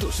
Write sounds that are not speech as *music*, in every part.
tus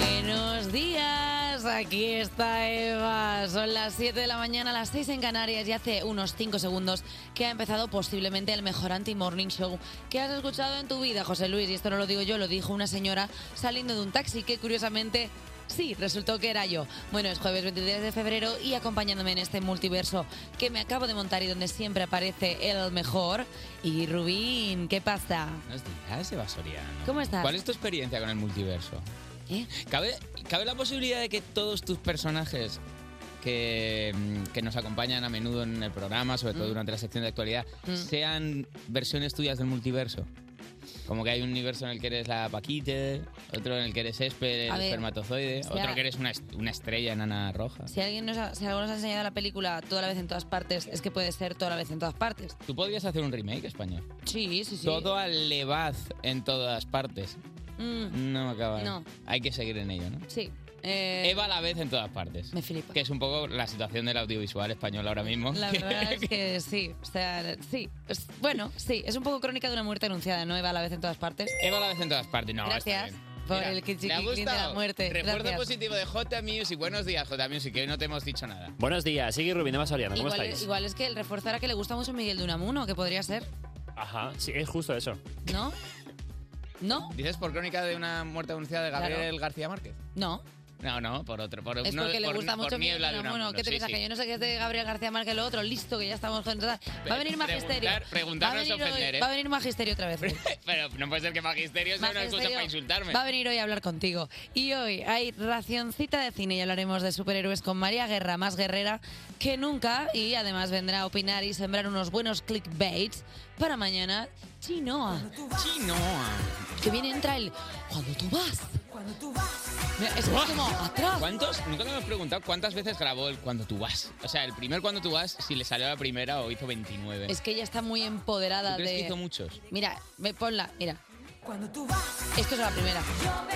Buenos días, aquí está Eva. Son las 7 de la mañana, las 6 en Canarias y hace unos 5 segundos que ha empezado posiblemente el mejor anti-morning show que has escuchado en tu vida, José Luis. Y esto no lo digo yo, lo dijo una señora saliendo de un taxi que curiosamente... Sí, resultó que era yo. Bueno, es jueves 23 de febrero y acompañándome en este multiverso que me acabo de montar y donde siempre aparece el mejor. Y Rubín, ¿qué pasa? Buenos días, Eva Soriano. ¿Cómo estás? ¿Cuál es tu experiencia con el multiverso? ¿Eh? ¿Cabe, cabe la posibilidad de que todos tus personajes que, mm, que nos acompañan a menudo en el programa, sobre Mm. todo durante la sección de actualidad, sean versiones tuyas del multiverso? Como que hay un universo en el que eres la Paquite, otro en el que eres Esper, A el ver, espermatozoide, si otro haga- que eres una, est- una estrella enana roja. Si alguien nos ha, si algo nos ha enseñado la película toda la vez en todas partes, es que puede ser toda la vez en todas partes. Tú podrías hacer un remake español. Sí, sí, sí. Todo alevaz en todas partes. Mm, No me acaba. No. Hay que seguir en ello, ¿no? sí. Eh, Eva a la vez en todas partes. Me flipa. Que es un poco la situación del audiovisual español ahora mismo. La verdad es que sí. O sea, sí. Es- bueno, sí. Es un poco crónica de una muerte anunciada, ¿no? Eva a la vez en todas partes. *laughs* Eva a la vez en todas partes. Eh, No, está Gracias bien. por Mira, el ¿le ha kitschikiclín de la gustado? muerte. Refuerzo Gracias. positivo de J Music. Buenos días, J Music, que hoy no te hemos dicho nada. Buenos días, sigue Rubín Eva Soriano, ¿cómo Igual, estáis? igual es que el refuerzo era que le gusta mucho Miguel de Unamuno, que podría ser, Ajá, sí, es justo eso. ¿no? ¿No? ¿Dices por crónica de una muerte anunciada de Claro. Gabriel García Márquez? No. No, no, por otro. Por Es uno- porque le por- gusta por mucho Miguel niebla de de Unamuno. Unamuno, ¿Qué te sí, piensas? sí. Que yo no sé qué es de Gabriel García Márquez lo otro. Listo, que ya estamos... con- Va a venir magisterio. Preguntar- preguntar va, a no es venir hoy- ofender, ¿eh? va a venir magisterio otra vez. *laughs* hoy. *laughs* Pero no puede ser que Magisterio sea una excusa Magisterio para insultarme. Va a venir hoy a hablar contigo. Y hoy hay racioncita de cine y hablaremos de superhéroes con María Guerra, más guerrera que nunca. Y además vendrá a opinar y sembrar unos buenos clickbaits para mañana Chinoa. Chinoa. Que bien entra el cuando tú vas. Mira, Es como atrás. Ah, ¿Cuántos? Nunca nos hemos preguntado cuántas veces grabó el Cuando tú vas. O sea, el primer Cuando tú vas, si le salió la primera o hizo 29. Es que ella está muy ¿Tú empoderada crees de. que hizo muchos? Mira, ve, ponla, mira. Esto es a la primera.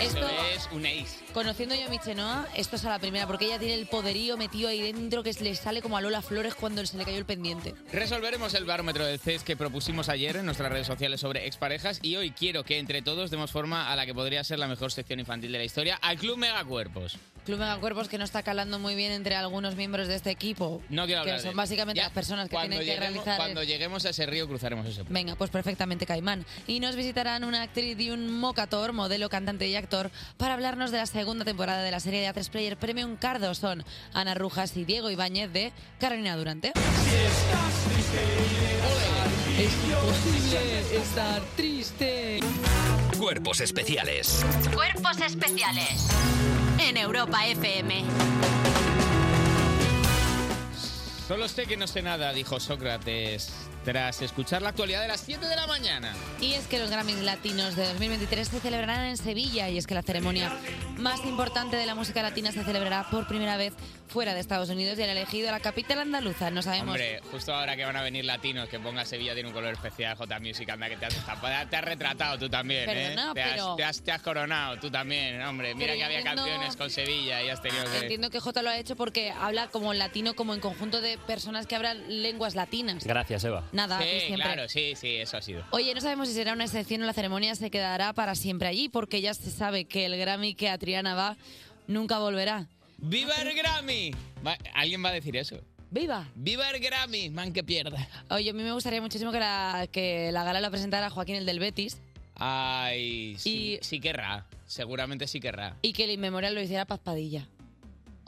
Esto, Eso es un ace. Conociendo yo a mi Chenoa, esto es a la primera, porque ella tiene el poderío metido ahí dentro que le sale como a Lola Flores cuando se le cayó el pendiente. Resolveremos el barómetro del CES que propusimos ayer en nuestras redes sociales sobre exparejas y hoy quiero que entre todos demos forma a la que podría ser la mejor sección infantil de la historia, al Club Megacuerpos. Club Megacuerpos que no está calando muy bien entre algunos miembros de este equipo. No quiero hablar Que de son él. básicamente Ya, las personas que cuando tienen que lleguemos- realizar. Cuando el- lleguemos a ese río cruzaremos ese puente. Venga, pues perfectamente Caimán. Y nos visitarán una actriz y un mocator, modelo, cantante y actor, para hablarnos de la segunda temporada de la serie de A3 Player Premium Cardo. Son Ana Rujas y Diego Ibáñez de Carolina Durante. Es imposible estar triste. Cuerpos especiales. Cuerpos especiales en Europa FM. Solo sé que no sé nada, dijo Sócrates, tras escuchar la actualidad de las 7 de la mañana. Y es que los Grammys Latinos de 2023 se celebrarán en Sevilla y es que la ceremonia más importante de la música latina se celebrará por primera vez fuera de Estados Unidos y han elegido la capital andaluza. No sabemos. Hombre, eh. justo ahora que van a venir latinos, que ponga Sevilla tiene un color especial, J Music, anda que te has destapado. Te has retratado tú también, Perdona, ¿eh? Te has, pero- te, has, te has coronado tú también, hombre. Mira Pero que yo había entiendo- canciones con Sevilla y has tenido que... Entiendo que Jota lo ha hecho porque habla como latino, como en conjunto de personas que hablan lenguas latinas. Gracias, Eva. Nada, aquí Sí, siempre. claro, sí, sí, eso ha sido. Oye, no sabemos si será una excepción o la ceremonia se quedará para siempre allí, porque ya se sabe que el Grammy que a Triana va nunca volverá. ¡Viva el Grammy! Va- ¿Alguien va a decir eso? ¡Viva! ¡Viva el Grammy! Man, que pierda. Oye, a mí me gustaría muchísimo que la, que la gala la presentara Joaquín el del Betis Ay, sí, Y- sí querrá. Seguramente sí querrá. y que el inmemorial lo hiciera Paz Padilla.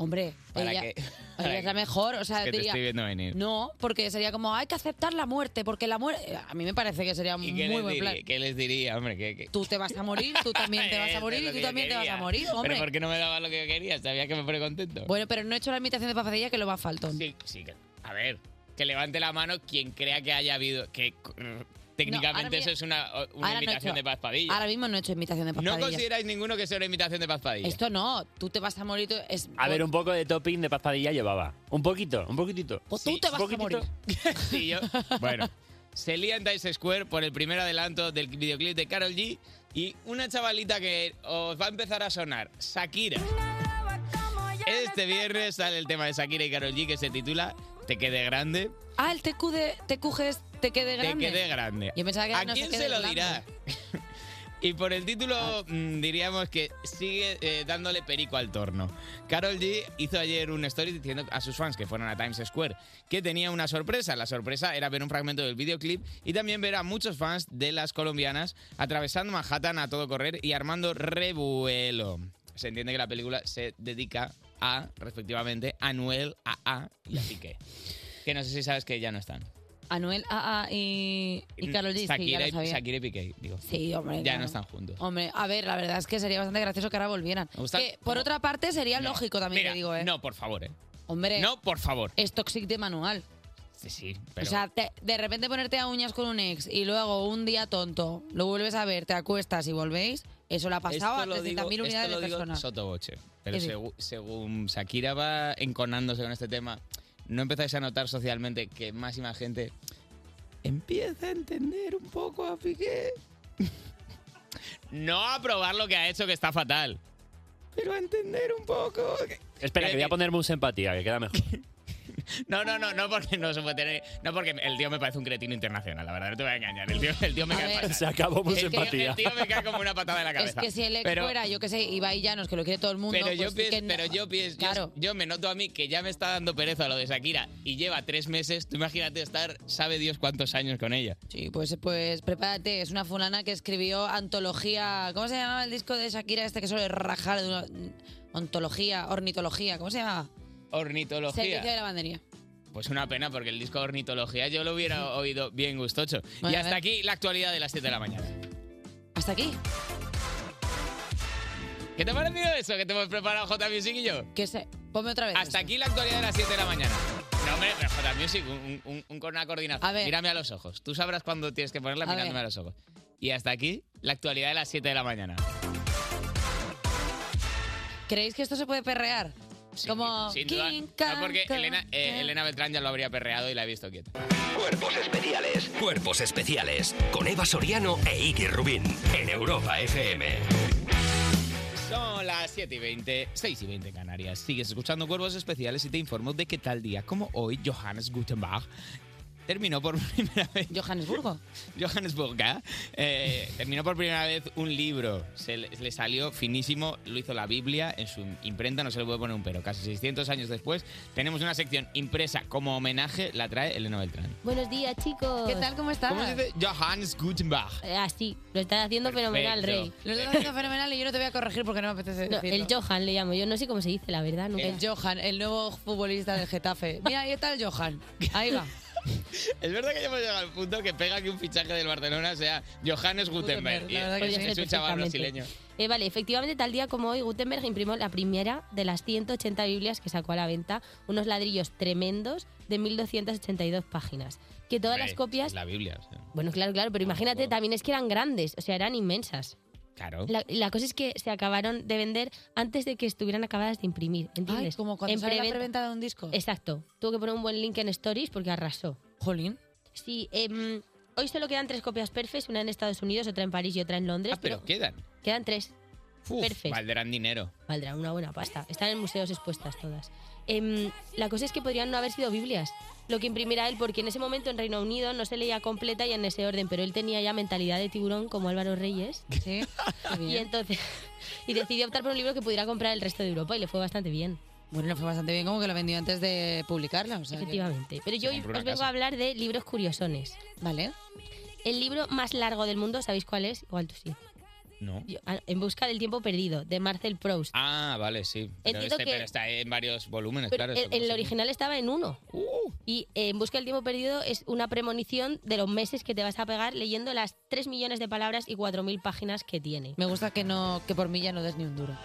Hombre, ¿Para ella, qué? ella es la mejor, o sea, Es que te diría, estoy viendo venir. no, porque sería como hay que aceptar la muerte, porque la muerte a mí me parece que sería muy ¿Y qué les, buen plan. diría? ¿Qué les diría, hombre? ¿Qué, qué? Tú te vas a morir, tú también *laughs* te vas Eso a es morir lo y tú que yo también te vas quería. a morir, hombre. ¿Pero por qué no me daba lo que yo quería? Sabía que me pone contento. Bueno, pero no he hecho la imitación de Paz Padilla que lo va a faltón. Sí, sí, que- a ver, que levante la mano quien crea que haya habido, que eh, técnicamente mismo- eso es una, una ahora no he imitación hecho- de Paz Padilla. Ahora mismo no he hecho imitación de Paz no Padilla. consideráis ninguno que sea una imitación de Paz *laughs* Padilla. Esto no, tú te vas a morir. tú- es, A ver, un poco de topping Pues de Paz Padilla llevaba. Un poquito, un poquitito. o tú te vas a morir. Sí, yo- bueno, se lía en Times Square por el primer adelanto del videoclip de Carol G y una chavalita que os va a empezar a sonar, Shakira. Este viernes sale el tema de Shakira y Carol G que se titula Te quede grande, Ah, el TQ de TQG es te quede grande. te quede grande. Yo pensaba que era ¿A no quién quede se lo grande. dirá? y por el título mm, diríamos que sigue eh, dándole perico al torno. Carol G hizo ayer un story diciendo a sus fans que fueron a Times Square que tenía una sorpresa. La sorpresa era ver un fragmento del videoclip y también ver a muchos fans de las colombianas atravesando Manhattan a todo correr y armando revuelo. Se entiende que la película se dedica a, respectivamente, a Noel, a A y a Piqué. Que no sé si sabes que ya no están. Anuel AA y, y Karol G, sí, ya Mm, Shakira, lo y- sabía. Shakira y Piqué, digo. Sí, hombre, Ya claro. no están juntos. Hombre, a ver, la verdad es que sería bastante gracioso que ahora volvieran. gusta- Que, por otra parte, sería No, lógico también, mira, te digo, ¿eh? No, por favor, ¿eh? Hombre, No, por favor. es toxic de manual. Sí, sí, pero... O sea, te- de repente ponerte a uñas con un ex y luego un día tonto lo vuelves a ver, te acuestas y volvéis, eso lo ha Esto pasado a lo digo- 300.000 esto unidades lo de digo personas. sotoboche. Pero Sí, sí. segu- según Shakira va enconándose con este tema, ¿no empezáis a notar socialmente que más y más gente empieza a entender un poco a Piqué? no a probar lo que ha hecho, que está fatal. Pero a entender un poco... Espera, que voy a poner mus empatía, que queda mejor. No, no, no, no porque no se puede tener. No porque el tío me parece un cretino internacional, la verdad, no te voy a engañar. El tío, el tío me cae fatal. Se acabó mus El tío- empatía. El tío me cae como una patada en la Es cabeza. que si el ex Pero- fuera, yo qué sé, Ibai Llanos, que lo quiere todo el mundo, pero, yo pues sí pienso, que no- pero yo pienso, yo- Claro. yo, me noto a mí que ya me está dando pereza lo de Shakira y lleva tres meses. Tú imagínate estar, sabe Dios cuántos años con ella. Sí, pues, pues prepárate, es una fulana que escribió antología, ¿cómo se llamaba el disco de Shakira este que suele rajar de una ontología, ornitología, ¿cómo se llamaba? Ornitología. Servicio de lavandería. Pues una pena porque el disco de Ornitología yo lo *laughs* hubiera oído bien gustocho. y hasta aquí la actualidad de las 7 de la mañana. Hasta aquí. ¿Qué te ha parecido eso que te hemos preparado J Music y yo? Que se... Ponme otra vez. Hasta aquí la actualidad de las 7 de la mañana. No, hombre, pero J Music, un- un- un- con una coordinación. A ver. Mírame a los ojos. Tú sabrás cuándo tienes que ponerla A mirándome ver. a los ojos. Y hasta aquí la actualidad de las 7 de la mañana. ¿Creéis que esto se puede perrear? Como... Sin duda. King No, porque Kong, Elena, eh, Kong. Elena Beltrán ya lo habría perreado y la he visto quieta. Cuerpos especiales. Cuerpos especiales con Eva Soriano e Iggy Rubín en Europa FM. Son las 7 y 20, 6 y 20 en Canarias. Sigues escuchando Cuervos Especiales y te informo de que tal día como hoy, Johannes Gutenberg terminó por *laughs* primera vez... *laughs* ¿Johannesburgo? Johannesburgo, ¿eh? Eh, Terminó por primera vez un libro. Se le, le salió finísimo, lo hizo la Biblia en su imprenta, no se le puede poner un pero. Casi 600 años después, tenemos una sección impresa como homenaje, la trae Elena Beltrán. Buenos días, chicos. ¿Qué tal? ¿Cómo estás? ¿Cómo se dice Johannes Gutenberg? así, lo estás haciendo fenomenal, Perfecto. Rey. Lo estás haciendo fenomenal y yo no te voy a corregir porque no me apetece No, el decirlo. Johan le llamo, yo no sé cómo se dice, la verdad. Nunca. El Johan, el nuevo futbolista del Getafe. Mira, ahí está el Johan. Ahí va. Es verdad que ya hemos llegado al punto que pega que un fichaje del Barcelona sea Johannes Gutenberg. la verdad Y que es- sí. es un chaval Perfectamente. brasileño. Eh, vale, efectivamente, tal día como hoy, Gutenberg imprimió la primera de las 180 Biblias que sacó a la venta, unos ladrillos tremendos de 1282 páginas. Que todas las Hombre, copias. La Biblia. o sea, Bueno, claro, claro, pero imagínate, también es que eran grandes, o sea, eran inmensas. Claro. La, la cosa es que se acabaron de vender antes de que estuvieran acabadas de imprimir, ¿entiendes? como cuando sale la preventa de un disco. Exacto. Tuvo que poner un buen link en Stories porque arrasó. Jolín. Sí, em, hoy solo quedan tres copias perfes, una en Estados Unidos, otra en París y otra en Londres. Ah, pero quedan. Quedan tres. Uf, Perfecto. Valdrán dinero. Valdrá una buena pasta. Están en museos expuestas todas. Em, la cosa es que podrían no haber sido Biblias, lo que imprimirá él, porque en ese momento en Reino Unido no se leía completa y en ese orden, pero él tenía ya mentalidad de tiburón como Álvaro Reyes. Sí. *laughs* Y entonces y decidió optar por un libro que pudiera comprar el *laughs* resto de Europa y le fue bastante bien. Bueno, le fue bastante bien como que lo vendió antes de publicarla. O sea, que- Efectivamente. Pero yo hoy os compró una vengo casa. a hablar de libros curiosones. Vale. El libro más largo del mundo, ¿sabéis cuál es? Igual tú sí. No. Yo- ah, en busca del tiempo perdido, de Marcel Proust. Ah, vale, sí. Pero, Entiendo este- que- pero está en varios *laughs* volúmenes, Pero claro. el, esto el como se- original estaba en uno. Uh. Y eh, En busca del tiempo perdido es una premonición de los meses que te vas a pegar leyendo las 3 millones de palabras y 4.000 páginas que tiene. Me gusta que no que por mí ya no des ni un duro.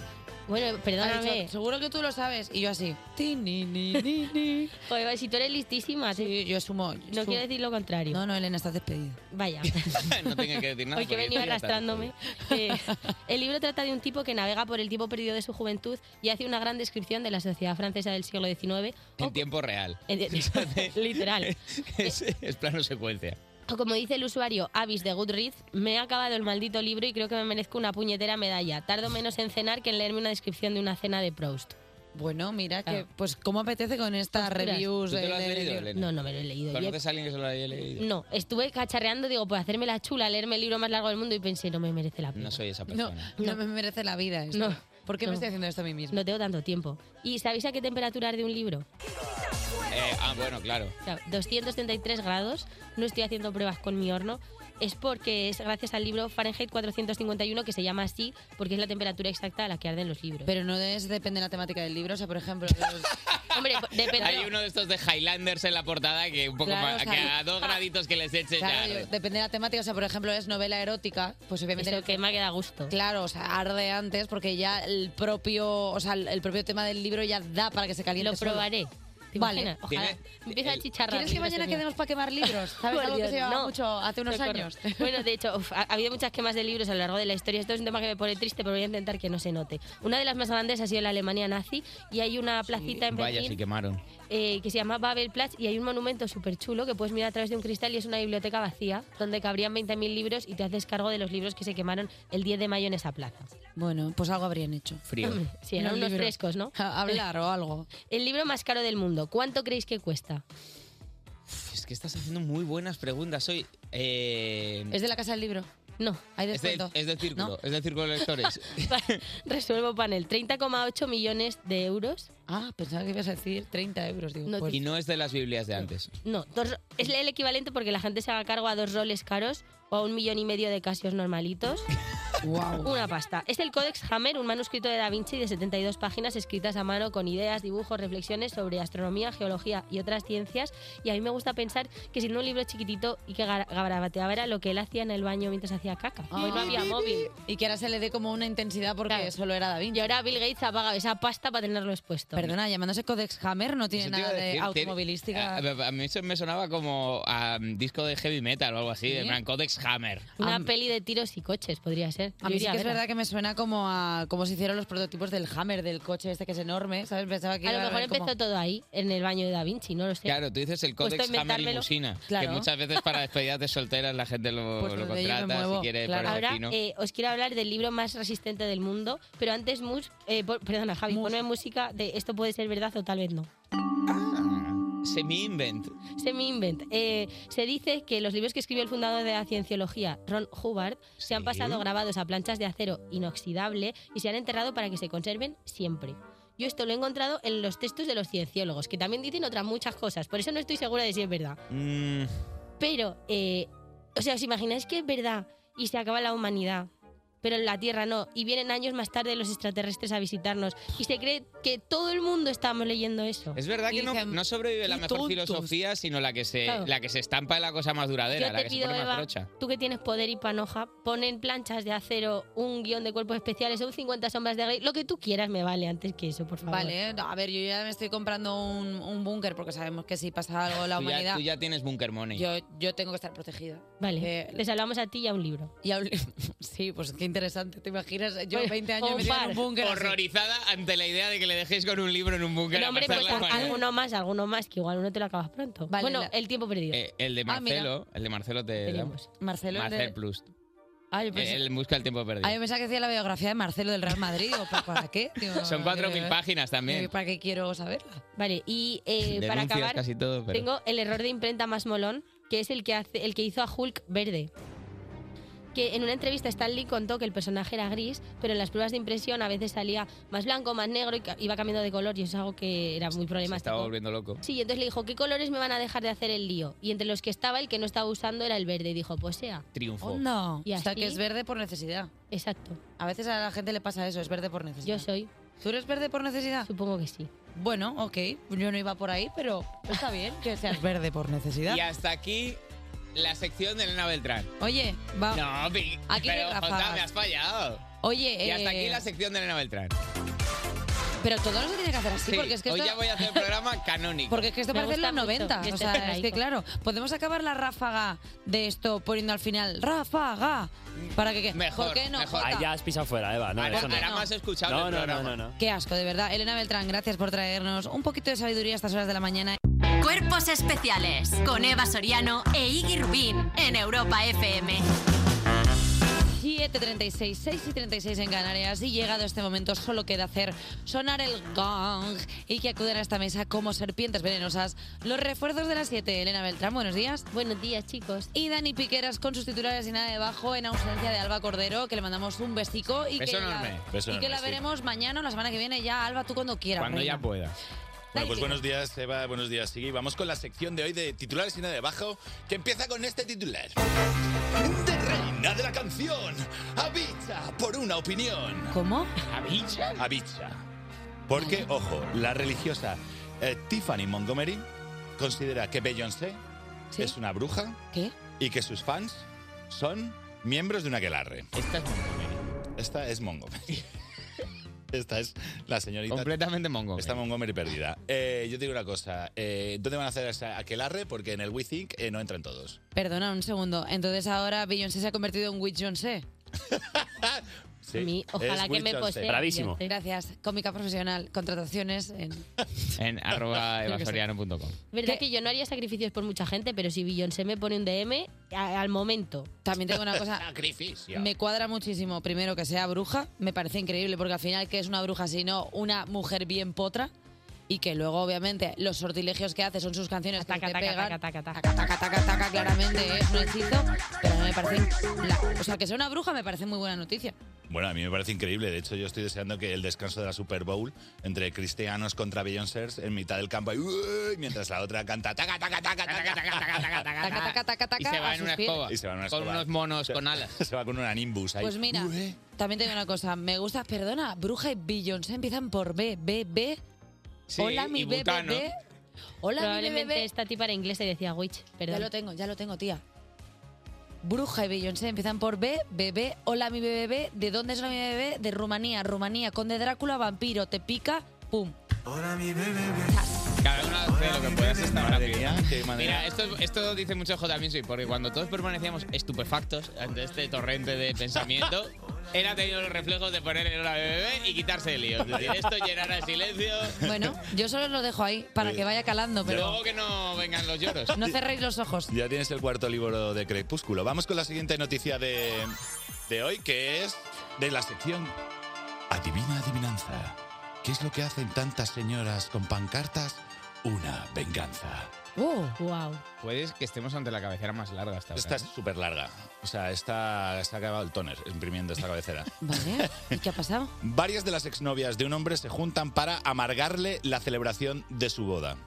Bueno, perdóname. Ha dicho, Seguro que tú lo sabes. Y yo así. Ti, ni, ni, ni, ni. *laughs* Joder, si tú eres listísima. Sí, yo sumo. No quiero decir lo contrario. No, no, Elena, estás despedida. Vaya. *laughs* no tengo que decir nada. Porque he venido esto ya está. arrastrándome. Eh, *laughs* el libro trata de un tipo que navega por el tiempo perdido de su juventud y hace una gran descripción de la sociedad francesa del siglo XIX. *laughs* En tiempo real. *laughs* En- en- literal. Es, es plano secuencia. O como dice el usuario Avis de Goodreads, me he acabado el maldito libro y creo que me merezco una puñetera medalla. Tardo menos en cenar que en leerme una descripción de una cena de Proust. Bueno, mira que, pues, ¿cómo apetece con estas reviews? ¿Tú te lo has de- de- leído, Elena? No, no me lo he leído. Mm. Y he- ¿Conoces a alguien que se lo haya leído? No, estuve cacharreando, digo, pues hacerme la chula, leerme el libro más largo del mundo y pensé, no me merece la pena. No soy esa No, persona. no me merece la vida esto. No, ¿Por qué no. me estoy haciendo esto a mí mismo? No tengo tanto tiempo. ¿Y sabéis a qué temperatura arde un libro? Eh, ah, bueno, claro. O sea, 233 grados, no estoy haciendo pruebas con mi horno, es porque es gracias al libro Fahrenheit 451 que se llama así porque es la temperatura exacta a la que arden los libros. Pero no es, depende de la temática del libro, o sea, *laughs* por ejemplo... Hombre, *laughs* depende... Hay uno de estos de Highlanders en la portada que un poco Claro, más, o sea, que a *laughs* dos graditos que les eches Claro, ya. yo- depende de la temática, o sea, por ejemplo, es novela erótica, pues obviamente... Eso que me queda gusto. Claro, o sea, arde antes porque ya el propio, o sea, el el propio tema del libro ya da para que se caliente Lo solo. probaré. ¿Te Vale. imaginas? Ojalá. Empieza a chicharrar. ¿Quieres que libros mañana de mí. quedemos para *laughs* quemar libros? ¿Sabes Por algo que Dios, se llevaba no. mucho hace unos Socorro. *laughs* años? Bueno, de hecho, uf, ha, ha habido muchas quemas de libros a lo largo de la historia. Esto es un tema que me pone triste, pero voy a intentar que no se note. Una de las más grandes ha sido la Alemania nazi y hay una placita en Vaya, Berlín sí quemaron. eh, que se llama Babelplatz y hay un monumento súper chulo que puedes mirar a través de un cristal y es una biblioteca vacía donde cabrían 20.000 libros y te haces cargo de los libros que se quemaron el 10 de mayo en esa plaza. Bueno, pues algo habrían hecho. Frío. Sí, eran Un unos libro. frescos, ¿no? A- hablar o algo. *laughs* El libro más caro del mundo. ¿Cuánto creéis que cuesta? Es que estás haciendo muy buenas preguntas hoy. Eh, ¿Es de la casa del libro? No. ¿Hay es, del, descuento? es del círculo, es del círculo de *laughs* lectores. Resuelvo panel. 30,8 millones de euros. Ah, pensaba que ibas a decir 30 euros. Digo, No, pues- y no es de las Biblias de antes. No, dos ro- es el equivalente porque la gente se haga cargo a dos roles caros o a un millón y medio de casios normalitos. *laughs* Guau. Una pasta. Es el Codex Hammer, un manuscrito de Da Vinci de 72 páginas escritas a mano con ideas, dibujos, reflexiones sobre astronomía, geología y otras ciencias. Y a mí me gusta pensar que siendo un libro chiquitito y que gar- garabateaba era lo que él hacía en el baño mientras hacía caca. Y no había móvil. Y que ahora se le dé como una intensidad porque Claro. solo era Da Y Vinci. ahora Bill Gates ha pagado esa pasta para tenerlo expuesto. Perdona, llamándose Codex Hammer no tiene Eso te iba a nada de decir, tiene- automovilística. A, a- a mí eso me sonaba como a um, disco de heavy metal o algo así, de Frank Codex Hammer. Una peli de tiros y coches podría ser. A Yo mí sí iría que es verla. verdad que me suena como a como se hicieron los prototipos del Hammer, del coche este que es enorme, ¿sabes? Pensaba que A iba lo mejor haber como- empezó todo ahí, en el baño de Da Vinci, no lo sé. Claro, tú dices el Codex Puesto a Hammer inventármelo. limusina, Pues Claro. que muchas veces *laughs* para despedidas de solteras la gente lo, Pues lo donde yo me contrata si muevo, quiere claro. por el Ahora vecino. eh, os quiero hablar del libro más resistente del mundo, pero antes, mus, eh, por- perdona, Javi, Mus. ponme música de esto puede ser verdad o tal vez no. Semi-invent. Semi-invent. Eh, se dice que los libros que escribió el fundador de la cienciología, Ron Hubbard, se han Sí. pasado grabados a planchas de acero inoxidable y se han enterrado para que se conserven siempre. Yo esto lo he encontrado en los textos de los cienciólogos, que también dicen otras muchas cosas, por eso no estoy segura de si es verdad. Mm, Pero, eh, o sea, ¿os imagináis que es verdad y se acaba la humanidad? Pero en la Tierra no, y vienen años más tarde los extraterrestres a visitarnos, y se cree que todo el mundo estamos leyendo eso. es verdad que no, Dicen, no sobrevive la "Qué mejor tontos". filosofía, sino la que se Claro. la que se estampa es la cosa más duradera, Yo la te que pido, se pone más Eva, trocha. tú que tienes poder y panoja, pon en planchas de acero un guión de cuerpos especiales, un 50 sombras de Grey, lo que tú quieras me vale antes que eso, por favor. Vale, no, a ver, yo ya me estoy comprando un, un búnker porque sabemos que si pasa algo la Tú ya, humanidad, tú ya tienes Bunker Money. yo, yo tengo que estar protegida. Vale, Eh, te salvamos a ti y a un libro. y habl- *laughs* sí, pues qué interesante, ¿te imaginas? Yo Oye, 20 años o metida en par. un búnker. así. Horrorizada ante la idea de que le dejéis con un libro en un búnker. No, a hombre, pasar pues la al- mañana. alguno más, alguno más, que igual uno te lo acabas pronto. Vale, bueno, la- el tiempo perdido. Eh, el de Ah, mira. pues, Marcelo, el de Marcelo te tenemos. Marcelo el de- Marcel Plus. Ah, yo pensé- Él busca el tiempo perdido. ah, yo pensaba que decía la biografía de Marcelo del Real Madrid. digo, ¿pa- ¿Para qué? Digo, Son no cuatro quiero mil ver. páginas Digo, *laughs* también. ¿Para qué quiero saberla? Vale, y *laughs* eh, para Denuncias acabar, casi todo, pero... tengo el error de imprenta más molón, que es el que, hace, el que hizo a Hulk verde. Que en una entrevista Stanley contó que el personaje era gris, pero en las pruebas de impresión a veces salía más blanco, más negro y ca- iba cambiando de color y eso es algo que era muy Se estaba problemático. volviendo loco. Sí, y entonces le dijo, ¿qué colores me van a dejar de hacer el lío? Y entre los que estaba, el que no estaba usando era el verde. Y dijo, pues sea, Triunfo. Onda. ¿Y o sea, así? que es verde por necesidad. exacto, A veces a la gente le pasa eso, es verde por necesidad. yo soy, ¿Tú eres verde por necesidad? supongo que sí. Bueno, ok, yo no iba por ahí, pero está bien que seas verde por necesidad. Y hasta aquí la sección de Elena Beltrán. Oye, va. No, Pi- Aquí no hay pero Jota, ráfagas. me has fallado. Oye, Y hasta eh, aquí la sección de Elena Beltrán. pero todo no se tiene que hacer así, Sí, porque es que hoy esto, ya voy a hacer un programa canónico. porque es que esto Me parece gusta los mucho 90. que O estés sea, es arcaico. que claro, podemos acabar la ráfaga de esto poniendo al final ráfaga. Para que qué? Mejor, *laughs* ¿Por qué no? mejor. Jota? Ah, ya has pisado fuera, Eva. No, Ahora, eso no. ahora más escuchado No, del no, no, programa. no, no. Qué asco, de verdad. Elena Beltrán, gracias por traernos un poquito de sabiduría a estas horas de la mañana. Cuerpos especiales con Eva Soriano e Iggy Rubín en Europa FM. 7.36, 6 y 36 en Canarias y llegado este momento solo queda hacer sonar el gong y que acuden a esta mesa como serpientes venenosas los refuerzos de las 7. Elena Beltrán, buenos días. Buenos días, chicos. Y Dani Piqueras con sus titulares y nada debajo en ausencia de Alba Cordero, que le mandamos un besico y Beso que, enorme. La, Beso y que enorme, la sí. veremos mañana o la semana que viene ya, Alba, tú cuando quieras. Cuando reina. ya pueda. Bueno, pues buenos días, Eva, buenos días, Sigui. Vamos con la sección de hoy de titulares y nada de bajo, que empieza con este titular. De reina de la canción, Abicha, por una opinión. ¿Cómo? ¿Abicha? Abicha. Porque, ojo, la religiosa eh, Tiffany Montgomery considera que Beyoncé es una bruja ¿Qué? y que sus fans son miembros de una aquelarre. Esta es Montgomery. Esta es Montgomery. Esta es la señorita. Completamente Mongo. Está Montgomery perdida. Eh, yo te digo una cosa. eh, ¿Dónde van a hacer esa aquelarre? Porque en el We Think eh, no entran todos. Perdona un segundo. Entonces ahora Beyoncé se ha convertido en Beyoncé. Sí, mí, ojalá es que Will me Johnson. posee. Gracias. Cómica profesional. Contrataciones en... En *laughs* arroba Creo que sí. evasoriano.com. Verdad que yo no haría sacrificios por mucha gente, pero si Beyoncé me pone un DM, a- al momento. También tengo una *laughs* cosa. Sacrificio. Me cuadra muchísimo, primero, que sea bruja. Me parece increíble, porque al final, que es una bruja, sino una mujer bien potra. Y que luego, obviamente, los sortilegios que hace son sus canciones que te pegan. Taca, taca, taca, claramente ¿eh? es un hechizo. Pero me parece... la- O sea, que sea una bruja me parece muy buena noticia. Bueno, a mí me parece increíble. De hecho, yo estoy deseando que el descanso de la Super Bowl entre cristianos contra Beyoncers en mitad del campo, y, "Uy", mientras la otra canta taca, taca, taca, taca, taca, taca, taca, taca, Taca, taca, taca, taca, y se va a en sus una pies. escoba. Y se va en una Con escoba. unos monos con alas. *laughs* Se va con una nimbus ahí. Pues mira, también tengo una cosa. Me gusta, perdona, bruja y Beyoncé empiezan por B, B, B. Sí, Hola, mi y B, B, butano. B. Hola, mi Probablemente bebé. esta tipa era inglesa y este decía witch, Ya perdón. lo tengo, ya lo tengo, tía. Bruja y Beyoncé empiezan por B, bebé, hola mi bebé, ¿de dónde es hola mi bebé? De Rumanía, Rumanía, conde Drácula, vampiro, te pica, pum. Cada uno hace lo que puede hasta ahora. qué Mira, Mira, esto, esto dice mucho J. Music, porque cuando todos permanecíamos estupefactos ante este torrente de pensamiento, él ha tenido los reflejos de poner el hora bebé y quitarse el lío. Es decir, esto llenará el silencio. *laughs* Bueno, yo solo lo dejo ahí para que vaya calando, pero Luego que no vengan los lloros. no cerréis los ojos. Ya tienes el cuarto libro de Crepúsculo. Vamos con la siguiente noticia de, de hoy, que es de la sección Adivina Adivinanza. ¿Qué es lo que hacen tantas señoras con pancartas? Una venganza. Oh, wow. Puedes que estemos ante la cabecera más larga hasta ahora. ¿eh? Esta es súper larga. O sea, está, se ha acabado el toner imprimiendo esta cabecera. *laughs* Vale, ¿y qué ha pasado? Varias de las exnovias de un hombre se juntan para amargarle la celebración de su boda.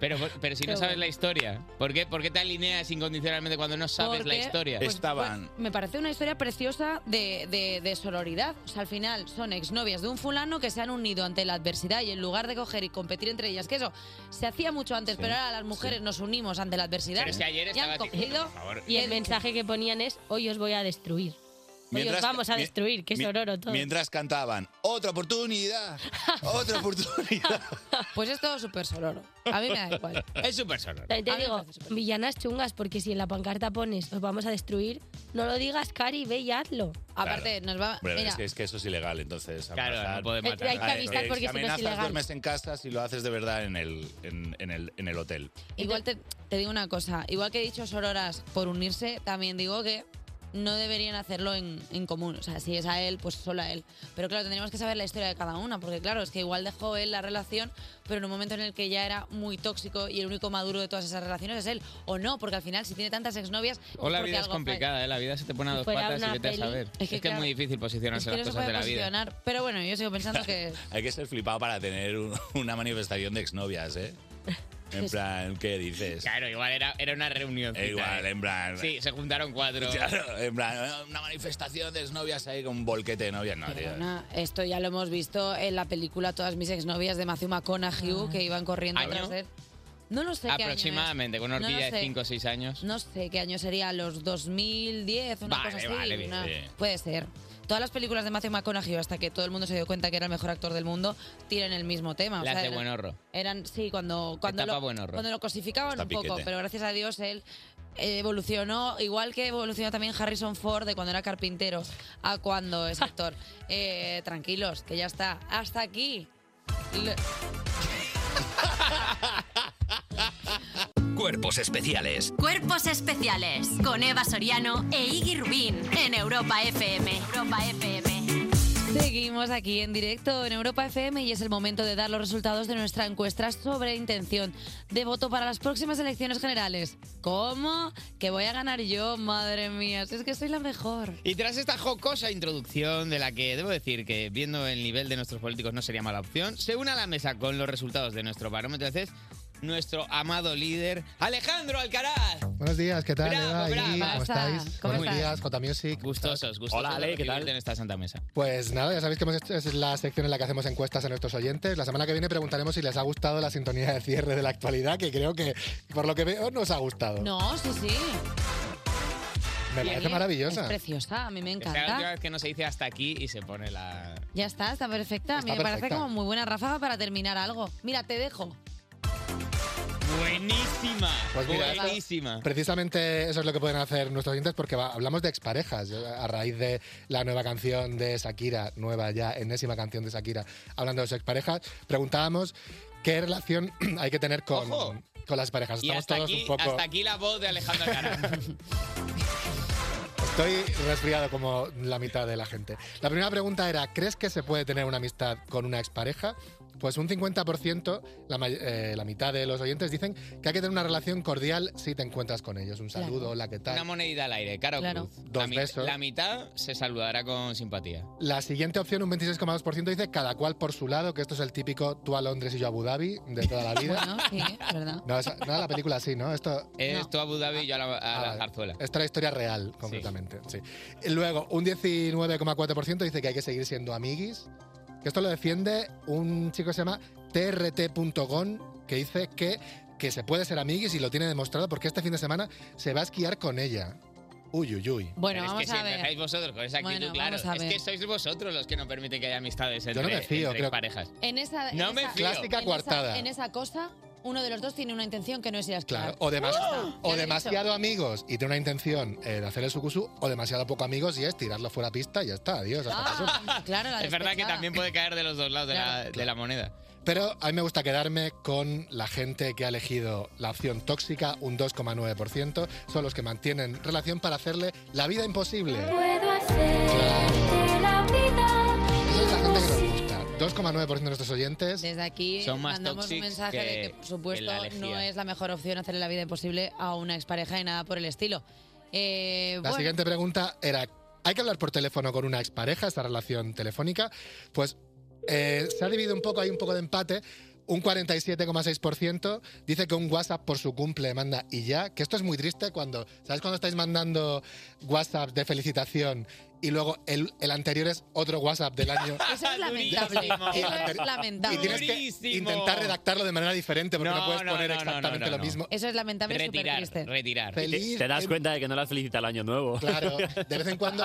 Pero, pero si no Pero sabes la historia, ¿por qué, por qué te alineas incondicionalmente cuando no sabes la Porque, historia? pues, pues, me parece una historia preciosa de, de- de sororidad. O sea, al final son exnovias de un fulano que se han unido ante la adversidad y en lugar de coger y competir entre ellas, que eso se hacía mucho antes, Sí, pero ahora las mujeres nos unimos ante la adversidad. Pero es que ayer y han estaba tipo, cogido por Y el mensaje que ponían es, hoy os voy a destruir. Hoy Mientras- os vamos a mi- destruir, que mi- sororo todo. Mientras cantaban, otra oportunidad, otra *laughs* oportunidad. Pues es todo súper sororo. A mí me da igual. Es súper sonoro. También te digo, villanas chungas, porque si en la pancarta pones, os vamos a destruir, no lo digas, Cari, ve y hazlo. Aparte, nos va... Hombre, mira, es, que, es que eso es ilegal, entonces. Claro, amenazar- no puede Hay- matar. hay que Eh, avisar eh, porque si no es amenazas, ilegal. duermes en casa si lo haces de verdad en el, en, en el, en el hotel. igual te, te digo una cosa. Igual que he dicho sororas por unirse, también digo que no deberían hacerlo en, en común. O sea, si es a él, pues solo a él. Pero claro, tendríamos que saber la historia de cada una, porque claro, es que igual dejó él la relación, pero en un momento en el que ya era muy tóxico y el único maduro de todas esas relaciones es él. O no, porque al final, si tiene tantas exnovias... es O la porque vida es algo falla. complicada, ¿eh? la vida se te pone a Si dos fuera patas y una vete peli- a saber. Es Es que, que, claro, es muy difícil Es posicionarse que no las se cosas puede de la vida. posicionar. Pero bueno, yo sigo pensando *laughs* que... Hay que ser flipado para tener un- una manifestación de exnovias, ¿eh? *laughs* En plan, ¿qué dices? Claro, igual era, era una reunión. Eh, Igual, en plan. Sí, se juntaron *laughs* cuatro. Claro, en plan, una manifestación de exnovias ahí con un bolquete de novias. No, tío. Perdona, esto ya lo hemos visto en la película Todas mis exnovias de Matthew McConaughey que iban corriendo ¿Año? tras él. No lo sé qué año es. Ah, Aproximadamente, con una No lo horquilla sé. de 5 o 6 años. No sé qué año sería, los 2010, una Vale, cosa así. vale, bien, una- bien. Puede ser. Todas las películas de Matthew McConaughey, hasta que todo el mundo se dio cuenta que era el mejor actor del mundo, tienen el mismo tema. o Las sea, de eran- Buenorro. Eran, sí, cuando, cuando, Etapa lo, Buenorro. cuando lo cosificaban Está un poco, piquete. pero gracias a Dios él eh, evolucionó, igual que evolucionó también Harrison Ford de cuando era carpintero a *laughs* cuando es actor. Eh, tranquilos, que ya está. Hasta aquí. Lo- Cuerpos especiales. Cuerpos especiales con Eva Soriano e Iggy Rubín en Europa FM. Europa FM. Seguimos aquí en directo en Europa FM y es el momento de dar los resultados de nuestra encuesta sobre intención de voto para las próximas elecciones generales. ¿Cómo? Que voy a ganar yo, madre mía, si es que soy la mejor. Y tras esta jocosa introducción, de la que debo decir que viendo el nivel de nuestros políticos no sería mala opción, se une a la mesa con los resultados de nuestro barómetro de CES nuestro amado líder, Alejandro Alcaraz. Buenos días, ¿qué tal? Bravo, Eva, Iggy? bravo. ¿Cómo Pasa, estáis? ¿cómo Buenos estás? días, Jota Music. Gustosos, gustosos. Hola, Ale, de ¿qué tal? recibirte En esta santa mesa. Pues nada, ya sabéis que hemos hecho, es la sección en la que hacemos encuestas a nuestros oyentes. La semana que viene preguntaremos si les ha gustado la sintonía de cierre de la actualidad, que creo que, por lo que veo, nos ha gustado. No, sí, sí. Me Y parece oye, maravillosa. Es preciosa, a mí me Es la última encanta. vez que no se dice hasta aquí y se pone la... Ya está, está perfecta. A mí Está me parece perfecta. como muy buena ráfaga para terminar algo. Mira, te dejo. Buenísima. Pues mira, esta- buenísima. Precisamente eso es lo que pueden hacer nuestros oyentes porque va- hablamos de exparejas. Yo, A raíz de la nueva canción de Shakira, nueva ya, enésima canción de Shakira, hablando de sus exparejas, preguntábamos qué relación *clears throat* hay que tener con, Ojo. con las parejas. Y Estamos hasta todos aquí, un poco... hasta aquí la voz de Alejandro Alcaraz. *laughs* Estoy resfriado como la mitad de la gente. La primera pregunta era, ¿crees que se puede tener una amistad con una expareja? Pues un 50%, la, may- eh, la mitad de los oyentes dicen que hay que tener una relación cordial si te encuentras con ellos. Un saludo, hola, ¿qué tal? Una monedita al aire, Caro Claro. Cruz. Dos la, mi- besos. la mitad se saludará con simpatía. La siguiente opción, un 26,2%, dice cada cual por su lado, que esto es el típico tú a Londres y yo a Abu Dhabi de toda la vida. *laughs* Bueno, sí, es ¿verdad? No, esa- no, la película sí, ¿no? Esto, Es tú a Abu Dhabi y yo a la, a la Ah, zarzuela. Esta es la historia real, concretamente. Sí. Y Luego, un 19,4% dice que hay que seguir siendo amiguis. Que esto lo defiende un chico que se llama trt.gon, que dice que, que se puede ser amiguis y lo tiene demostrado porque este fin de semana se va a esquiar con ella. Uy, uy, uy. Bueno, Pero es vamos que a si ver. empezáis vosotros con esa actitud, Bueno, claro. vamos a Es ver. que sois vosotros los que no permiten que haya amistades entre, no me fío, entre creo- parejas. En esa, en No me esa- fío. Clásica en coartada. Esa, en esa cosa, uno de los dos tiene una intención que no es ir a esquiar. Claro, o, demas- ¡Ah! o Ya lo he demasiado amigos y tiene una intención eh, de hacer el sucusu, o demasiado poco amigos y es tirarlo fuera pista y ya está, adiós. hasta ¡Ah! pasó. Eh, Claro, la *laughs* es verdad que también puede caer de los dos lados de, la, de la moneda. Pero a mí me gusta quedarme con la gente que ha elegido la opción tóxica, un 2,9%. Son los que mantienen relación para hacerle la vida imposible. Esa es la gente que nos gusta. 2,9% de nuestros oyentes. Desde aquí Son más mandamos un toxics mensaje que- de que, por que la supuesto, lejía. no es la mejor opción hacerle la vida imposible a una expareja y nada por el estilo. Eh, La bueno, siguiente pregunta era, ¿hay que hablar por teléfono con una expareja, esta relación telefónica? Pues eh, se ha dividido un poco, hay un poco de empate. Un 47,6% dice que un WhatsApp por su cumple manda y ya, que esto es muy triste cuando, ¿sabes cuando estáis mandando WhatsApp de felicitación y luego el, el anterior es otro WhatsApp del *laughs* año? Eso es lamentable. Durísimo. Eso es Durísimo. lamentable. Y tienes que intentar redactarlo de manera diferente porque no, No, puedes no, poner no, no, exactamente no, no, lo no. mismo. Eso es lamentable y súper Retirar, triste. retirar. Feliz Y te, te das cuenta de que no la felicita el año nuevo. Claro, de vez en cuando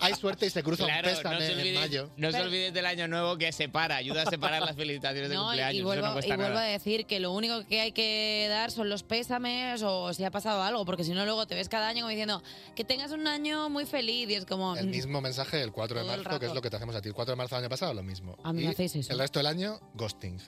hay suerte y se cruza Claro, un no pésame se en mayo. olvides, no se olvides del año nuevo que separa, ayuda a separar las felicitaciones de No, y- cumpleaños. y eso vuelvo, no cuesta y vuelvo nada. a decir que lo único que hay que dar son los pésames o si ha pasado algo, porque si no luego te ves cada año como diciendo que tengas un año muy feliz y es como... El mismo mensaje del 4 de Mm. Todo el marzo, que es rato. lo que te hacemos a ti. El 4 de marzo del año pasado, lo mismo. A mí me Y hacéis eso. El resto del año, ghosting.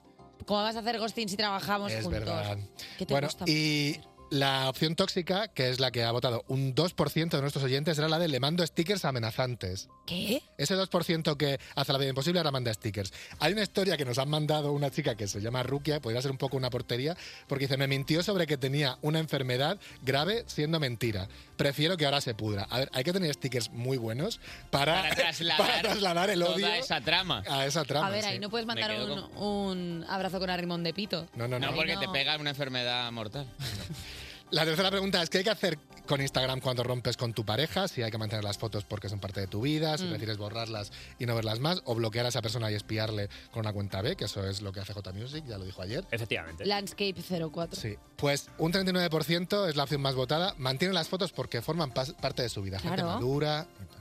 ¿Cómo vas a hacer ghosting si trabajamos es juntos? verdad. ¿Qué te Bueno, gusta? y la opción tóxica, que es la que ha votado un 2% de nuestros oyentes, era la de le mando stickers amenazantes. ¿Qué? Ese 2% que hace la vida imposible ahora manda stickers. Hay una historia que nos han mandado una chica que se llama Rukia, podría ser un poco una portería, porque dice, me mintió sobre que tenía una enfermedad grave siendo mentira. Prefiero que ahora se pudra. A ver, hay que tener stickers muy buenos para, Para trasladar, *laughs* para trasladar el odio Toda esa trama. a esa trama. a ver, sí. ahí no puedes mandar Me quedo un, un abrazo con arrimón de pito. No, no, no. No, porque te no. pega una enfermedad *laughs* mortal. La tercera pregunta es, ¿qué hay que hacer con Instagram cuando rompes con tu pareja? Si hay que mantener las fotos porque son parte de tu vida, si Mm. prefieres borrarlas y no verlas más, o bloquear a esa persona y espiarle con una cuenta B, que eso es lo que hace J Music, ya lo dijo ayer. Efectivamente. Landscape 04. Sí, pues un 39% es la opción más votada. Mantienen las fotos porque forman pas- parte de su vida. Gente Claro. madura. y tal.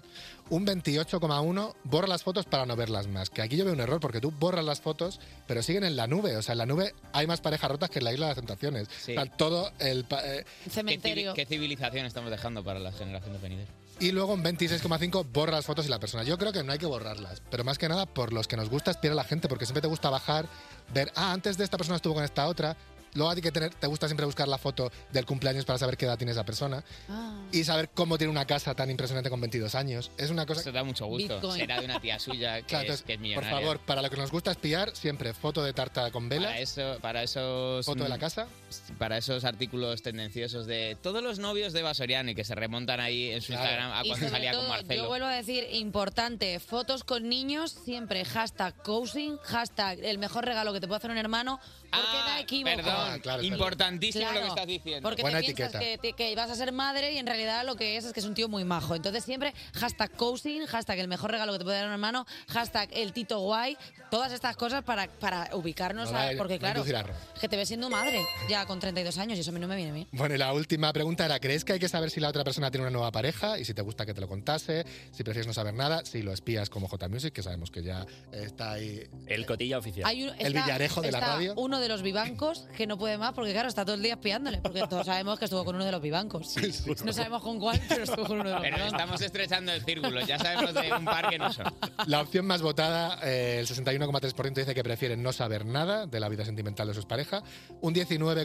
Un 28,1% borra las fotos para no verlas más. Que aquí yo veo un error porque tú borras las fotos, pero siguen en la nube. O sea, en la nube hay más parejas rotas que en la isla de las tentaciones. Sí. O sea, todo el. pa- eh, Cementerio. ¿Qué, civi- qué civilización estamos dejando para las generaciones venideras? y luego un 26,5% borra las fotos y la persona. Yo creo que no hay que borrarlas, pero más que nada por los que nos gusta espiar a la gente, porque siempre te gusta bajar, ver, ah, antes de esta persona estuvo con esta otra, luego a ti que tener, te gusta siempre buscar la foto del cumpleaños para saber qué edad tiene esa persona Ah. Ah. y saber cómo tiene una casa tan impresionante con 22 años. Es una cosa Eso da mucho gusto. Bitcoin. Será de una tía suya que, Claro, es, entonces, que es por millonaria. favor, para lo que nos gusta espiar, siempre foto de tarta con vela. Para, eso, para esos... Foto de la casa. Para esos artículos tendenciosos de todos los novios de Basoriani que se remontan ahí en su Instagram a Y cuando sobre salía todo, con Marcelo. Yo vuelvo a decir, importante, fotos con niños siempre, hashtag coaching, hashtag el mejor regalo que te puede hacer un hermano, porque Ah, da equívoco. Perdón, Ah, importantísimo lo que estás diciendo. Porque te piensas que, te- que vas a ser madre y en realidad lo que es es que es un tío muy majo. Entonces siempre hashtag coaching, hashtag el mejor regalo que te puede dar un hermano, hashtag el tito guay, todas estas cosas para, para ubicarnos, No da a- el- porque no claro, lucirarlo. que te ves siendo madre ya con 32 años y eso a mí no me viene bien. Bueno, y la última pregunta era, ¿crees que hay que saber si la otra persona tiene una nueva pareja? Y si te gusta que te lo contase, si prefieres no saber nada, si lo espías como J Music, que sabemos que ya está ahí. *laughs* El cotilla oficial. Hay un- el está- villarejo de la está radio. Uno de los vivancos que no puede más porque, claro, está todo el día espiándole. Porque todos sabemos que estuvo con uno de los vivancos. No sabemos con cuál, pero estuvo con uno de los Pero vivancos. estamos estrechando el círculo, ya sabemos de un par que no son. La opción más votada, eh, el 61,3% dice que prefieren no saber nada de la vida sentimental de sus parejas. Un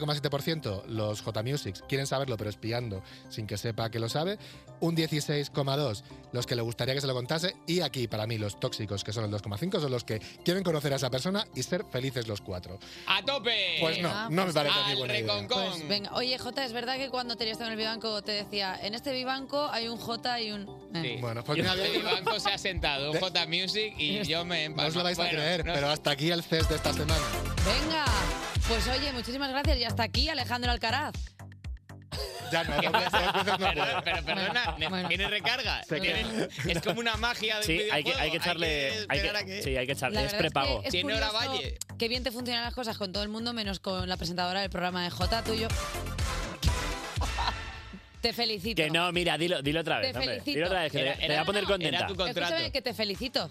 19,7% los J Music quieren saberlo, pero espiando sin que sepa que lo sabe. Un 16,2% los que le gustaría que se lo contase. Y aquí, para mí, los tóxicos, que son el 2,5%, son los que quieren conocer a esa persona y ser felices los cuatro. ¡A tope! Pues Ah, no, no me parece muy Al buena idea. reconcón. Pues venga, oye Jota, es verdad que cuando te estaba en el vivanco te decía, en este vivanco hay un J y un... Sí. Bueno, pues mira, Este banco se ha sentado, De- J Music, y yo me he No os lo vais a Bueno, creer, no pero sé. hasta aquí el CES de esta semana. Venga, pues oye, muchísimas gracias y hasta aquí Alejandro Alcaraz. Ya no, dos veces- dos veces no puedo. *laughs* Perdón, pero perdona, ¿ne- ¿tiene recarga? Se queda. ¿Tiene- Es como una magia de un Sí, hay que, videojuego, hay que echarle. hay que- esperar a que- Sí, hay que echarle. La Es verdad es que prepago. es Tiene hora curioso valle. Qué bien te funcionan las cosas con todo el mundo, menos con la presentadora del programa de Jota tuyo. *laughs* Te felicito. Que no, mira, dilo, dilo otra Te vez. hombre. felicito. Dilo otra vez, que Era- te- te era- voy a poner no, no, contenta. era tu contrato. Escúchame, que te felicito.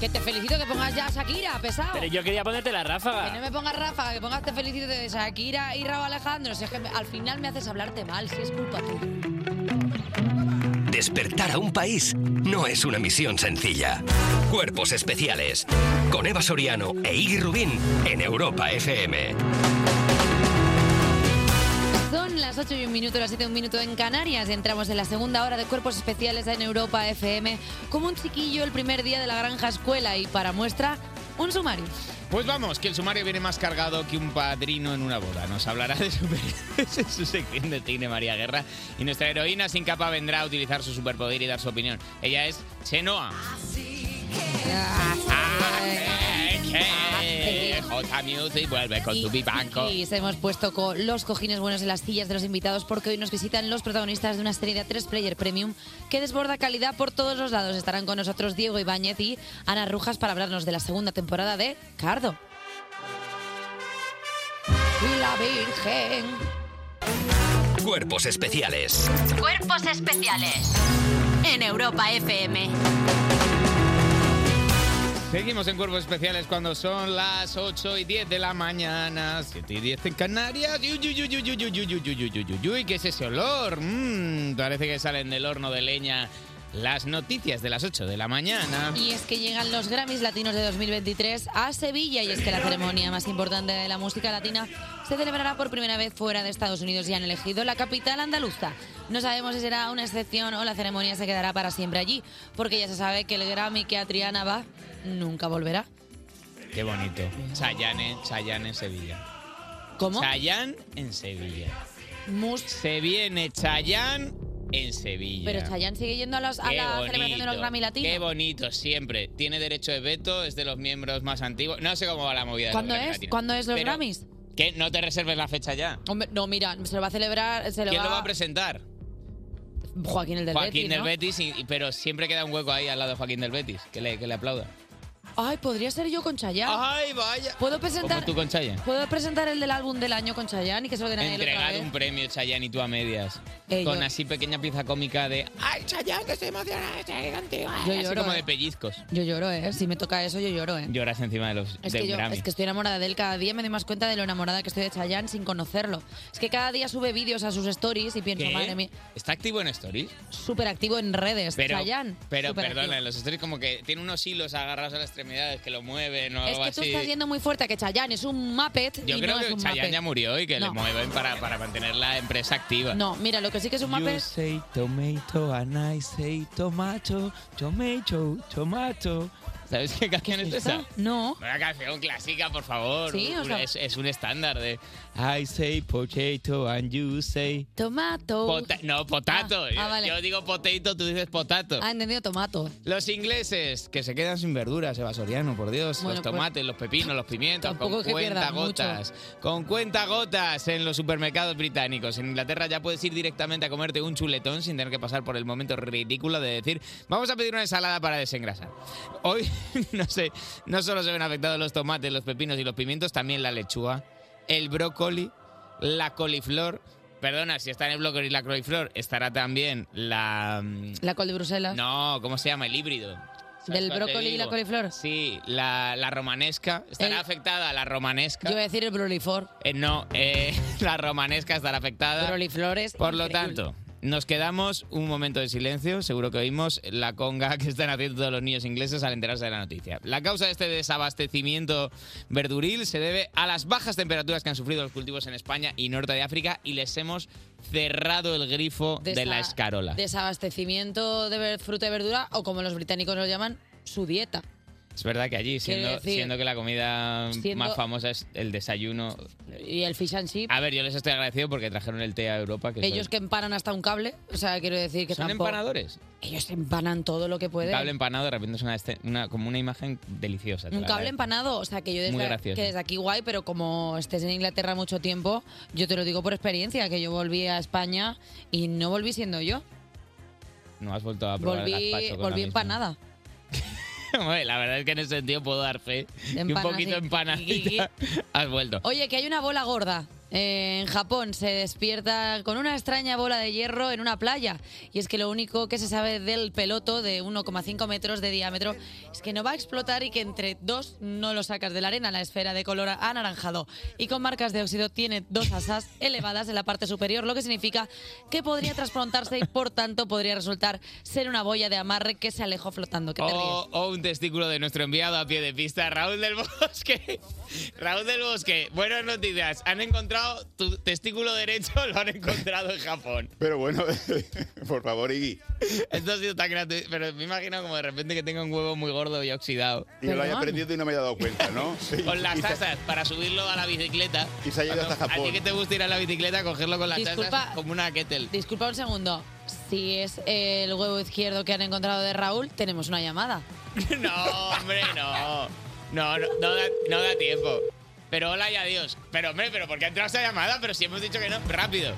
Que te felicito que pongas ya a Shakira, pesado. Pero yo quería ponerte la Que no ráfaga. me pongas Rafa, que pongas te felicito de Shakira y Raúl Alejandro. Si es que me- al final me haces hablarte mal, si es culpa tuya. Despertar a un país no es una misión sencilla. Cuerpos especiales. Con Eva Soriano e Iggy Rubín en Europa FM. Son las 8 y un minuto, las 7 y un minuto en Canarias. Entramos en la segunda hora de Cuerpos Especiales en Europa FM. Como un chiquillo el primer día de la granja escuela y para muestra, un sumario. Pues vamos, que el sumario viene más cargado que un padrino en una boda. Nos hablará de su, *laughs* de su sección de cine María Guerra y nuestra heroína sin capa vendrá a utilizar su superpoder y dar su opinión. Ella es Chenoa. Ah, J Music vuelve con su bibanco. Y se hemos puesto con los cojines buenos en las sillas de los invitados porque hoy nos visitan los protagonistas de una serie de tres player premium que desborda calidad por todos los lados. Estarán con nosotros Diego Ibáñez y Ana Rujas para hablarnos de la segunda temporada de Cardo. Y la Virgen. Cuerpos especiales. Cuerpos especiales en Europa FM. Seguimos en Cuerpos Especiales cuando son las 8 y 10 de la mañana, 7 y 10 en Canarias. Uy, uy, uy, uy, uy, uy, uy, uy, uy, uy, uy, uy, ¿Qué es ese olor? Mm, parece que salen del horno de leña las noticias de las 8 de la mañana. Y es que llegan los Grammys Latinos de 2023 a Sevilla y es que la ceremonia más importante de la música latina se celebrará por primera vez fuera de Estados Unidos y han elegido la capital andaluza. No sabemos si será una excepción o la ceremonia se quedará para siempre allí, porque ya se sabe que el Grammy que a Triana va nunca volverá. Qué bonito. Sayán en, Sayán en Sevilla. ¿Cómo? Sayán en Sevilla. Mus- Se viene Chayán en Sevilla. Pero Chayanne sigue yendo a, los- Pues, a Qué la bonito, celebración de los Grammy Qué Latinos. bonito, siempre. Tiene derecho de veto, es de los miembros más antiguos. No sé cómo va la movida. de los ¿Cuándo Grammy es? Latinos. ¿Cuándo es los Pero, Grammys? ¿Qué? ¿No te reserves la fecha ya? Hombre, no, mira, se lo va a celebrar se lo ¿Quién va, lo va a presentar? Joaquín el del Joaquín Betis, del ¿no? Betis, y- y- pero siempre queda un hueco ahí al lado de Joaquín del Betis. Que le, que le aplauda. Ay, podría ser yo con Chayanne. ¡Ay, vaya! Puedo Como presentar tú con Chayanne. ¿Puedo presentar el del álbum del año con Chayanne y que se lo den a él otra Entregar vez? un premio Chayanne y tú a medias. Eh, con yo- así pequeña pieza cómica de ¡Ay, Chayanne, que estoy emocionada! Estoy contigo! Yo así lloro, como eh. de pellizcos. Yo lloro, ¿eh? Si me toca eso, yo lloro, ¿eh? Lloras encima de los Es de que, un yo, Grammy. es que estoy enamorada de él cada día, me doy más cuenta de lo enamorada que estoy de Chayanne sin conocerlo. Es que cada día sube vídeos a sus stories y pienso, ¿Qué? madre mía, ¿Está activo en Stories? súper activo en redes, Pero, Chayanne. pero superactivo. perdona, en los stories como que tiene unos hilos agarrados a la enfermedades que lo mueven o Es algo que tú así. estás yendo muy fuerte a que Chayanne es un Muppet Yo y creo no es que un Chayanne Muppet. ya murió y que No. le mueven para, para mantener la empresa activa. No, mira, lo que sí que es un Muppet... You say tomato and I say tomato, tomato, tomato. ¿Sabes qué canción es esa? No. Una canción clásica, por favor. Sí, o Un- sea- es, es un estándar de I say potato and you say... Tomato. Pota- no, potato. Oh, Ah, ah, yo, vale. yo digo potato, tú dices potato. Ah, entendido, tomato. Los ingleses, que se quedan sin verduras, Eva Soriano, por Dios. Bueno, los pues, tomates, los pepinos, los pimientos, tampoco con es que cuenta pierdan gotas. Con cuenta gotas en los supermercados británicos. En Inglaterra ya puedes ir directamente a comerte un chuletón sin tener que pasar por el momento ridículo de decir, vamos a pedir una ensalada para desengrasar. Hoy, *laughs* no sé, no solo se ven afectados los tomates, los pepinos y los pimientos, también la lechuga, el brócoli, la coliflor. Perdona, si está en el brócoli y la coliflor, estará también la... mm, La col de Bruselas. No, ¿cómo se llama? El híbrido. ¿Sabes Del cuál te brócoli y la digo? coliflor. Sí, la, la romanesca. ¿Estará El- afectada la romanesca? Yo voy a decir el brolifor. Eh, no, eh, *laughs* la romanesca estará afectada. Broliflores. Por lo increíble. tanto, nos quedamos un momento de silencio. Seguro que oímos la conga que están haciendo todos los niños ingleses al enterarse de la noticia. La causa de este desabastecimiento verduril se debe a las bajas temperaturas que han sufrido los cultivos en España y norte de África y les hemos cerrado el grifo de, la Desa- escarola. Desabastecimiento de ver- fruta y verdura, o como los británicos lo llaman, su dieta. Es verdad que allí, siendo, decir- siendo que la comida Siendo- más famosa es el desayuno. Y el fish and chip, A ver, yo les estoy agradecido porque trajeron el té a Europa. Que ellos son- que empanan hasta un cable, o sea, quiero decir que son tampoco... empanadores. Ellos empanan todo lo que Un pueden. cable empanado de repente es una, este- una- como una imagen deliciosa. te Un la cable agradezco. empanado, o sea, que yo Muy desde, gracioso. que desde aquí guay, pero como estés en Inglaterra mucho tiempo, yo te lo digo por experiencia, que yo volví a España y no volví siendo yo, No has vuelto a probar el volví, gazpacho con volví la misma. empanada. *laughs* Hombre, la verdad es que en ese sentido puedo dar fe. que un Empana, poquito sí. *laughs* empanadita has vuelto. Oye, que hay una bola gorda. Eh, en Japón se despierta con una extraña bola de hierro en una playa. Y es que lo único que se sabe del peloto de 1,5 metros de diámetro es que no va a explotar y que entre dos no lo sacas de la arena. La esfera de color anaranjado y con marcas de óxido tiene dos asas elevadas en la parte superior, lo que significa que podría trasplantarse y por tanto podría resultar ser una boya de amarre que se alejó flotando. ¿Qué te ríes? O, o un testículo de nuestro enviado a pie de pista, Raúl del Bosque. *laughs* Raúl del Bosque, buenas noticias. Han encontrado tu testículo derecho, *laughs* lo han encontrado en Japón. Pero bueno, *laughs* por favor, Iggy. *laughs* Esto ha sido tan gratuito, pero me imagino como de repente que tenga un huevo muy gordo y oxidado. Y lo haya aprendido y no me haya dado cuenta, ¿no? Con las Y se- asas para subirlo a la bicicleta. Y se ha llegado hasta A ti Japón. que te gusta ir a la bicicleta, cogerlo con las Disculpa. asas como una kettle. Disculpa un segundo. Si es el huevo izquierdo que han encontrado de Raúl, tenemos una llamada. No, hombre, no. No, no, no da, no da tiempo. Pero hola y adiós. Pero hombre, pero ¿por qué ha entrado esa llamada? Pero si hemos dicho que no. Rápido.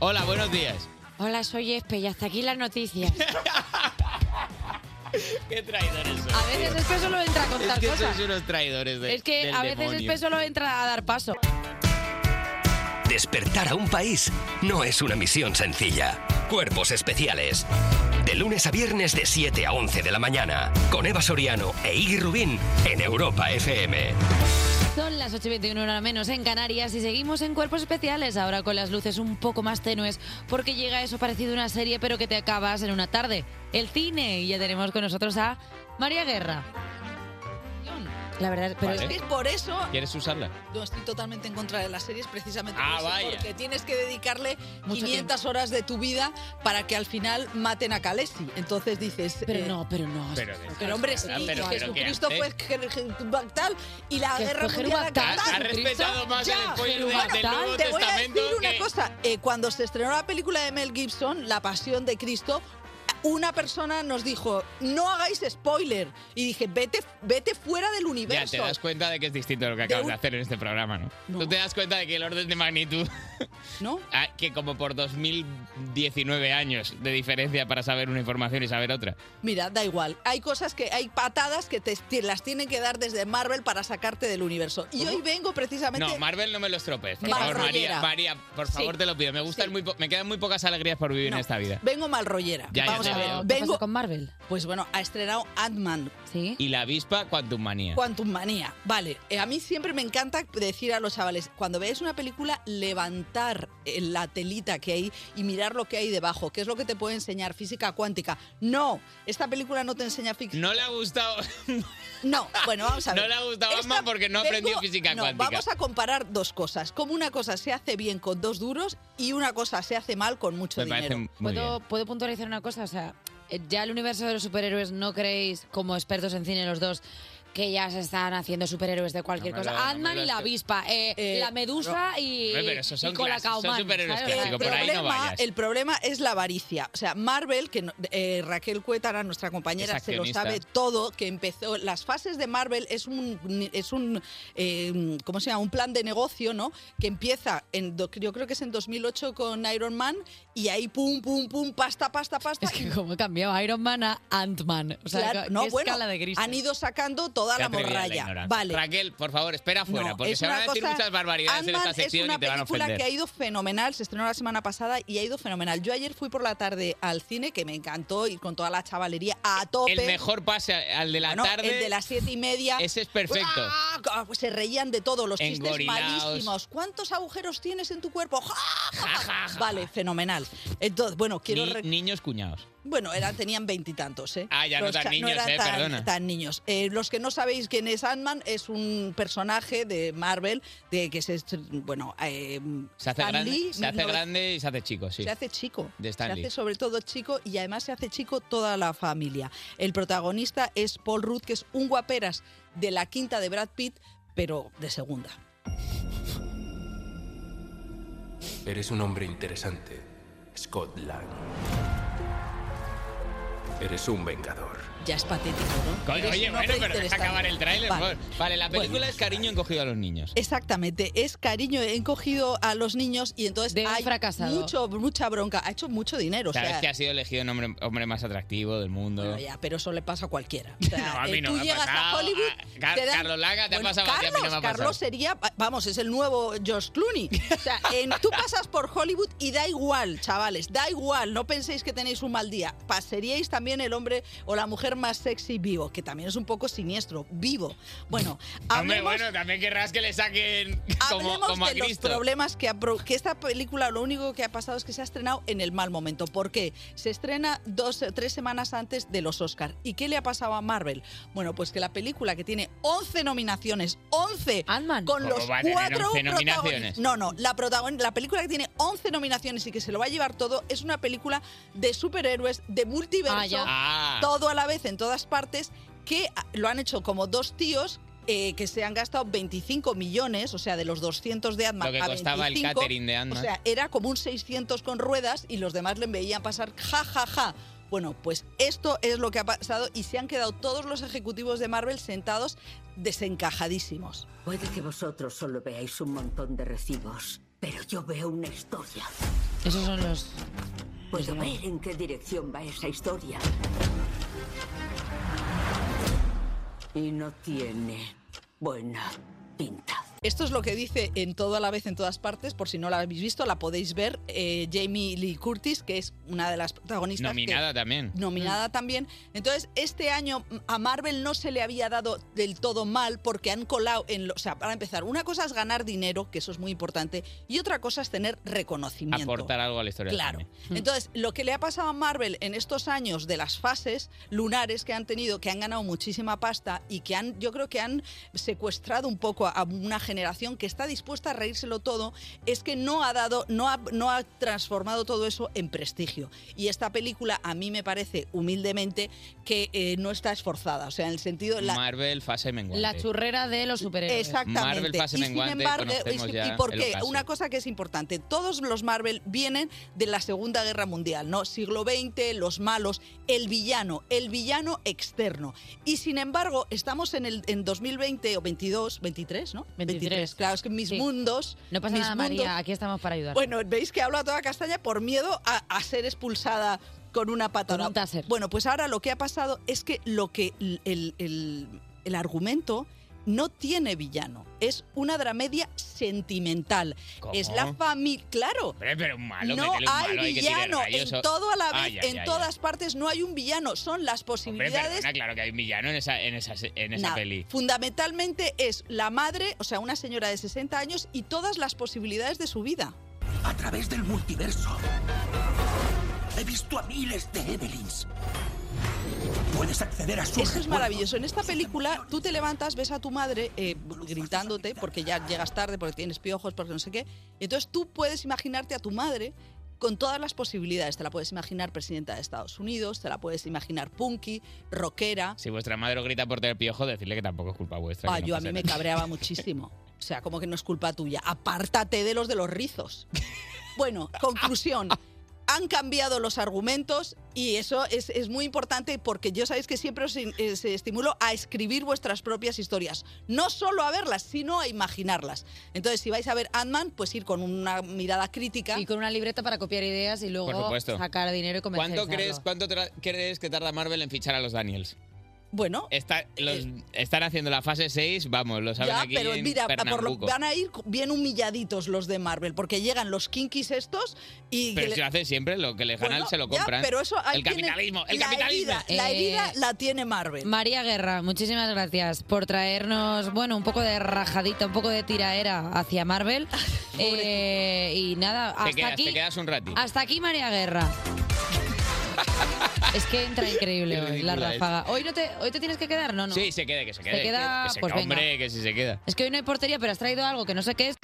Hola, buenos días. Hola, soy Espe y hasta aquí las *laughs* noticias. Qué traidores son. A veces Espe solo entra a Es contar que cosas. sois unos traidores de, Es que del a veces demonio. Espe solo entra a dar paso. Despertar a un país no es una misión sencilla. Cuerpos especiales. De lunes a viernes de 7 a 11 de la mañana. Con Eva Soriano e Iggy Rubín en Europa FM. Son las 8 y 21 hora menos en Canarias y seguimos en Cuerpos Especiales, ahora con las luces un poco más tenues, porque llega eso parecido a una serie, pero que te acabas en una tarde. El cine. Y ya tenemos con nosotros a María Guerra. La verdad, pero Vale. Es por eso ¿Quieres usarla? no estoy totalmente en contra de las series, precisamente Ah, por eso, vaya. porque tienes que dedicarle 500 horas de tu vida para que al final maten a Kalesi. Entonces dices... Pero eh, no, pero no. Pero, Ah, Pero hombre, sí, pero- pero Jesucristo ¿qué fue hace? Jer- Jerubactal y la ¿Qué guerra fue mundial Jerubactal? a Qatar. Ha respetado más el Ya, spoiler del- del Jerubactal. Nuevo Te voy a Testamento decir una que- cosa. eh, cuando se estrenó la película de Mel Gibson, La Pasión de Cristo, una persona nos dijo, no hagáis spoiler. Y dije, vete, vete fuera del Ya, universo. te das cuenta de que es distinto de lo que acabas de, hacer en este programa, ¿no? Tú te das cuenta de que el orden de magnitud... ¿No? Ah, que como por 2019 años de diferencia para saber una información y saber otra. Mira, da igual. Hay cosas que, hay patadas que te, te las tienen que dar desde Marvel para sacarte del universo. Y hoy vengo precisamente. No, Marvel no me lo estropees. Por Mal favor, María, rollera. María, por favor, Sí. te lo pido. Me, gustan muy po- me quedan muy pocas alegrías por vivir en esta vida. Vengo mal rollera. Ya, ya, Vamos ya, Claro. ¿Qué pasa con Marvel? Pues bueno, ha estrenado Ant-Man. Sí. Y la avispa Quantum Manía. Quantum Manía. Vale, eh, a mí siempre me encanta decir a los chavales, cuando veáis una película, levantar eh, la telita que hay y mirar lo que hay debajo, que es lo que te puede enseñar física cuántica. No, esta película no te enseña física. No le ha gustado. *laughs* No, bueno, vamos a ver. No le ha gustado Esta- Batman porque no aprendió física no, cuántica. Vamos a comparar dos cosas. Como una cosa se hace bien con dos duros y una cosa se hace mal con mucho Me parece dinero. muy ¿Puedo, puedo puntualizar una cosa? O sea, eh, ya el universo de los superhéroes no creéis, como expertos en cine los dos, que ya se están haciendo superhéroes de cualquier No me lo- cosa. no me Ant-Man lo y la estoy- avispa, eh, Eh, la medusa no. y, Hombre, pero esos y son Colacao clásicos, son Man, superhéroes ¿sabes? O sea, clásicos, por ahí no vayas. El problema es la avaricia. O sea, Marvel, que no- eh, Raquel Cuétara, nuestra compañera, Es se lo accionista. sabe todo, que empezó. Las fases de Marvel es un es un eh, ¿cómo se llama? un plan de negocio, ¿no? Que empieza en do- yo creo que es en 2008 con Iron Man y ahí pum pum pum pasta pasta pasta. y- Como cambiaba Iron Man a Ant-Man. O sea, Claro, ¿qué no, bueno, escala de grises? han ido sacando toda Qué la atrevida la morralla. ignorante. vale. Raquel, por favor, espera afuera, No, porque es se van una a decir cosa- muchas barbaridades en Ant-Man esta sección es y una te van a película ofender. que ha ido fenomenal, se estrenó la semana pasada y ha ido fenomenal. Yo ayer fui por la tarde al cine, que me encantó, ir con toda la chavalería a tope. El mejor pase al de la Bueno, tarde. el de las siete y media. Ese es perfecto. ¡Ah! Ah, pues se reían de todo, los chistes Engorilaos. malísimos. ¿Cuántos agujeros tienes en tu cuerpo? ¡Ja, ja, ja! Vale, fenomenal. Entonces, bueno, quiero Ni- rec- niños cuñados. bueno, eran, tenían veintitantos, ¿eh? Ah, ya no tan cha- niños, eran eh, tan, perdona. tan niños. Eh, los que no sabéis quién es Ant-Man, es un personaje de Marvel, de que se... est- Bueno, eh, Se hace, Stan grande, Lee, se hace 1900 grande y se hace chico, sí. se hace chico. De se Stan Lee. hace sobre todo chico y además se hace chico toda la familia. El protagonista es Paul Rudd, que es un guaperas de la quinta de Brad Pitt, pero de segunda. Eres un hombre interesante, Scott Lang. Eres un vengador. Ya es patético, ¿no? Coño, Es Oye, un bueno, hombre pero deja interesante. acabar el tráiler. por Vale. favor. Vale. la película Bueno. es cariño encogido a los niños. Exactamente, es cariño encogido a los niños y entonces hay fracasado. mucho mucha bronca, ha hecho mucho dinero, o Sabes sea, que ha sido elegido el hombre, hombre más atractivo del mundo. bueno, ya, pero eso le pasa a cualquiera. *laughs* O sea, No, a mí eh, no tú me ha llegas a pasado. Hollywood, Ah, Car- te dan- Carlos Laga te ha Bueno, pasado, a ti, a mí no me Carlos, ha pasado. Carlos sería, vamos, es el nuevo George Clooney. O sea, en- tú pasas por Hollywood y da igual, chavales, da igual, no penséis que tenéis un mal día. Pa- Seríais también el hombre o la mujer más sexy vivo, que también es un poco siniestro, vivo. Bueno, Hombre, hablemos, bueno, también querrás que le *laughs* saquen *laughs* como, hablemos como a de los Cristo. problemas que, ha pro- que esta película lo único que ha pasado es que se ha estrenado en el mal momento. ¿Por qué? Se estrena dos, tres semanas antes de los Oscar. ¿Y qué le ha pasado a Marvel? Bueno, pues que la película que tiene 11 nominaciones, 11 con ¿Cómo los va a tener cuatro 11 protagoni- nominaciones? No, no, la, protagoni- la película que tiene 11 nominaciones y que se lo va a llevar todo es una película de superhéroes, de multiverso, Ah, ya. Ah. todo a la vez en todas partes, que ah, lo han hecho como dos tíos. eh, que se han gastado 25 millones, o sea, de los 200 de Ant-Man Lo que a costaba el 25, catering de Ant-Man. O sea, era como un 600 con ruedas y los demás le veían pasar ja, ja, ja. Bueno, pues esto es lo que ha pasado y se han quedado todos los ejecutivos de Marvel sentados desencajadísimos. Puede que vosotros solo veáis un montón de recibos, pero yo veo una historia. Esos son los... Puedo ver en qué dirección va esa historia. Y no tiene buena pinta. Esto es lo que dice en todo a la vez en todas partes, por si no la habéis visto, la podéis ver. eh, Jamie Lee Curtis, que es una de las protagonistas. que- Nominada también. nominada también. Entonces, este año a Marvel no se le había dado del todo mal porque han colado en... lo- o sea, para empezar, una cosa es ganar dinero, que eso es muy importante, y otra cosa es tener reconocimiento. Aportar algo a la historia. del Claro. cine. Entonces, lo que le ha pasado a Marvel en estos años de las fases lunares que han tenido, que han ganado muchísima pasta y que han, yo creo que han secuestrado un poco a una generación que está dispuesta a reírselo todo, es que no ha dado, no ha, no ha transformado todo eso en prestigio. Y esta película a mí me parece humildemente que eh, no está esforzada, o sea, en el sentido la, Marvel, fase menguante. La churrera de los superhéroes. Exactamente. Marvel pase y sin menguante, embargo, conocemos y, ya y por el qué? ocaso. una cosa que es importante, todos los Marvel vienen de la Segunda Guerra Mundial, ¿no? Siglo XX, los malos, el villano, el villano externo. Y sin embargo, estamos en el en 2020 o 22, 23, ¿no? 23. Claro, es que mis Sí. mundos, No pasa mis nada, mundos- María, aquí estamos para ayudar. bueno, veis que hablo a toda castaña por miedo a, a ser expulsada con una patada. Con un taser. Bueno, pues ahora lo que ha pasado es que lo que el, el- el- el argumento no tiene villano. Es una dramedia sentimental. ¿Cómo? Es la familia. Claro. Hombre, pero un malo, no métele un hay malo, hay que tirar villano. rayos, en o- todo a la vez, Ay, ay, en ay, todas partes no hay un villano. Son las Hombre, posibilidades perdona, claro que hay un villano en esa, en esa, en esa Nada. peli. Fundamentalmente es la madre, o sea, una señora de 60 años y todas las posibilidades de su vida. A través del multiverso. He visto a miles de Evelyns. Puedes acceder a su Eso es maravilloso. En esta película tú te levantas, ves a tu madre eh, gritándote porque ya llegas tarde, porque tienes piojos, porque no sé qué. Y entonces tú puedes imaginarte a tu madre con todas las posibilidades. Te la puedes imaginar presidenta de Estados Unidos, te la puedes imaginar punky, rockera. Si vuestra madre os grita por tener piojo, decirle que tampoco es culpa vuestra. Ah, que no yo a pasa mí me nada. cabreaba muchísimo. O sea, como que no es culpa tuya. Apártate de los de *laughs* los rizos. Bueno, conclusión. Han cambiado los argumentos y eso es, es muy importante porque yo sabéis que siempre os in- eh, se estimulo a escribir vuestras propias historias. No solo a verlas, sino a imaginarlas. Entonces, si vais a ver Ant-Man, pues ir con una mirada crítica. Y con una libreta para copiar ideas y Por luego supuesto. sacar dinero y ¿Cuánto comercializarlo. crees, cuánto tra- crees que tarda Marvel en fichar a los Daniels? Bueno. eh, Está- los- están haciendo la fase 6, vamos, lo saben Ya, aquí pero en mira, por lo- Pernambuco. van a ir bien humilladitos los de Marvel porque llegan los kinkis estos y... que Pero le- si lo hacen siempre, lo que les ganan Bueno, se lo ya, compran. pero eso ahí el tiene- capitalismo, el la capitalismo. Eh, herida, la herida la tiene Marvel. Eh, María Guerra, muchísimas gracias por traernos, bueno, un poco de rajadita, un poco de tiraera *laughs* hacia Marvel. Eh, y nada, hasta te, quedas, aquí. te quedas un ratito. Hasta aquí *laughs* María Guerra. es que entra increíble Qué hoy la ridícula es. ráfaga. Hoy no te, hoy te tienes que quedar, no, no. Sí, se quede, que se Se quede. queda, que se pues quede, venga. hombre, que si se queda. Es que hoy no hay portería, pero has traído algo que no sé qué es.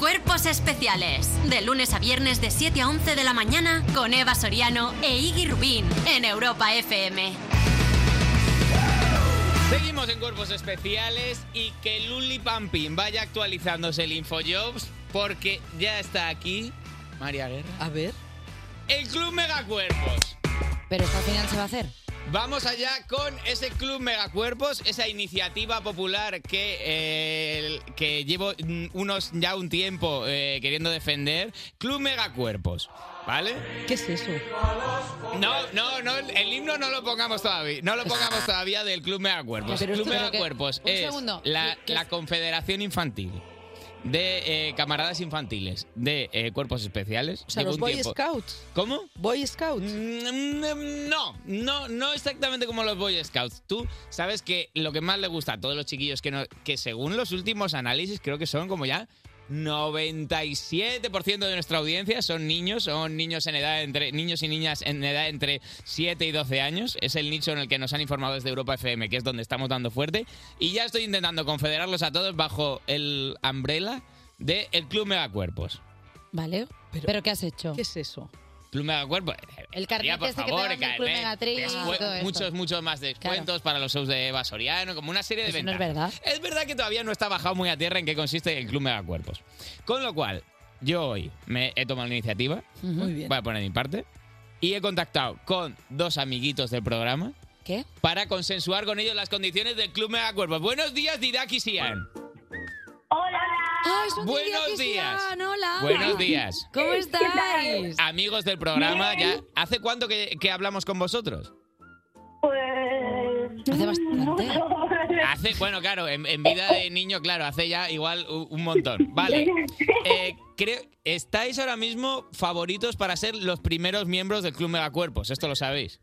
Cuerpos especiales. De lunes a viernes de 7 a 11 de la mañana con Eva Soriano e Iggy Rubín en Europa FM. Seguimos en cuerpos especiales y que Luli Pampín vaya actualizándose el InfoJobs porque ya está aquí María Guerra. A ver. El Club Megacuerpos. Pero esto al final se va a hacer. Vamos allá con ese Club Megacuerpos, esa iniciativa popular que, eh, el- que llevo mm, unos ya un tiempo eh, queriendo defender. Club Megacuerpos, ¿vale? ¿Qué es eso? No, no, no, el himno no lo pongamos todavía. No lo *laughs* pongamos todavía del Club Megacuerpos. Pero Club esto- pero que- Megacuerpos un es segundo, la, ¿qué- qué la es? Confederación Infantil de eh, camaradas infantiles de eh, cuerpos especiales. O sea, Llevo los un Boy tiempo- Scouts. ¿Cómo? Mm, Boy Scouts. No, no, no exactamente como los Boy Scouts. Tú sabes que lo que más le gusta a todos los chiquillos que, no- que según los últimos análisis creo que son como ya 97% de nuestra audiencia son niños, son niños en edad entre niños y niñas en edad entre 7 y 12 años. Es el nicho en el que nos han informado desde Europa FM, que es donde estamos dando fuerte y ya estoy intentando confederarlos a todos bajo el umbrella de el Club Megacuerpos. ¿Vale? ¿Pero, qué has hecho? ¿Qué es eso? Club Megacuerpos. El María, carnet por este que te favor, dan del Club carnet, Megatriz y descue- todo esto. Muchos, muchos más descuentos para los shows de Eva Soriano, como una serie de Eso no es ventajas. verdad. Es verdad que todavía no está bajado muy a tierra en qué consiste el Club Megacuerpos. Con lo cual, yo hoy me he tomado la iniciativa, Ujú. Muy bien. voy a poner mi parte, y he contactado con dos amiguitos del programa ¿Qué? para consensuar con ellos las condiciones del Club Megacuerpos. Buenos días, Didak y Sian. ¡Ay, son Buenos Lidia días. Cristian! ¡Hola! Buenos días. ¿Cómo estáis? Amigos del programa, ya ¿hace cuánto que- que hablamos con vosotros? Pues, Hace bastante. Hace, bueno, claro, en, en vida de niño, claro, hace ya igual u- un montón. Vale. Eh, creo, estáis ahora mismo favoritos para ser los primeros miembros del Club Megacuerpos, esto lo sabéis.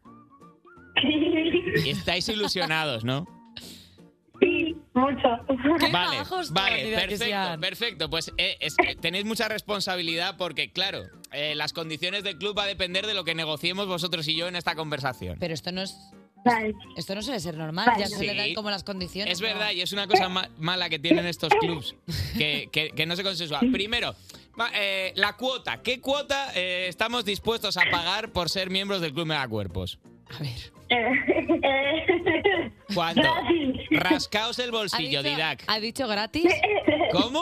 Y estáis ilusionados, ¿no? Mucho. Vale, bajos son, vale, mira que perfecto, sean. perfecto. Pues eh, es que tenéis mucha responsabilidad porque, claro, eh, las condiciones del club va a depender de lo que negociemos vosotros y yo en esta conversación. Pero esto no es. Esto no suele ser normal, Vale. ya se le dan Sí. como las condiciones. Es ¿no? verdad, y es una cosa ma- mala que tienen estos clubs, que, que- que no se consensúa. Primero, va- eh, la cuota. ¿Qué cuota eh, estamos dispuestos a pagar por ser miembros del Club Megacuerpos? Eh, ¿Cuánto? Rascaos el bolsillo, Didac. ¿Ha dicho gratis? ¿Cómo?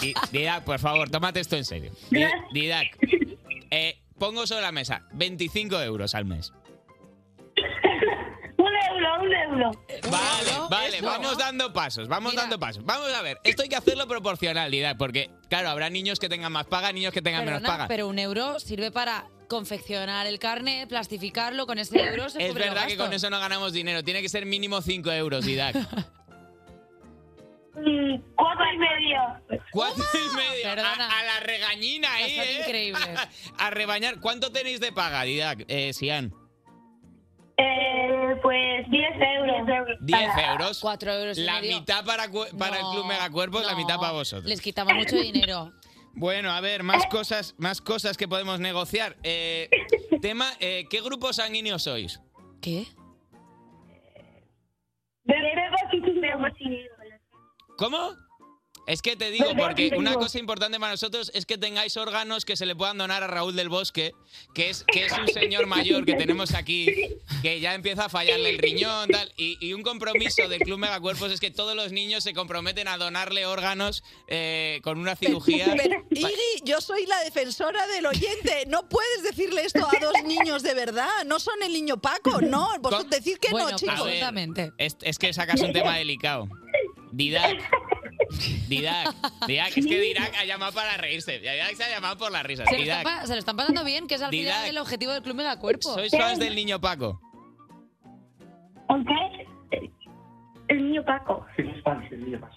Di- Didac, por favor, tómate esto en serio. Di- Didac, eh, pongo sobre la mesa 25 euros al mes. Un euro, un euro. Vale, Oh, vale, vamos dando pasos, vamos dando pasos. Vamos a ver, esto hay que hacerlo proporcional, Didac, porque, claro, habrá niños que tengan más paga, niños que tengan menos Perdona, paga. pero un euro sirve para confeccionar el carnet, plastificarlo con ese euro. Se Es cubre el verdad que gasto. con eso no ganamos dinero. Tiene que ser mínimo 5 euros, *laughs* Didac. Mm, Cuatro y medio. Cuatro y medio. A, a la regañina ahí. Son ¿eh? A rebañar. ¿Cuánto tenéis de paga, Didac? Eh, Sian. Eh, pues 10 euros. 10 euros. 4 euros. y La medio. mitad para, cu- para el Club Megacuerpos, la mitad para vosotros. Les quitamos mucho dinero. Bueno, a ver, más cosas, más cosas que podemos negociar. Eh, tema, eh, ¿qué grupo sanguíneo sois? ¿Qué? ¿Cómo? Es que te digo, Bebé porque una positivo. cosa importante para nosotros es que tengáis órganos que se le puedan donar a Raúl del Bosque, que es, que es un señor mayor que tenemos aquí, que ya empieza a fallarle el riñón, tal. Y, y un compromiso del Club Megacuerpos es que todos los niños se comprometen a donarle órganos eh, con una cirugía. *laughs* Pero, Iggy, yo soy la defensora del oyente. No puedes decirle esto a dos niños de verdad. No son el niño Paco, no. Vosotros decir que no, chicos. A ver, Es, es que sacas un tema delicado. Didac. Didac. Didac. Es que Didac ha llamado para reírse. Didac se ha llamado por la risa. Se lo, están, Didac. pa- se lo están pasando bien, que es al Didac. final el objetivo del Club Megacuerpo. ¿Sois fans del niño Paco? El niño Paco.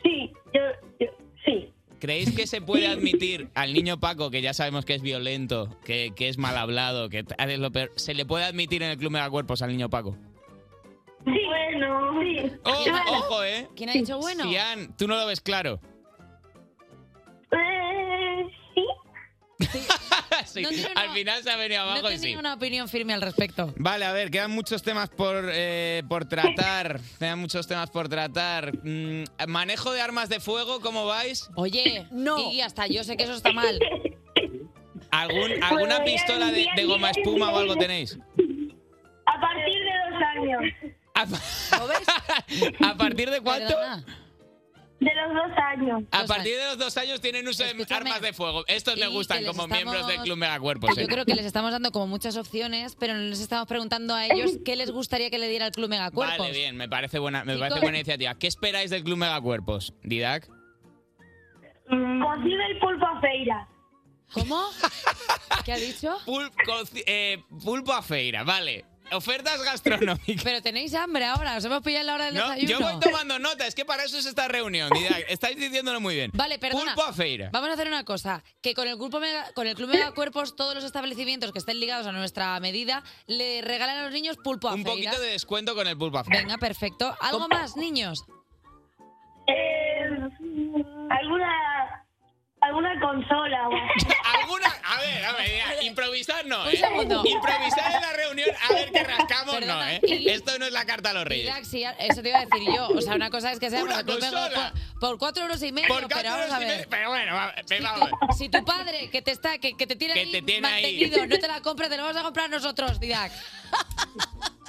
Sí, yo, yo sí. ¿Creéis que se puede admitir al niño Paco, que ya sabemos que es violento, que, que es mal hablado, que tal es lo peor, se le puede admitir en el Club Megacuerpos al niño Paco? Bueno, sí. Oh, ojo, ¿eh? ¿Quién ha dicho bueno? Sian, tú no lo ves claro. *laughs* Eh, sí. Sí, No tiene al final se ha venido abajo No y sí. tenía una opinión firme al respecto. Vale, a ver, quedan muchos temas por, eh, por tratar. *laughs* quedan muchos temas por tratar. Mm, manejo de armas de fuego, ¿cómo vais? Oye, no. y hasta yo sé que eso *laughs* está mal. ¿Algún, ¿Alguna Bueno, pistola de, bien, de bien, goma bien, espuma o bien. algo tenéis? A partir de dos años. *laughs* ¿A partir de cuánto? De los dos años. A partir de los dos años tienen uso de armas de fuego. Estos me Y que gustan les como estamos- miembros del Club Megacuerpos. Yo eh. creo que les estamos dando como muchas opciones, pero no les estamos preguntando a ellos qué les gustaría que le diera el Club Megacuerpos. Vale, bien, me parece buena, me Chicos. parece buena iniciativa. ¿Qué esperáis del Club Megacuerpos, Didac? Cocido el pulpo a feira. *laughs* ¿Cómo? ¿Qué ha dicho? Pul- coci- eh, pulpo a feira, vale. Ofertas gastronómicas. Pero tenéis hambre ahora, os hemos pillado en la hora del No, yo desayuno. voy tomando nota, es que para eso es esta reunión, Didac. Estáis diciéndolo muy bien. Vale, perdona. Pulpo a feira. Vamos a hacer una cosa, que con el grupo Mega- con el Club Megacuerpos todos los establecimientos que estén ligados a nuestra medida le regalan a los niños pulpo a Un feira. poquito de descuento con el pulpo a feira. Venga, perfecto. ¿Algo más, niños? Eh, alguna alguna consola o ¿Alguna? A ver, a ver, *laughs* Didac, improvisar no, pues. Un ¿eh? segundo. Improvisar en la reunión, a ver qué rascamos no, ¿eh? Esto no es la carta a los reyes. Didac, sí, eso te iba a decir yo. O sea, una cosa es que sea Una por, consola. por cuatro euros y medio, Por cuatro pero vamos euros a y ver. medio, Pero bueno, va- ve, Si vamos. tu, si tu padre que te está que, que te tiene, Que ahí te tiene ahí. mantenido no te la compra, te la vamos a comprar nosotros, Didac. *laughs*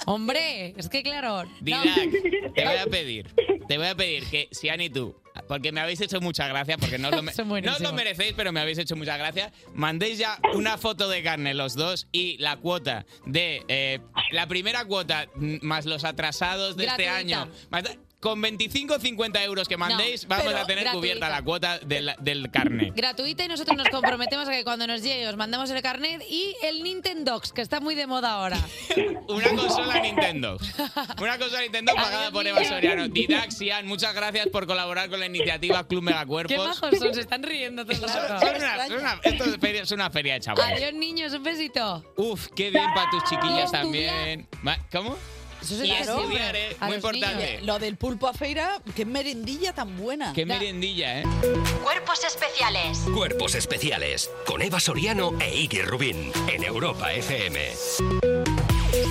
Hombre, es que claro. no. Didac, te voy a pedir, te voy a pedir que Sian y tú, porque me habéis hecho muchas gracias, porque *laughs* no os lo, me- Son no buenísimos. os lo merecéis, pero me habéis hecho muchas gracias, mandéis ya una foto de carne los dos y la cuota de, eh, la primera cuota mm, más los atrasados de Gratuita. este año. más da- con 25 o 50 euros que mandéis, No, vamos pero a tener gratuita. cubierta la cuota del, del carne. Gratuita y nosotros nos comprometemos a que cuando nos llegue os mandamos el carnet y el Nintendox, que está muy de moda ahora. Una consola Nintendo. Una consola Nintendo pagada por Eva Soriano. Didac, Sian, muchas gracias por colaborar con la iniciativa Club Megacuerpos. Qué *laughs* majos son, se están riendo todo el rato. Son una- son una- esto es feria- es una feria de chavales. Adiós, niños, un besito. Uf, qué bien para tus chiquillas Y estudiar. también. Ma- ¿Cómo? Eso es y claro. estudiar, eh, A muy los importante. niños. Lo del pulpo a feira, qué merendilla tan buena. Qué merendilla, ¿eh? Cuerpos especiales Cuerpos especiales con Eva Soriano e Iggy Rubín en Europa FM.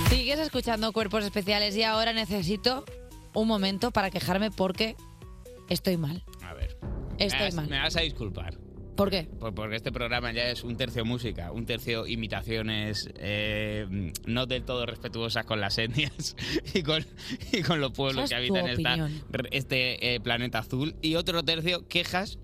Sigues escuchando Cuerpos Especiales y ahora necesito un momento para quejarme porque estoy mal. A ver. Estoy me vas, mal. me vas a disculpar. ¿Por qué? por- Porque este programa ya es un tercio música, un tercio imitaciones eh, no del todo respetuosas con las etnias *laughs* y con, y con los pueblos Esa que es tu habitan esta- opinión. re- este eh, planeta azul. Y otro tercio quejas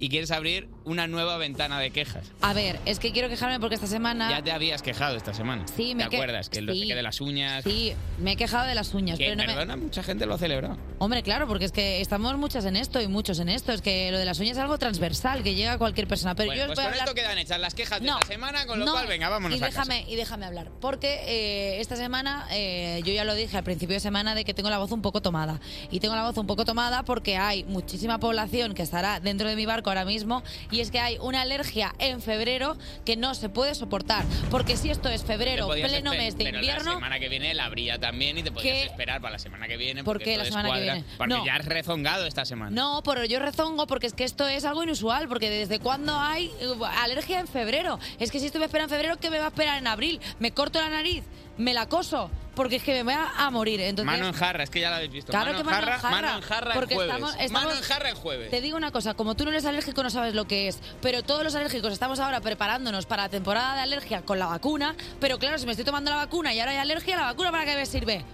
y quieres abrir una nueva ventana de quejas. A ver, es que quiero quejarme porque esta semana... Ya te habías quejado esta semana. Sí, me ¿Te que- acuerdas? Que el sí. que de las uñas. Sí, me he quejado de las uñas, Que, pero no me- perdona, mucha gente lo ha celebrado. Hombre, claro, porque es que estamos muchas en esto y muchos en esto. Es que lo de las uñas es algo transversal, que llega a cualquier persona. Pero bueno, yo os pues voy con a hablar... esto quedan hechas las quejas de esta semana, con lo no, cual, venga, vámonos y a casa. déjame, Y déjame hablar, porque eh, esta semana, eh, yo ya lo dije al principio de semana, de que tengo la voz un poco tomada. Y tengo la voz un poco tomada porque hay muchísima población que estará dentro de mi barco ahora mismo, y es que hay una alergia en febrero que no se puede soportar. Porque si esto es febrero, Te podías pleno esper- mes de pero invierno... La semana que viene la habría también y te podías ¿Qué? esperar para la semana que viene. ¿Por porque qué todo la semana que descuadra. viene? Porque No. ya has rezongado esta semana. No, pero yo rezongo porque es que esto es algo inusual, porque desde cuándo hay eh, alergia en febrero. Es que si esto me espera en febrero, ¿qué me va a esperar en abril? Me corto la nariz, me la coso, porque es que me voy a, a morir. Entonces, mano en jarra, es que ya la habéis visto. Claro mano, que en mano en jarra, jarra, mano en jarra el porque jueves. estamos- estamos- Mano en jarra el jueves. Te digo una cosa, como tú no eres alérgico no sabes lo que es, pero todos los alérgicos estamos ahora preparándonos para la temporada de alergia con la vacuna, pero claro, si me estoy tomando la vacuna y ahora hay alergia, ¿la vacuna para qué me sirve?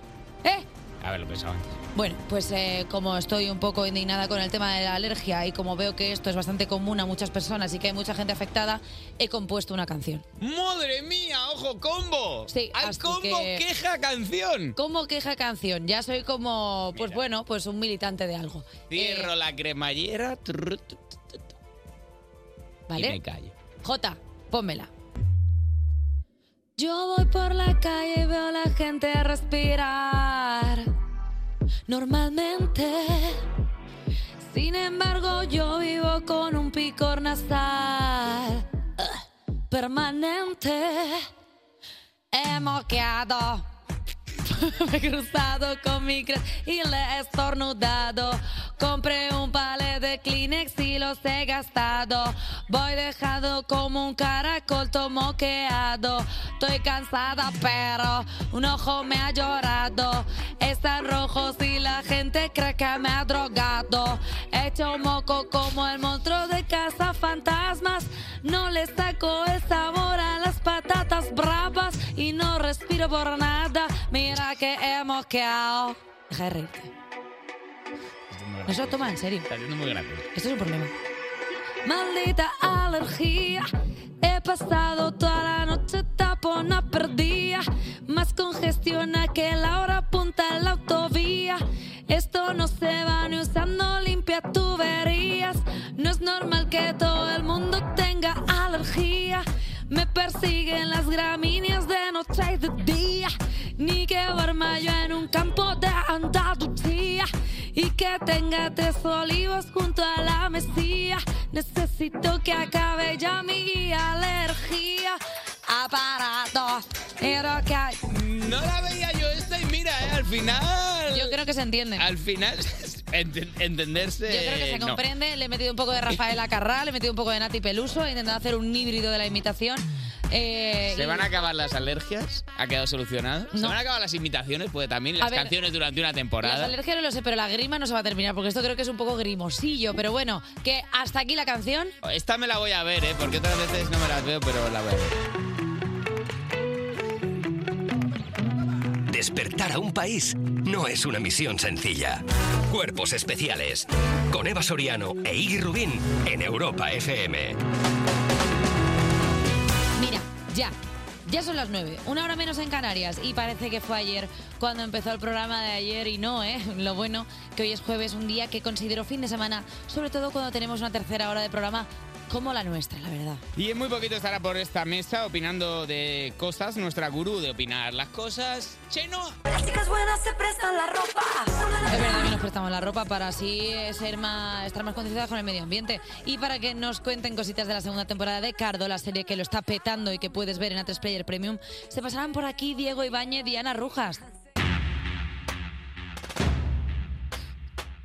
¿Eh? A ver, lo pensaba antes. Bueno, pues eh, como estoy un poco indignada con el tema de la alergia y como veo que esto es bastante común a muchas personas y que hay mucha gente afectada, he compuesto una canción. ¡Madre mía! ¡Ojo, combo! Sí, ¡Al así combo que- queja canción! Como queja canción, ya soy como, pues bueno, pues un militante de algo. Cierro la cremallera. trrr, tu, tu, tu, tu, ¿Vale? Y me callo. Jota, pónmela. Yo voy por la calle y veo a la gente respirar. Normalmente. Sin embargo, yo vivo con un picor nasal ugh, permanente. He moqueado. Me he cruzado con mi cre y le he estornudado. Compré un palet de Kleenex y los he gastado. Voy dejado como un caracol tomoqueado. Estoy cansada, pero un ojo me ha llorado. Están rojos y la gente cree que me ha drogado. He hecho moco como el monstruo de casa fantasmas. No le saco el sabor a las patatas bravas y no respiro por nada. Mira que he moqueado. Deja de reírte. No se lo toma en serio. Está siendo muy gracioso. Esto es un problema. Maldita alergia. He pasado toda la noche tapona perdida. Más congestiona que la hora punta en la autovía. Esto no se va ni usando limpia tuberías. No es normal que todo el mundo tenga alergia. Me persiguen las gramíneas de noche y de día. Ni que duerma yo en un campo de Andalucía. Y que tenga tres olivos junto a la mesía. Necesito que acabe ya mi alergia. Aparato. Pero que hay- No la veía yo esta y mira, eh, al final. Yo creo que se entiende. Al final, *laughs* enten- entenderse. Yo creo que se Eh, no. comprende. Le he metido un poco de Rafaela Carrá, le he metido un poco de Nati Peluso, he intentado hacer un híbrido de la imitación. Eh, ¿Se y- van a acabar las alergias? ¿Ha quedado solucionado? ¿Se van a acabar las imitaciones? Pues también A las ver, canciones durante una temporada. Las alergias no lo sé, pero la grima no se va a terminar, porque esto creo que es un poco grimosillo. Pero bueno, que hasta aquí la canción. Esta me la voy a ver, ¿eh? Porque otras veces no me las veo, pero la voy a ver. Despertar a un país no es una misión sencilla. Cuerpos especiales. Con Eva Soriano e Iggy Rubín en Europa FM. Mira, ya. Ya son las nueve, una hora menos en Canarias y parece que fue ayer cuando empezó el programa de ayer y no, ¿eh? Lo bueno que hoy es jueves, un día que considero fin de semana, sobre todo cuando tenemos una tercera hora de programa como la nuestra, la verdad. Y en muy poquito estará por esta mesa opinando de cosas, nuestra gurú de opinar las cosas. ¡Cheno! Las chicas buenas se prestan la ropa. Es verdad que nos prestamos la ropa para así eh, ser más, estar más concienciadas con el medio ambiente y para que nos cuenten cositas de la segunda temporada de Cardo, la serie que lo está petando y que puedes ver en A3 Player Premium. Se pasarán por aquí Diego Ibáñez y Ana Rujas.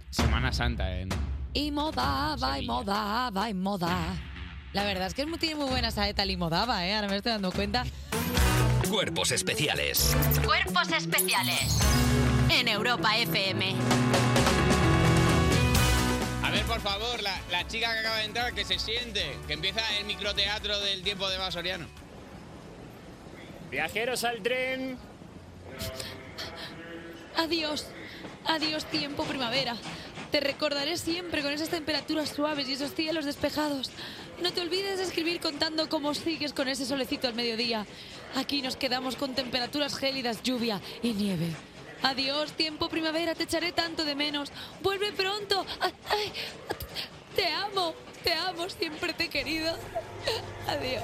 Semana Santa en... Y moda, va y moda, va y moda. La verdad es que es muy- tiene muy buena saeta el Imodaba, ¿eh? Ahora me estoy dando cuenta. Cuerpos especiales. Cuerpos especiales en Europa FM. A ver, por favor, la, la chica que acaba de entrar, que se siente, que empieza el microteatro del tiempo de Basoriano. Viajeros al tren. Adiós, adiós tiempo primavera. Te recordaré siempre con esas temperaturas suaves y esos cielos despejados. No te olvides de escribir contando cómo sigues con ese solecito al mediodía. Aquí nos quedamos con temperaturas gélidas, lluvia y nieve. Adiós, tiempo primavera, te echaré tanto de menos. Vuelve pronto. Ay, ay, te amo, te amo, siempre te he querido. Adiós.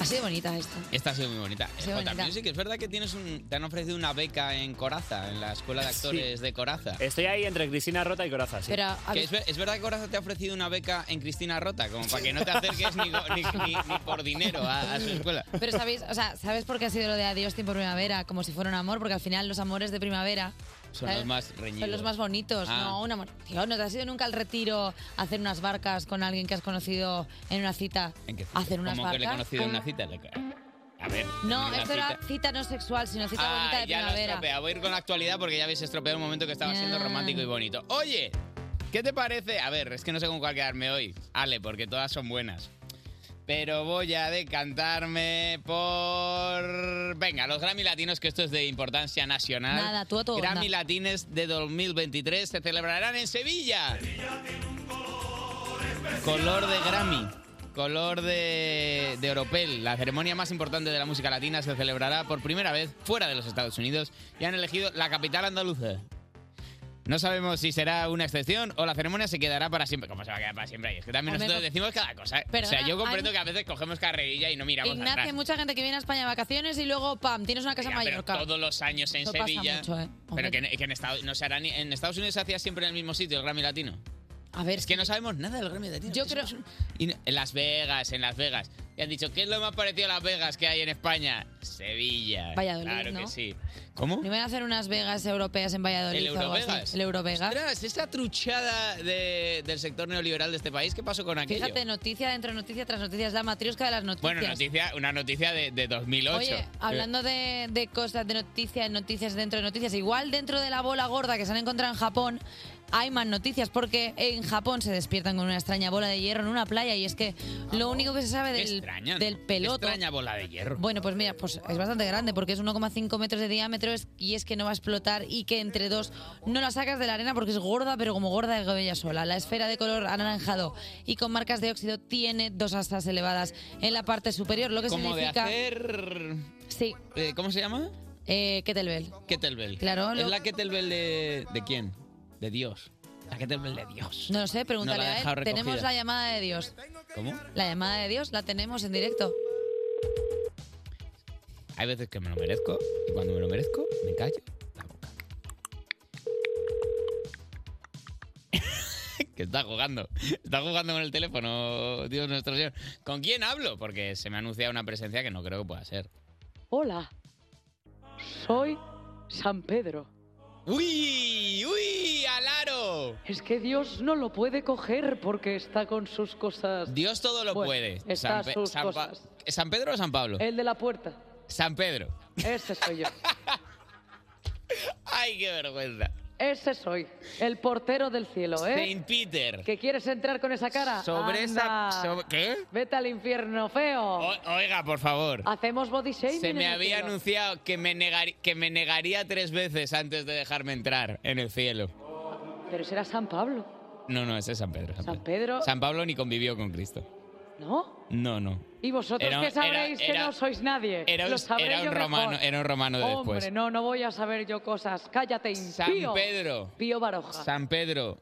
Ha sido bonita esta. Esta ha sido muy bonita. sido Jota bonita. Music, es verdad que tienes un, te han ofrecido una beca en Coraza, en la Escuela de Actores Sí. de Coraza. Estoy ahí entre Cristina Rota y Coraza, sí. Que es, ver- es verdad que Coraza te ha ofrecido una beca en Cristina Rota, como para que no te acerques ni, go- ni- ni- ni por dinero a, a su escuela. Pero sabéis, o sea, ¿sabes por qué ha sido lo de adiós tiempo primavera? Como si fuera un amor, porque al final los amores de primavera Son ¿sabes? los más reñidos. son los más bonitos, Ah. no un amor. Tío, ¿no te has ido nunca al retiro a hacer unas barcas con alguien que has conocido en una cita? ¿En qué ¿A hacer unas Como que le he barcas? conocido en una cita. le- A ver. en No, una esto era cita no sexual, sino cita Ah, bonita ya lo de he primavera. estropeado. Voy a ir con la actualidad porque ya habéis estropeado un momento que estaba siendo Ya. romántico y bonito. Oye, ¿qué te parece? A ver, es que no sé con cuál quedarme hoy. Ale, porque todas son buenas. Pero voy a decantarme por... Venga, los Grammy Latinos, que esto es de importancia nacional. Nada, tú a tu Grammy onda. Latines de 2023 se celebrarán en Sevilla. Color de Grammy. Color de, de Oropel, la ceremonia más importante de la música latina, se celebrará por primera vez fuera de los Estados Unidos y han elegido la capital andaluza. No sabemos si será una excepción o la ceremonia se quedará para siempre. ¿Cómo se va a quedar para siempre? Es que también Hombre, nosotros co- decimos cada cosa. ¿eh? o sea, Perdona, yo comprendo hay- que a veces cogemos carrerilla y no miramos Ignacio, hay atrás. mucha gente que viene a España de vacaciones y luego, pam, tienes una casa Ya, en pero Mallorca. todos los años en Eso pasa Sevilla. mucho, ¿eh? Pero que, en- que en, Estados, no se hará ni- en Estados Unidos se hacía siempre en el mismo sitio el Grammy Latino. A ver, es que no sabemos nada del Grammy Latino. Yo creo... Y no- en Las Vegas, en Las Vegas. Y han dicho, ¿qué es lo más parecido a Las Vegas que hay en España? Sevilla. Valladolid, Claro ¿no? que sí. ¿Cómo? No iban a hacer unas Vegas europeas en Valladolid ¿El o algo así? Eurovegas? El Eurovegas. Ostras, esa truchada de- del sector neoliberal de este país, ¿qué pasó con aquello? Fíjate, noticia dentro de noticia tras noticia, es la matriosca de las noticias. bueno, noticia, una noticia de, de 2008. Oye, hablando de, de cosas de noticias, noticias dentro de noticias, igual dentro de la bola gorda que se han encontrado en Japón, hay más noticias porque en Japón se despiertan con una extraña bola de hierro en una playa y es que lo único que se sabe Qué del, Ah, extraña, ¿no? del Qué peloto... extraña bola de hierro. Bueno, pues mira, pues es bastante grande porque es 1,5 metros de diámetro es- y es que no va a explotar y que entre dos no la sacas de la arena porque es gorda, pero como gorda de gobella sola. La esfera de color anaranjado y con marcas de óxido tiene dos asas elevadas en la parte superior, lo que Como de significa... hacer... Sí. eh, ¿Cómo se llama? Eh, Kettlebell. Kettlebell. Claro, ¿Es lo- la Kettlebell de, de quién? De Dios. La Kettlebell de Dios. No lo sé, pregúntale No la ha a él. dejado recogida. Tenemos la llamada de Dios. ¿Cómo? La llamada de Dios la tenemos en directo. Hay veces que me lo merezco y cuando me lo merezco, me callo la boca. *laughs* que está jugando. Está jugando con el teléfono, Dios nuestro Señor. ¿Con quién hablo? Porque se me anuncia una presencia que no creo que pueda ser. Hola, soy San Pedro. ¡Uy! ¡Uy! ¡Alaro! Es que Dios no lo puede coger porque está con sus cosas. Dios todo lo Bueno, puede. está Pe- sus San Pa- cosas. Eh. ¿San Pedro o San Pablo? El de la puerta. San Pedro. Ese soy yo. ¡Ay, qué vergüenza! Ese soy. El portero del cielo, ¿eh? Saint Peter. ¿Que quieres entrar con esa cara? Sobre Anda. esa... sobre- ¿Qué? Vete al infierno, feo. O- oiga, por favor. Hacemos body shaming. Se en me el había cielo. anunciado que me, negari- que me negaría tres veces antes de dejarme entrar en el cielo. Pero será San Pablo, No, no, ese es San Pedro. San, Pedro. San Pedro, San Pablo ni convivió con Cristo. ¿no? No, no. Y vosotros Era- que sabréis era- era- que no sois nadie. Era un, Lo sabré era un yo mejor. romano, era un romano de Hombre, después. no, no voy a saber yo cosas. Cállate, impío. San Pedro. Pío Baroja. San Pedro.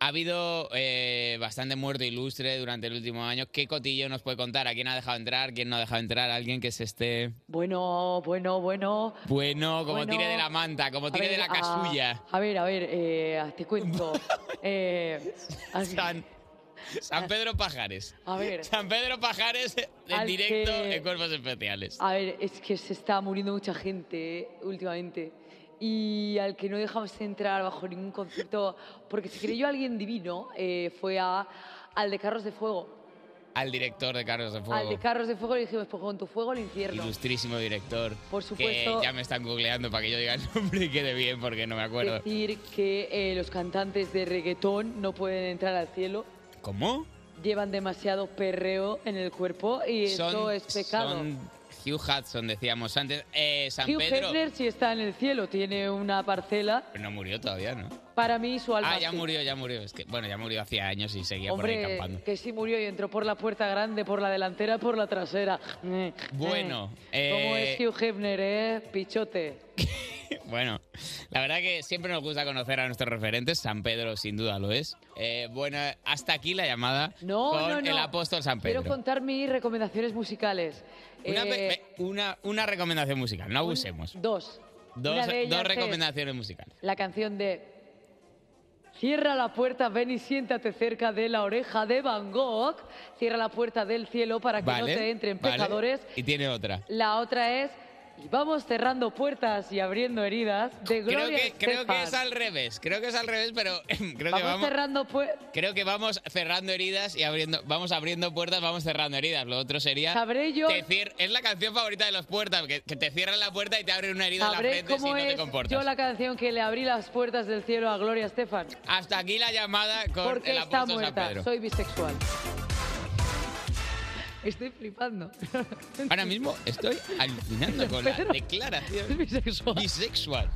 Ha habido eh, bastante muerto ilustre durante el último año. ¿Qué cotillo nos puede contar? ¿A quién ha dejado entrar? ¿Quién no ha dejado entrar? ¿Alguien que se esté... Bueno, bueno, bueno. Bueno, como Bueno, tire de la manta, como tire A de ver, la a- casulla. A, ver, a ver, eh, *laughs* te cuento. Eh, al- *laughs* San Pedro Pajares. A ver. San Pedro Pajares en Al directo que- en Cuerpos Especiales. a ver, es que se está muriendo mucha gente eh, últimamente. Y al que no dejamos entrar bajo ningún concepto, porque se creyó alguien divino, eh, fue a, al de Carros de Fuego. al director de Carros de Fuego. Al de Carros de Fuego le dijimos, pues con tu fuego al infierno. Ilustrísimo director. Por supuesto. Que ya me están googleando para que yo diga el *laughs* nombre y quede bien porque no me acuerdo. Decir que eh, los cantantes de reggaetón no pueden entrar al cielo, ¿Cómo? llevan demasiado perreo en el cuerpo y eso es pecado. son Hugh Hudson, decíamos antes. Eh, San Hugh Pedro. Hefner sí está en el cielo, tiene una parcela. Pero no murió todavía, ¿no? Para mí su alma Ah, ya sí. murió, ya murió. Es que, bueno, ya murió hacía años y seguía por ahí Hombre, campando. que sí murió y entró por la puerta grande, por la delantera, por la trasera. Bueno, *laughs* ¿Cómo eh, es Hugh Hefner, eh? Pichote. Bueno, la verdad que siempre nos gusta conocer a nuestros referentes. San Pedro, sin duda, lo es. Eh, bueno, hasta aquí la llamada No, con no, no. el apóstol San Pedro. Quiero contar mis recomendaciones musicales. Una, Eh, pe- pe- una- una recomendación musical, no abusemos. Dos. Dos, Una de ellas dos es recomendaciones musicales. La canción de Cierra la puerta, ven y siéntate cerca de la oreja de Van Gogh. Cierra la puerta del cielo para que no Vale, te entren vale. pecadores. Y tiene otra. La otra es Y vamos cerrando puertas y abriendo heridas de Creo Gloria que, creo que Estefan. es al revés, creo que es al revés, pero *laughs* creo que Vamos, vamos, cerrando puertas. creo que vamos cerrando heridas y abriendo, vamos abriendo puertas, vamos cerrando heridas. Lo otro sería Sabré yo- te cier- es la canción favorita de los puertas, que, que te cierran la puerta y te abren una herida Sabré en la frente si cómo no te es comportas. yo la canción que le abrí las puertas del cielo a Gloria Estefan. Hasta aquí la llamada con Porque el está apóstol San muerta, Pedro. soy bisexual. Estoy flipando. Ahora mismo estoy *laughs* alucinando con la Pedro. *laughs* declaración bisexual.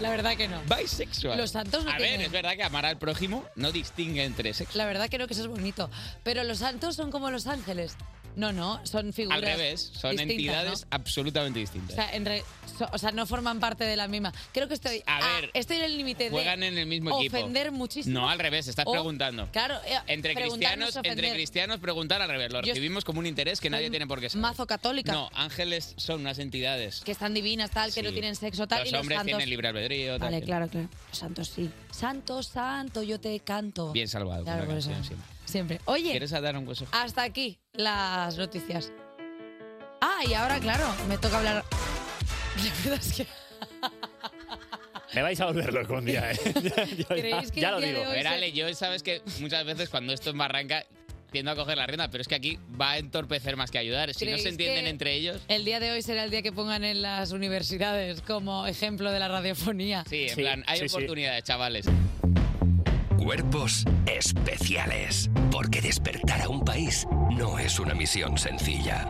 La verdad que no. Bisexual. Los santos no A tienen- ver, es verdad que amar al prójimo no distingue entre sexos. La verdad creo que eso es bonito. Pero los santos son como los ángeles. No, no, son figuras. Al revés, son distintas, entidades ¿no? absolutamente distintas. O sea, en re- so- o sea, no forman parte de la misma. Creo que estoy, A ah, ver, estoy en el límite de Juegan en el mismo equipo. ofender muchísimo. No, al revés, estás O- preguntando. Claro, eh, Entre preguntarnos cristianos, y ofender. entre cristianos preguntar al revés. Lo Yo recibimos como un interés que nadie tiene por qué saber. Mazo católica. No, ángeles son unas entidades. Que están divinas, tal, que no Sí. tienen sexo, tal. los y los hombres santos. tienen libre albedrío. tal, Vale, que- claro, claro. Los santos sí. Santo, santo, yo te canto. Bien salvado. Claro, con la por eso. canción siempre. Siempre. Oye. ¿Quieres dar un consejo? Hasta aquí las noticias. Ah, y ahora, claro, me toca hablar. *laughs* La verdad es que Me vais a volver loco un día, ¿eh? Ya- ya- ¿Creéis que ya el lo día de digo. hoy Pero Ale, yo sabes que muchas veces cuando esto es barranca tiendo a coger la rienda, pero es que aquí va a entorpecer más que ayudar. Si no ¿Creéis se entienden que- entre ellos... el día de hoy será el día que pongan en las universidades como ejemplo de la radiofonía. Sí, en plan, hay oportunidades, chavales. Cuerpos especiales. Porque despertar a un país no es una misión sencilla.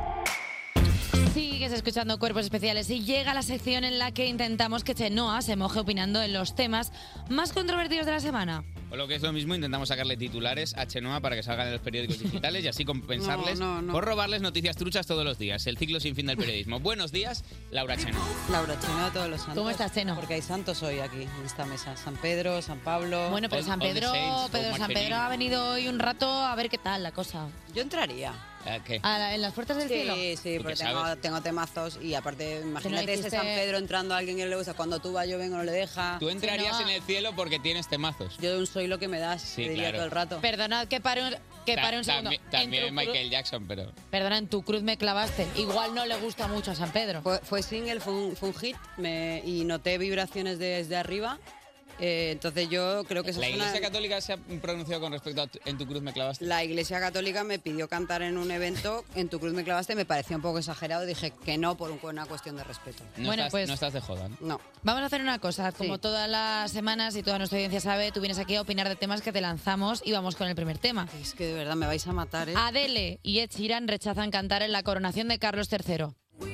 Sigues escuchando Cuerpos Especiales y llega la sección en la que intentamos que Chenoa se moje opinando en los temas más controvertidos de la semana. O lo que es lo mismo, intentamos sacarle titulares a Chenoa para que salgan en los periódicos digitales y *laughs* así compensarles No, no, no. por robarles noticias truchas todos los días. El ciclo sin fin del periodismo. Buenos días, Laura Chenoa. Laura Cheno de todos los santos. ¿Cómo estás, Cheno? Porque hay santos hoy aquí, en esta mesa. San Pedro, San Pablo... Bueno, pero San Pedro, Pedro, San Pedro ha venido hoy un rato a ver qué tal la cosa. Yo entraría. Ah, qué? A la- en las puertas del sí, cielo. Sí, ¿Tú porque qué tengo, sabes? tengo temazos y aparte, imagínate ese hiciste- San Pedro entrando a alguien que no le gusta. Cuando tú vas, yo vengo, no le deja. Tú entrarías en el cielo porque tienes temazos. Yo de un soy lo que me das, Sí, te diría claro. todo el rato. Perdonad que pare un, que Ta- pare un segundo. tambi- En También tu es cru- Michael Jackson, pero... Perdona, en tu cruz me clavaste. Igual no le gusta mucho a San Pedro. Fue, fue single, fue un, fue un hit me- y noté vibraciones desde arriba. Eh, entonces yo creo que esa La es una- Iglesia Católica se ha pronunciado con respecto a tu- En tu cruz me clavaste. La Iglesia Católica me pidió cantar en un evento, en tu cruz me clavaste, me pareció un poco exagerado, dije que no por un- una cuestión de respeto. No, estás, no estás de joda, ¿no? No. pues, Vamos a hacer una cosa. Como todas las semanas y toda nuestra audiencia sabe, tú vienes aquí a opinar de temas que te lanzamos y vamos con el primer tema. Es que de verdad me vais a matar, ¿eh? Adele y Ed Sheeran rechazan cantar en la coronación de Carlos III.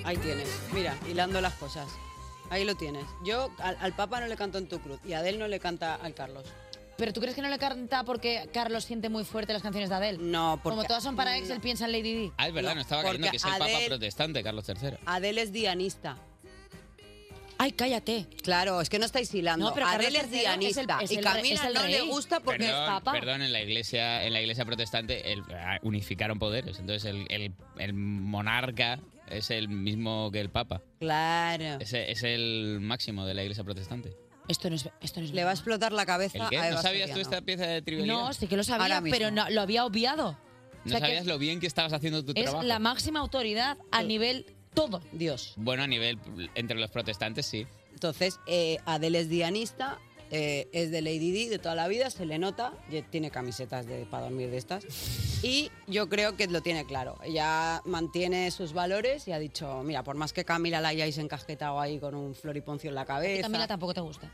Ahí tienes, mira, hilando las cosas. Ahí lo tienes. Yo al, al Papa no le canto en tu cruz y a Adel no le canta al Carlos. ¿Pero tú crees que no le canta porque Carlos siente muy fuerte las canciones de Adele? No, porque... Como todas son para ex, él piensa en Lady Di. Ah, es verdad, no, estaba porque cayendo que es el Papa Adel- protestante, Carlos III. Adel es dianista. Ay, cállate. Claro, es que no estáis hilando. No, pero Adel es Carlos III es el- dianista es y el- es Camila el no le rey. gusta porque es Perdón, papa. perdón, en la iglesia, en la iglesia protestante el- ah, unificaron poderes. Entonces el, el- el monarca es el mismo que el papa. Claro. Es, e- es el máximo de la iglesia protestante. Esto no es, esto no es Le va a explotar la cabeza Ah, ¿El qué? a ¿No Eva sabías tú Soriano. esta pieza de trivialidad? No, sí que lo sabía, Ahora mismo. pero no, lo había obviado. ¿No O sea que sabías lo bien que estabas haciendo tu Es trabajo? la máxima autoridad a nivel todo. Dios. Bueno, a nivel entre los protestantes sí. Entonces, eh, Adel es dianista, eh, es de Lady Di de toda la vida, se le nota, ya tiene camisetas de, para dormir de estas. Y yo creo que lo tiene claro. Ella mantiene sus valores y ha dicho, mira, por más que Camila la hayáis encasquetado ahí con un floriponcio en la cabeza. Camila tampoco te gusta.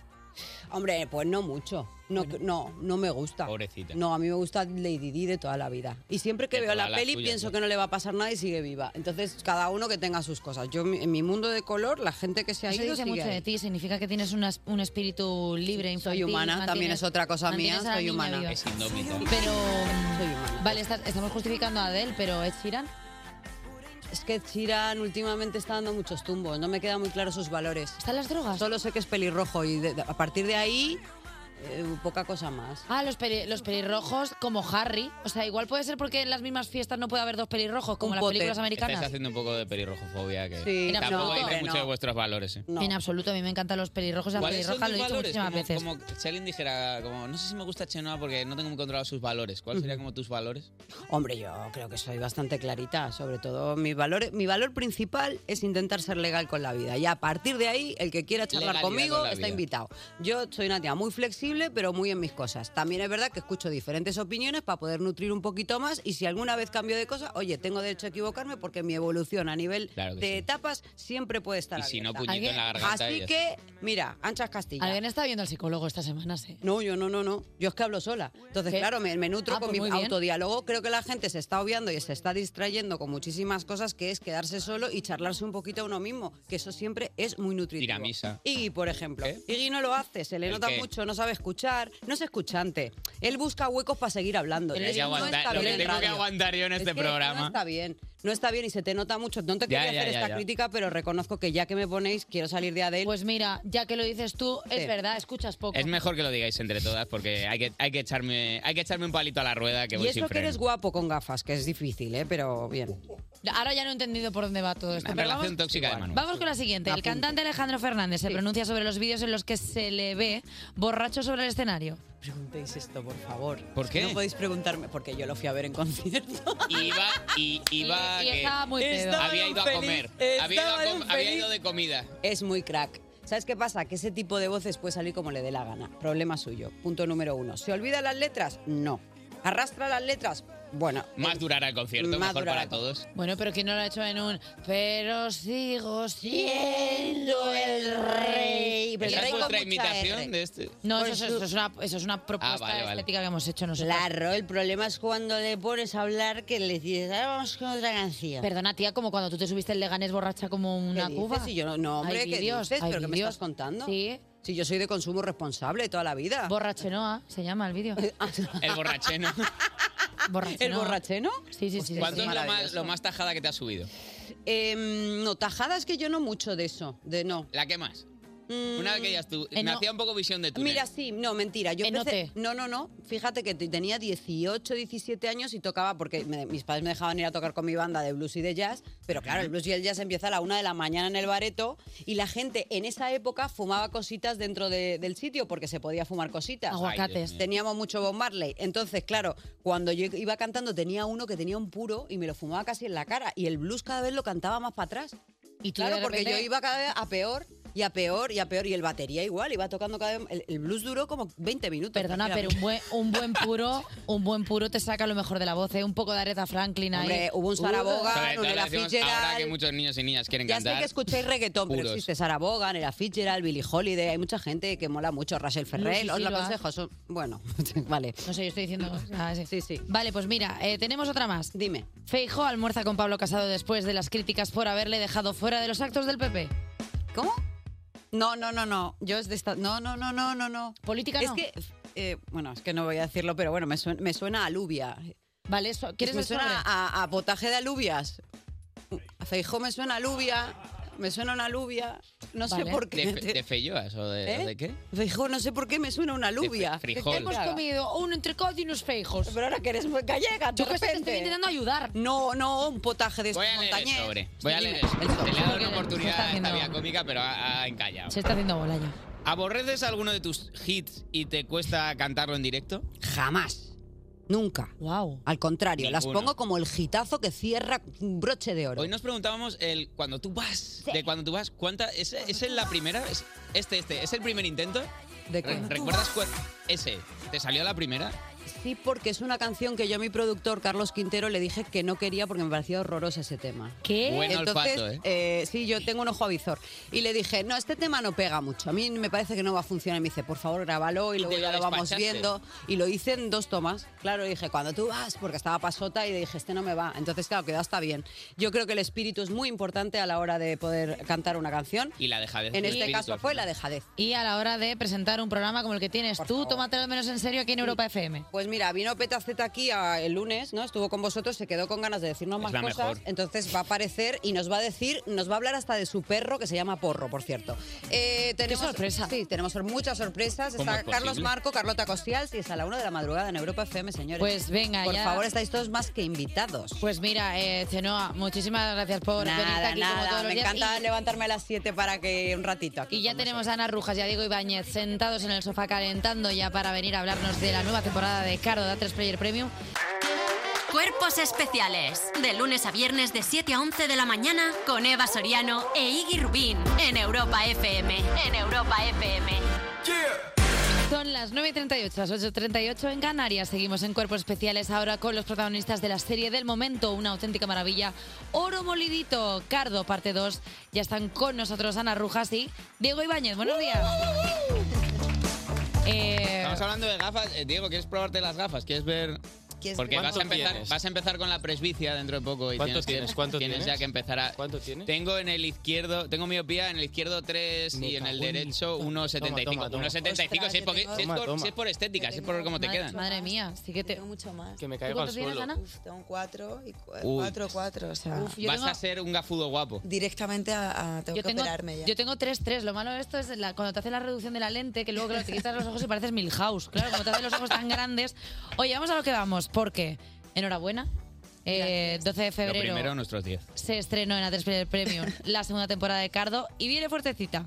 Hombre, pues no mucho. No, no, no me gusta. Pobrecita. No, a mí me gusta Lady Di de toda la vida. Y siempre que De veo la todas las peli tuyas, pienso pues. que no le va a pasar nada y sigue viva. Entonces, cada uno que tenga sus cosas. Yo, mi- en mi mundo de color, la gente que se ha Eso ido dice sigue mucho ahí. de ti, significa que tienes un as- un espíritu libre, infantil. humana, también es otra cosa mía, mantienes a la soy niña humana. viva. Es indómita. Pero, vale, estás- estamos justificando a Adele, pero Ed Sheeran, Es que Chiran últimamente está dando muchos tumbos. No me quedan muy claros sus valores. ¿Están las drogas? Solo sé que es pelirrojo y de- de- a partir de ahí, eh, poca cosa más. Ah, los, peli- los pelirrojos como Harry. O sea, igual puede ser porque en las mismas fiestas no puede haber dos pelirrojos, como Un en las pote. películas Estáis americanas. haciendo un poco de pelirrojofobia que Sí, En tampoco absoluto. dice Hombre, mucho no. de vuestros valores. ¿eh? En absoluto, a mí me encantan los pelirrojos. y Las ¿Cuáles son pelirrojas tus lo he dicho valores? muchísimas veces. como, como si alguien dijera, como, no sé si me gusta Chenoa porque no tengo muy controlado sus valores. ¿Cuáles serían como tus valores? Hombre, yo creo que soy bastante clarita. Sobre todo, mi valor, mi valor principal es intentar ser legal con la vida. Y a partir de ahí, el que quiera charlar Legalidad conmigo con la está vida. invitado. Yo soy una tía muy flexible, pero muy en mis cosas. También es verdad que escucho diferentes opiniones para poder nutrir un poquito más. Y si alguna vez cambio de cosa, oye, tengo derecho a equivocarme porque mi evolución a nivel Claro que de sí. etapas siempre puede estar Y si no, abierta. puñito en la garganta y Así ya que, mira, anchas Castilla. Alguien está viendo al psicólogo esta semana, sí. No, yo no, no, no. Yo es que hablo sola. Entonces, ¿Qué? claro, me, me nutro Ah, con pues mi muy bien. autodiálogo. Creo que la gente se está obviando y se está distrayendo con muchísimas cosas, que es quedarse solo y charlarse un poquito a uno mismo, que eso siempre es muy nutritivo. Ir a misa. Iggy, por ejemplo. Iggy no lo hace, se le ¿El nota qué? mucho, no sabe escuchar, no es escuchante. Él busca huecos para seguir hablando. Tengo Eso que aguantar- lo que tengo en que radio. aguantar yo en Es este que eso No programa. está bien, no está bien y se te nota mucho. No te Ya, quería ya, hacer ya, esta ya. crítica, pero reconozco que ya que me ponéis, quiero salir de Adele. Pues mira, ya que lo dices tú, es Sí. verdad, escuchas poco. Es mejor que lo digáis entre todas porque hay que, hay que, echarme, hay que echarme un palito a la rueda que y voy eso sin que freno. eres guapo con gafas, que es difícil, ¿eh? pero bien. Ahora ya no he entendido por dónde va todo esto. Una pero relación vamos, tóxica de Manu. Vamos con la siguiente. El cantante Alejandro Fernández se pronuncia sobre los vídeos en los que se le ve borracho sobre el escenario. Preguntéis esto, por favor. ¿Por qué? No podéis preguntarme, porque yo lo fui a ver en concierto. *laughs* Iba, y, iba Y- y que- estaba muy pedo. Estaba había ido a infeliz, comer, había ido, a estaba com- había infeliz. ido de comida. Es muy crack. ¿Sabes qué pasa? Que ese tipo de voces puede salir como le dé la gana. Problema suyo. Punto número uno. ¿Se olvida las letras? No. ¿Arrastra las letras? Bueno. Más durará el concierto, Más mejor durará para el con- todos. Bueno, pero ¿quién no lo ha hecho en un Pero sigo siendo el rey? Pero el ¿Esa es rey con vuestra mucha R. imitación de este? No, Por eso, es- eso- eso es una, eso es una propuesta vale, vale. estética que hemos hecho nosotros. Claro, el problema es cuando le pones a hablar que le dices, ahora vamos con otra canción. Perdona, tía, como cuando tú te subiste el Leganés borracha como una ¿Qué cuba. dices? Si yo no, no, hombre, Ay, ¿qué vídeos, dices? ay, ¿Pero qué me vídeos. estás contando? Sí. Si yo soy de consumo responsable toda la vida. Ah, Borrachenoa se llama *laughs* el vídeo. El borracheno. ¿El *laughs* borracheno? Sí, sí, sí. ¿Cuánto es es lo más, maravilloso. lo más tajada que te has subido? Em, no, tajadas que yo no mucho de eso, de no. ¿La que más? Una vez que ya tú... me eh, no. hacía un poco visión de túnel. Mira, sí, no, mentira. Yo empecé- no, no, no. Fíjate que te- tenía 18, 17 años y tocaba, porque me- mis padres me dejaban ir a tocar con mi banda de blues y de jazz, pero claro, el blues y el jazz empieza a la una de la mañana en el bareto y la gente en esa época fumaba cositas dentro de- del sitio porque se podía fumar cositas. Aguacates. Ay, Dios mío. Teníamos mucho Bob Marley. Entonces, claro, cuando yo iba cantando tenía uno que tenía un puro y me lo fumaba casi en la cara y el blues cada vez lo cantaba más para atrás. Y claro, de porque yo repente- iba cada vez a peor y a peor y a peor. Y el batería igual, iba tocando cada vez. El, el blues duró como 20 minutos. Perdona, pero un buen, un buen puro, un buen puro te saca lo mejor de la voz, ¿eh? Un poco de Aretha Franklin ahí. Hombre, hubo un Sarah Vaughan, Sobre todo Ella lo decimos Ahora Fitzgerald. que muchos niños y niñas quieren Ya cantar. sé que escucháis reggaetón, pero puros. existe Sarah Bogan, Era Fitzgerald, Billie Holiday. Hay mucha gente que mola mucho. Rachel Ferrell, Lucy os lo Silva. aconsejo. son- bueno, *laughs* vale. No sé, yo estoy diciendo. ah, sí. sí. Vale, pues mira, eh, tenemos otra más. Dime. Feijo almuerza con Pablo Casado después de las críticas por haberle dejado fuera de los actos del PP. ¿Cómo? No, no, no, no. Yo es de esta. No, no, no, no, no, no. Política Es no. que. eh, bueno, es que no voy a decirlo, pero bueno, me suena, me suena a alubia. Vale, eso, ¿quieres Me el suena sobre? a, a potaje de alubias. A Feijó me suena a alubia. Me suena a una alubia. No sé por qué. ¿De, fe- de feyoas o de, ¿Eh? o de qué? Feijó, no sé por qué me suena una alubia. fe- frijol. Hemos comido un entrecot y unos feijos. Pero ahora que eres muy gallega, Yo que sé, te estoy intentando ayudar. No, no, un potaje de Voy a estos leer el montañés. sobre. Voy a leer el sobre. Le he dado una oportunidad a esta vía cómica, pero ha, ha encallado. Se está haciendo bola ya. ¿Aborreces alguno de tus hits y te cuesta cantarlo en directo? Jamás. Nunca. Wow. Al contrario, las Ninguno. pongo como el gitazo que cierra un broche de oro. Hoy nos preguntábamos el cuando tú vas, de cuando tú vas, ¿cuánta? ¿Es, es en la primera? ¿Es- este, este, ¿es el primer intento? ¿De qué? Re- ¿Recuerdas cuál? Ese. ¿Te salió la primera? Sí, porque es una canción que yo a mi productor, Carlos Quintero, le dije que no quería porque me parecía horroroso ese tema. ¿Qué? Buen Entonces, olfato, ¿eh? eh, sí, yo tengo un ojo avizor. Y le dije, no, este tema no pega mucho. A mí me parece que no va a funcionar. Y me dice, por favor, grábalo y luego te ya lo lo vamos despachaste. viendo. Y lo hice en dos tomas. Claro, le dije, cuando tú vas, porque estaba pasota y le dije, este no me va. Entonces, claro, quedó hasta bien. Yo creo que el espíritu es muy importante a la hora de poder cantar una canción. Y la dejadez. En del este espíritu, caso al fue final. la dejadez. Y a la hora de presentar un programa como el que tienes tú, tómatelo menos en serio aquí en Europa FM. Pues mira, vino Petaceta aquí a- el lunes, ¿no? Estuvo con vosotros, se quedó con ganas de decirnos más la cosas. mejor. Entonces va a aparecer y nos va a decir, nos va a hablar hasta de su perro, que se llama Porro, por cierto. Eh, tenemos, sorpresa! Sí, tenemos sor- muchas sorpresas. ¿Cómo Está es Carlos posible? Marco, Carlota Costials y es a la una de la madrugada en Europa FM, señores. Pues venga, Por ya. favor, estáis todos más que invitados. Pues mira, eh, Chenoa, muchísimas gracias por venir nada, aquí como todos nada. los Me días. encanta Y- levantarme a las 7 para que un ratito aquí. Y ya tenemos a Ana Rujas y a Diego Ibáñez sentados en el sofá calentando ya para venir a hablarnos de la nueva temporada de Cardo de A3 Player Premium. Cuerpos especiales. De lunes a viernes de 7 a 11 de la mañana con Eva Soriano e Iggy Rubín en Europa FM. En Europa FM. Son las 9.38, las 8.38 en Canarias. Seguimos en Cuerpos Especiales ahora con los protagonistas de la serie del momento, una auténtica maravilla. Oro Molidito, Cardo, parte 2. Ya están con nosotros Ana Rujas y Diego Ibáñez. Buenos días. Eh, Estamos hablando de gafas. Eh, Diego, ¿quieres probarte las gafas? ¿Quieres ver...? ¿Quieres Porque ver? vas a, ¿Cuánto empezar, tienes? vas a empezar con la presbicia dentro de poco. Y ¿Cuánto que- tienes? ¿Cuánto tienes? tienes? ya que empezar a... ¿Cuánto tienes? Tengo en el izquierdo, tengo miopía en el izquierdo 3 y en el derecho 1,75. toma, toma. 1,75 si es porque- tengo- si es Toma, por- toma. si es por estética, si es por cómo te madre, quedan. madre mía, sí que te... mucho más. Que me caigo al suelo. Uf, tengo cuatro y cu- Uy. cuatro, cuatro. O sea, Vas a ser un gafudo guapo. directamente a, a- tengo Yo que tengo, operarme ya. yo tengo 3-3. Lo malo de esto es la- cuando te hacen la reducción de la lente, que luego claro, te quitas los ojos y pareces Milhouse. Claro, cuando te hacen los ojos tan grandes. Oye, vamos a lo que vamos, porque enhorabuena. Eh, 12 de Lo febrero primero, nuestros 10. se estrenó en A3 Player Premium *laughs* la segunda temporada de Cardo y viene fuertecita.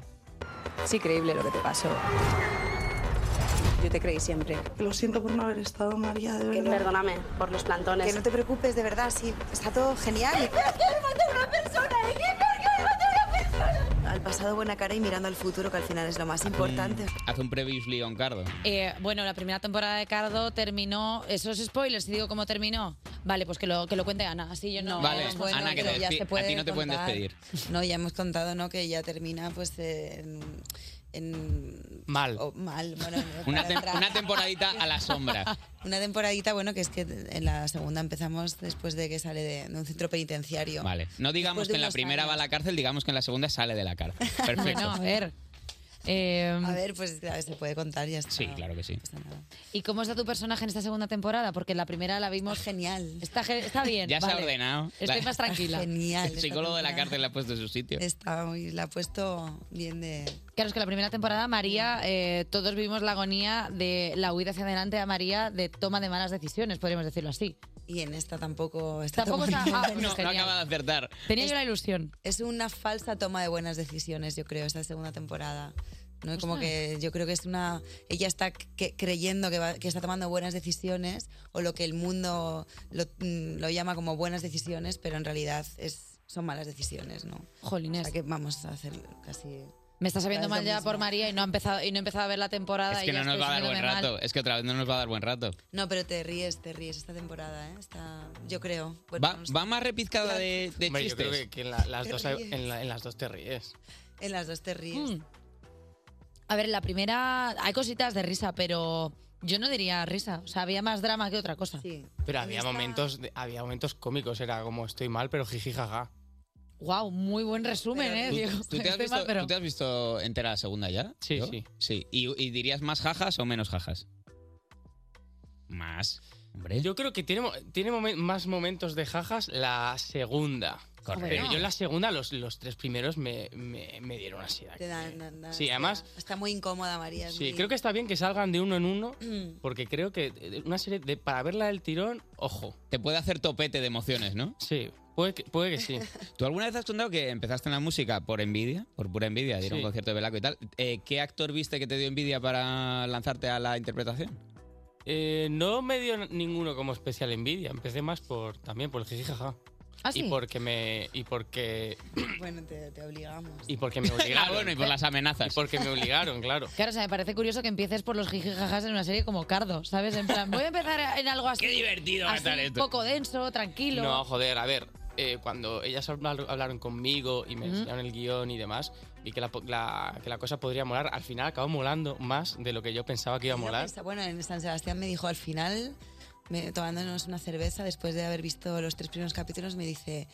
Es increíble lo que te pasó. Yo te creí siempre. Lo siento por no haber estado, María, de verdad. Perdóname por los plantones. Que no te preocupes, de verdad, sí. Está *laughs* todo genial. una persona! ¿eh? Al pasado buena cara y mirando al futuro, que al final es lo Mm. más importante. Haz un previously on Cardo. Eh, bueno, la primera temporada de Cardo terminó. Esos spoilers, si digo cómo terminó. Vale, pues que lo, que lo cuente Ana. Así yo no. Vale, no puedo. Ana, que pero te ya despi- se puede a ti no te pueden contar. despedir. No, ya hemos contado, ¿no? Que ya termina, pues, eh, en... en- Mal. o mal, bueno, no, Una, para tem- entrar. una temporadita a la *laughs* sombra. Una temporadita, bueno, que es que en la segunda empezamos después de que sale de, de un centro penitenciario. *laughs* Vale. No digamos Después de que en la unos primera va a la cárcel, digamos que en la segunda sale de la *laughs* cárcel. Perfecto. Em, a ver. a ver, pues claro, se puede contar ya está. Sí, claro que sí. ¿Y cómo está tu personaje en esta segunda temporada? Porque en la primera la vimos. genial. Está, ge- está bien. Ya se ha vale. ordenado. Estoy La- *laughs* más tranquila. El psicólogo de la cárcel la ha puesto en su sitio. Está muy, Ah, la ha puesto bien de... Claro, es que la primera temporada, María, eh, todos vimos la agonía de la huida hacia adelante a María de toma de malas decisiones, podríamos decirlo así. Y en esta tampoco está Tampoco *laughs* está. *laughs* ah, pues no, no genial. acaba de acertar. Tenía yo la ilusión. Es una falsa toma de buenas decisiones, yo creo, esta segunda temporada. ¿no? Como que yo creo que es una... Ella está que- creyendo que, va- que está tomando buenas decisiones o lo que el mundo lo, mm, lo llama como buenas decisiones, pero en realidad es, son malas decisiones, ¿no? Jolines. O sea que vamos a hacer casi... Me está sabiendo Claro, mal es lo ya mismo. por María y no ha empezado, y no he empezado a ver la temporada. Es que y ya no nos estoy va a dar buen sintiéndome mal. rato. eh. Es que otra vez no nos va a dar buen rato. No, pero te ríes, te ríes esta temporada, ¿eh? Está, yo creo. Bueno, Va, va más repizcada de, de Hombre, yo creo chistes. que, que en, la- las Te dos, hay- ríes. en, la- en las *laughs* dos te ríes. En las dos te ríes. Hmm. A ver, la primera. Hay cositas de risa, pero yo no diría risa. O sea, había más drama que otra cosa. Sí. Pero había momentos, de- había momentos cómicos, era como estoy mal, pero jiji jaja. Wow, muy buen resumen, ¿eh? ¿Tú, Diego? tú te has Estoy visto, mal, pero- tú te has visto entera la segunda ya? Sí, sí. Sí. ¿Y, y dirías más jajas o menos jajas? Más. Hombre. Yo creo que tiene, mo- tiene momen- más momentos de jajas la segunda. Correcto. Pero yo en la segunda, los, los tres primeros me, me- me dieron ansiedad. Te dan- dan- dan- Sí, además, Está muy incómoda, María. es sí, muy- creo que está bien que salgan de uno en uno, Mm. porque creo que eh, una serie de para verla del tirón, ojo. Te puede hacer topete de emociones, ¿no? Sí, puede que, puede que sí. *laughs* ¿Tú alguna vez has contado que empezaste en la música por envidia? Por pura envidia, dieron Sí. un concierto de Belaco y tal. Eh, ¿Qué actor viste que te dio envidia para lanzarte a la interpretación? Eh, no me dio ninguno como especial envidia. Empecé más por también por el jiji jaja. ¿Ah, sí? y porque me y porque *clears throat* Bueno, te, te obligamos. y porque *laughs* me obligaron. Ah, bueno, y por las amenazas. porque me obligaron, *laughs* claro. Claro, o sea, me parece curioso que empieces por los jijijajas en una serie como Cardo, ¿sabes? En plan, voy a empezar en algo así. *laughs* Qué divertido va a así, estar esto. poco denso, tranquilo. No, joder, a ver. eh, cuando ellas hablar- hablaron conmigo y me Ujú. enseñaron el guión y demás, vi que la, po- la- que la cosa podría molar. Al final acabó molando más de lo que yo pensaba que iba a Yo molar. pensaba- Bueno, en San Sebastián me dijo al final, me- tomándonos una cerveza después de haber visto los tres primeros capítulos, me dice,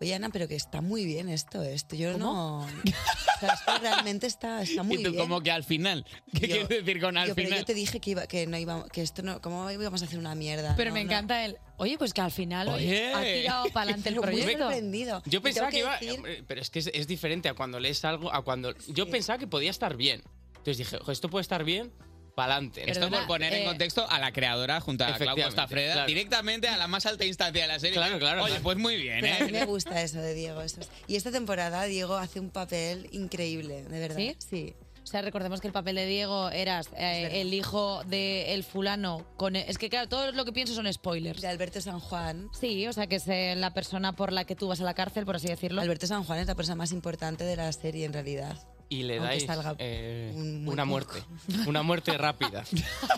oye Ana, pero que está muy bien esto, esto. Yo no... o sea, esto realmente está, *laughs* está muy *laughs* y tú bien. como que al final. ¿Qué quieres decir con al Yo, pero final? yo te dije que, iba, que no íbamos, que esto no, ¿cómo íbamos a hacer una mierda? Pero No, me no. encanta el, oye, pues que al final hoy Oye. ha tirado para adelante *laughs* el Pero muy proyecto. sorprendido. Yo Y pensaba tengo que, iba. decir- hombre, Pero es que es, es diferente a cuando lees algo, a cuando. Yo pensaba que podía estar bien. Entonces dije, "Jo, esto puede estar bien, pa'lante. Esto por poner en eh, contexto a la creadora junto a Clau Efectivamente, Costafreda claro. directamente a la más alta instancia de la serie. Claro, claro. Oye, pues muy bien, Pero a mí ¿eh? me gusta eso de Diego. eso es- Y esta temporada Diego hace un papel increíble, de verdad. ¿Sí? Sí. O sea, recordemos que el papel de Diego eras eh, el hijo del el fulano con... e, Es que claro, todo lo que pienso son spoilers. De Alberto San Juan. Sí, o sea, que es eh, la persona por la que tú vas a la cárcel, por así decirlo. Alberto San Juan es la persona más importante de la serie en realidad. Y le Aunque dais salga eh, un buen una muerte. *laughs* Una muerte rápida.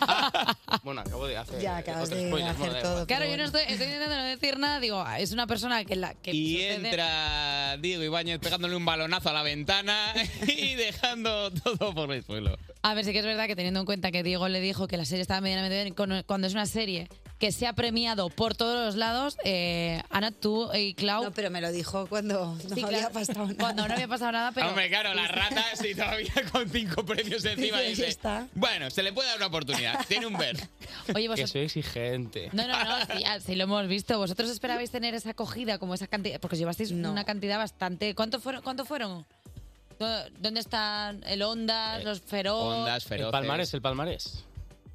Ah, *laughs* bueno, acabo de hacer. Ya eh, acabas otro de spoiler, hacer bueno, da igual. Claro, yo no estoy, estoy intentando no decir nada, digo, ah, es una persona que la que Y sucede- entra Diego Ibáñez pegándole un balonazo a la ventana *laughs* y dejando todo por el suelo. A ver, sí que es verdad que teniendo en cuenta que Diego le dijo que la serie estaba medianamente bien, con- cuando es una serie que se ha premiado por todos los lados, eh, Ana, tú y Clau... No, pero me lo dijo cuando no había pasado nada. Cuando no había pasado nada, pero... Hombre, claro, *laughs* las ratas y todavía *laughs* con cinco premios encima. Sí, sí, dice, ya está. Bueno, se le puede dar una *laughs* oportunidad. Tiene un ver. Oye, vosotros- soy exigente. No, no, no, sí, ah, sí lo hemos visto. ¿Vosotros esperabais tener esa acogida como esa cantidad? Porque os llevasteis una cantidad bastante... ¿Cuánto fueron? ¿Cuánto fueron? ¿Dó- ¿Dónde están el Ondas, los Feroz? Eh, Ondas, feroces. El palmarés, el palmarés.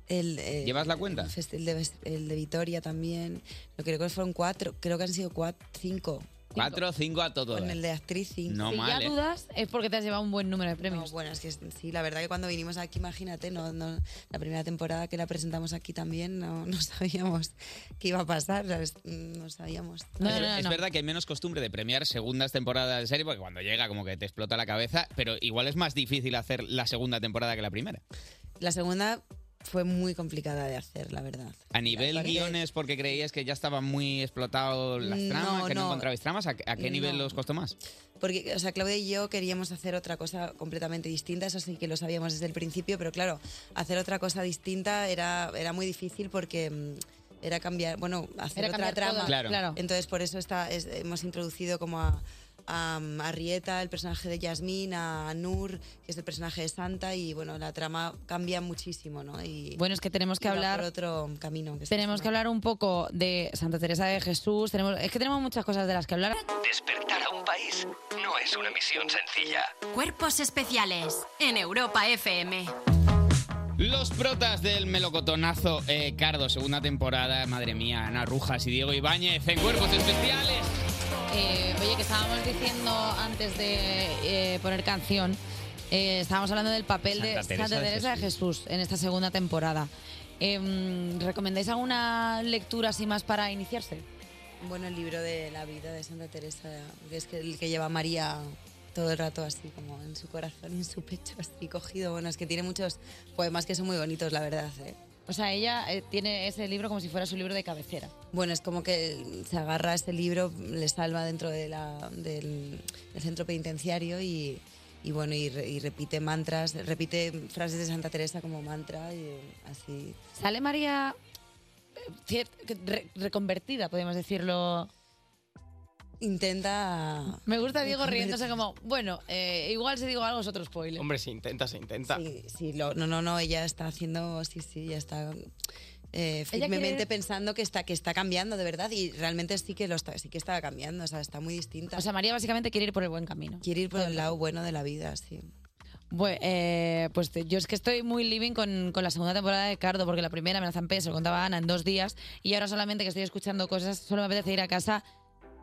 El, eh, ¿Llevas la cuenta? el fest- El de, Ves- el de Vitoria también. Lo creo que fueron cuatro. Creo que han sido cuatro, cinco. Cuatro o cinco a todos. Con el de actriz, cinco. No Si ya mal, ¿eh? dudas, es porque te has llevado un buen número de premios. bueno, es que sí, la verdad que cuando vinimos aquí, imagínate, no, no- la primera temporada que la presentamos aquí también, no, *laughs* no sabíamos qué iba a pasar, ¿sabes? no sabíamos. es, es verdad que hay menos costumbre de premiar segundas temporadas de serie porque cuando llega como que te explota la cabeza, pero igual es más difícil hacer la segunda temporada que la primera. La segunda fue muy complicada de hacer, la verdad. A nivel guiones, porque creías que ya estaban muy explotados las No, tramas, que no no. encontrabais tramas, ¿a, a qué nivel No. los costó más? Porque, o sea, Claudia y yo queríamos hacer otra cosa completamente distinta, eso sí que lo sabíamos desde el principio, pero claro, hacer otra cosa distinta era, era muy difícil porque mm, era cambiar, bueno, hacer Era otra cambiar trama. todo, Claro. claro. Entonces, por eso está, es- hemos introducido como a, a, a Rieta, el personaje de Yasmín, a Nur, que es el personaje de Santa, y bueno, la trama cambia muchísimo, ¿no? Y, Bueno, es que tenemos que y va hablar- por otro camino. Que se Tenemos que hablar un poco de Santa Teresa de Jesús. Tenemos, es que tenemos muchas cosas de las que hablar. Despertar a un país no es una misión sencilla. Cuerpos especiales en Europa FM. Los protas del melocotonazo eh, Cardo, segunda temporada, madre mía, Ana Rujas y Diego Ibáñez en cuerpos especiales. Eh, oye, que estábamos diciendo antes de eh, poner canción, eh, estábamos hablando del papel de Santa Teresa Santa de Teresa de Jesús. en esta segunda temporada. Em, ¿Recomendáis alguna lectura así más para iniciarse? Bueno, el libro de la vida de Santa Teresa, que es que- el que lleva María todo el rato así, como en su corazón y en su pecho, así cogido. Bueno, es que tiene muchos poemas que son muy bonitos, la verdad. ¿eh? O sea, ella eh, tiene ese libro como si fuera su libro de cabecera. Bueno, es como que se agarra a este libro, le salva dentro de la- del, del centro penitenciario y, y bueno, y, re- y repite mantras, repite frases de Santa Teresa como mantra y así. ¿Sale María eh, cier- re- reconvertida, podemos decirlo? Intenta... Me gusta Diego riéndose como, bueno, eh, igual si digo algo es otro spoiler. Hombre, se intenta, se intenta. Sí, lo- no, no, no, ella está haciendo, sí, sí, ya está eh, firmemente quiere- pensando que está, que está cambiando de verdad y realmente sí que lo está, sí que está cambiando, o sea, está muy distinta. O sea, María básicamente quiere ir por el buen camino. Quiere ir por el lado bueno de la vida, sí. Bue- eh, pues te- yo es que estoy muy living con, con la segunda temporada de Cardo, porque la primera me la zampé, se lo contaba a Ana en dos días, y ahora solamente que estoy escuchando cosas, solo me apetece ir a casa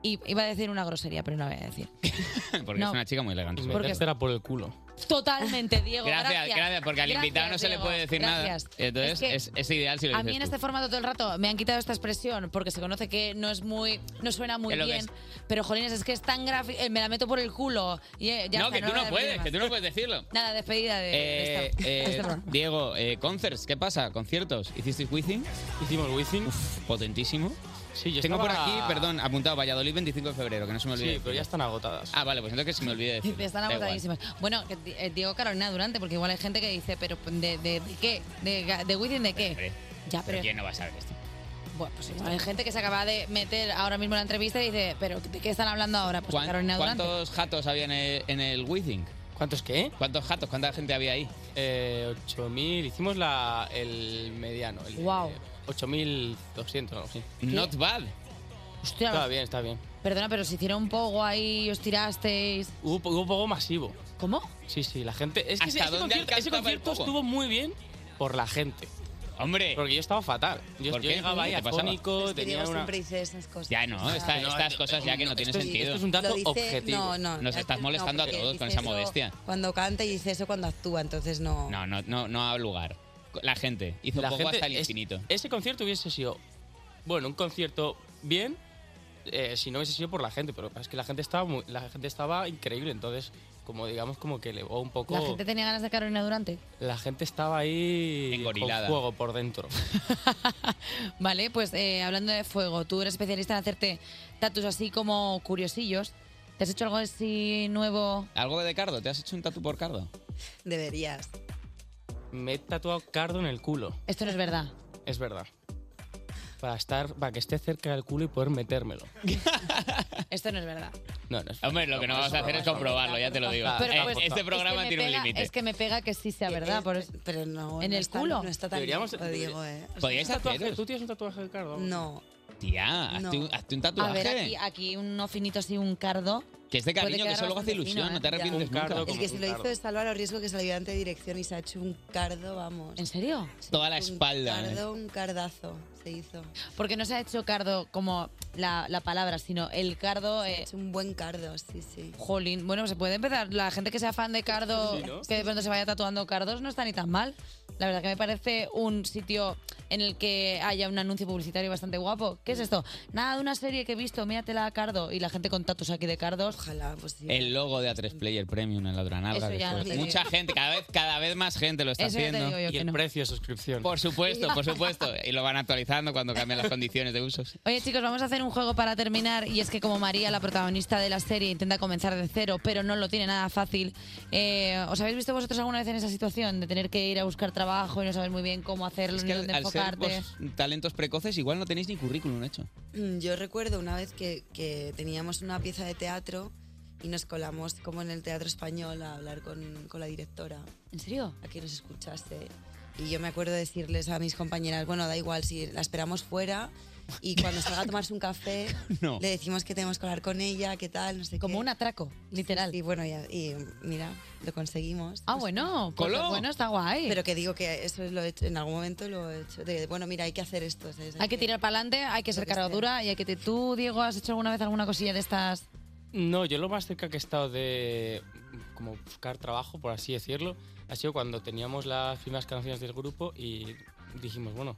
y iba a decir una grosería, pero no la voy a decir. *laughs* Porque No. es una chica muy elegante. Porque- será por el culo. Totalmente, Diego. Gracias, Gracias, gracias, porque al Gracias, invitado no se le Diego, puede decir gracias. nada. Entonces, Es es, que es ideal si lo A mí dices en tú. este formato todo el rato me han quitado esta expresión porque se conoce que no es muy, no suena muy Es lo que bien. Pero Jolines, es que es tan gráfico, me la meto por el culo. Y, eh, ya no, está, que tú la no defino puedes, más. que tú no puedes decirlo. Nada, despedida de, de Eh, esta- *laughs* de eh, este programa. Diego, eh, concerts, ¿qué pasa? ¿Conciertos? ¿Hicisteis Within? Hicimos Within. potentísimo. Sí, yo Tengo por estaba- aquí, perdón, apuntado Valladolid 25 de febrero, que no se me olvide. Sí, pero ya están agotadas. Ah, vale, pues entonces que se me olvide decir. Están Da igual. agotadísimas. Bueno, que di- eh, Diego Carolina Durante, porque igual hay gente que dice, pero ¿de, de- de qué? ¿De, ga- de Wizzing de qué? Ya, Pero pero, ¿quién no va a saber esto? bueno, pues igual hay gente que se acaba de meter ahora mismo en la entrevista y dice, pero ¿de qué están hablando ahora? Pues de ¿Cuán- Carolina Durante. ¿Cuántos jatos había en el, en el Within? ¿Cuántos qué? ¿Cuántos jatos? ¿Cuánta gente había ahí? Eh, 8.000, hicimos la, el mediano. El, wow. 8.200 o algo así. Not bad. Hostia, Está bien, está bien. Perdona, pero si hicieron un poco ahí y os tirasteis. Hubo, po- hubo poco masivo. ¿Cómo? Sí, sí, la gente... Es que ¿Hasta ese, ese dónde concierto, ese alcanzaba el concierto poco? estuvo muy bien por la gente. Hombre. Porque yo estaba fatal. Yo, ¿Por yo qué? llegaba ahí ¿Qué te pasaba? afónico, tenía Diego una... siempre dice esas cosas. Ya no, O sea, esta- no, estas no, cosas ya que no no, tienen esto es- sentido. esto es un dato Lo dice- No, no. Nos no, estás no, molestando a porque todos con dice esa eso modestia. Cuando canta y dice eso cuando actúa, entonces no. No, no, no, no ha lugar. La gente hizo La poco gente hasta el es- infinito. Ese concierto hubiese sido, bueno, un concierto bien, eh, si no hubiese sido por la gente, pero es que la gente estaba, muy- la gente estaba increíble, entonces, como digamos, como que elevó un poco... ¿La gente tenía ganas de Carolina Durante? la gente estaba ahí Engorilada. con fuego por dentro. Vale, pues eh, hablando de fuego, tú eres especialista en hacerte tatus así como curiosillos. ¿Te has hecho algo así nuevo? *laughs* ¿Algo de Cardo? ¿Te has hecho un tatu por Cardo? Deberías. Me he tatuado cardo en el culo, Esto no es verdad. es verdad. Para estar, para que esté cerca del culo y poder metérmelo. Esto no es verdad. No, no es Hombre, lo que no vamos a hacer es comprobarlo, ya te lo digo. *laughs* Pero, Eh, pues, es este que programa me tiene un pega- límite. Es que me pega que sí sea verdad. por eso- en Eh, no el está- culo. no está tan Deberíamos- loco, Diego, eh. ¿Podríais Tatuaje, Ah, haceros? ¿Tú tienes un tatuaje de cardo? No. Tía, hazte, No. un, hazte un A tatuaje. ver, aquí, aquí uno finito así, un cardo. Que es de Puede cariño, que quedar eso luego hace bastante ilusión, fino, no te ¿eh? arrepientes Un nunca. cardo El que se lo hizo es Salva a riesgo que es el ayudante de dirección y se ha hecho un cardo, vamos. ¿En serio? Toda la espalda. ¿eh? Cardo, un cardazo se hizo. Porque no se ha hecho cardo como la, la palabra, sino el cardo. eh, un buen cardo, sí, sí. Jolín, bueno, se puede empezar. La gente que sea fan de cardo, Sí, ¿no? que de pronto se vaya tatuando cardos, no está ni tan mal. La verdad que me parece un sitio en el que haya un anuncio publicitario bastante guapo. ¿Qué es esto? Nada de una serie que he visto, míratela a cardo. Y la gente con tatus aquí de cardos. Ojalá, pues sí. El logo de A3 Player Premium en la otra nalga. Eso que ya no fue- te digo. Mucha gente, cada vez, cada vez más gente lo está Eso ya te haciendo. digo yo Y que el no. precio de suscripción. Por supuesto, *laughs* por supuesto. Y lo van actualizando cuando cambian las condiciones de usos. Oye chicos, vamos a hacer un juego para terminar y es que como María, la protagonista de la serie, intenta comenzar de cero, pero no lo tiene nada fácil, eh, ¿os habéis visto vosotros alguna vez en esa situación de tener que ir a buscar trabajo y no saber muy bien cómo hacerlo, Es ni que al, dónde al ser enfocarte? vos talentos precoces, igual no tenéis ni currículum hecho. Mm, Yo recuerdo una vez que, que teníamos una pieza de teatro y nos colamos como en el teatro español a hablar con, con la directora. ¿En serio? A que nos escuchase. Y yo me acuerdo decirles a mis compañeras, bueno, da igual si la esperamos fuera y cuando salga a tomarse un café *laughs* No. le decimos que tenemos que hablar con ella, qué tal, no sé Como un atraco, literal. Y bueno, y, y mira, lo conseguimos. Ah, bueno, pues Coló. bueno, está guay. Pero que digo que eso lo he hecho, en algún momento lo he hecho, de, bueno, mira, hay que hacer esto. ¿sabes? Hay que tirar para adelante, hay que ser cara dura y hay que... te- ¿Tú, Diego, has hecho alguna vez alguna cosilla de estas? No, yo lo más cerca que he estado de como buscar trabajo, por así decirlo, ha sido cuando teníamos las primeras canciones del grupo y dijimos, bueno,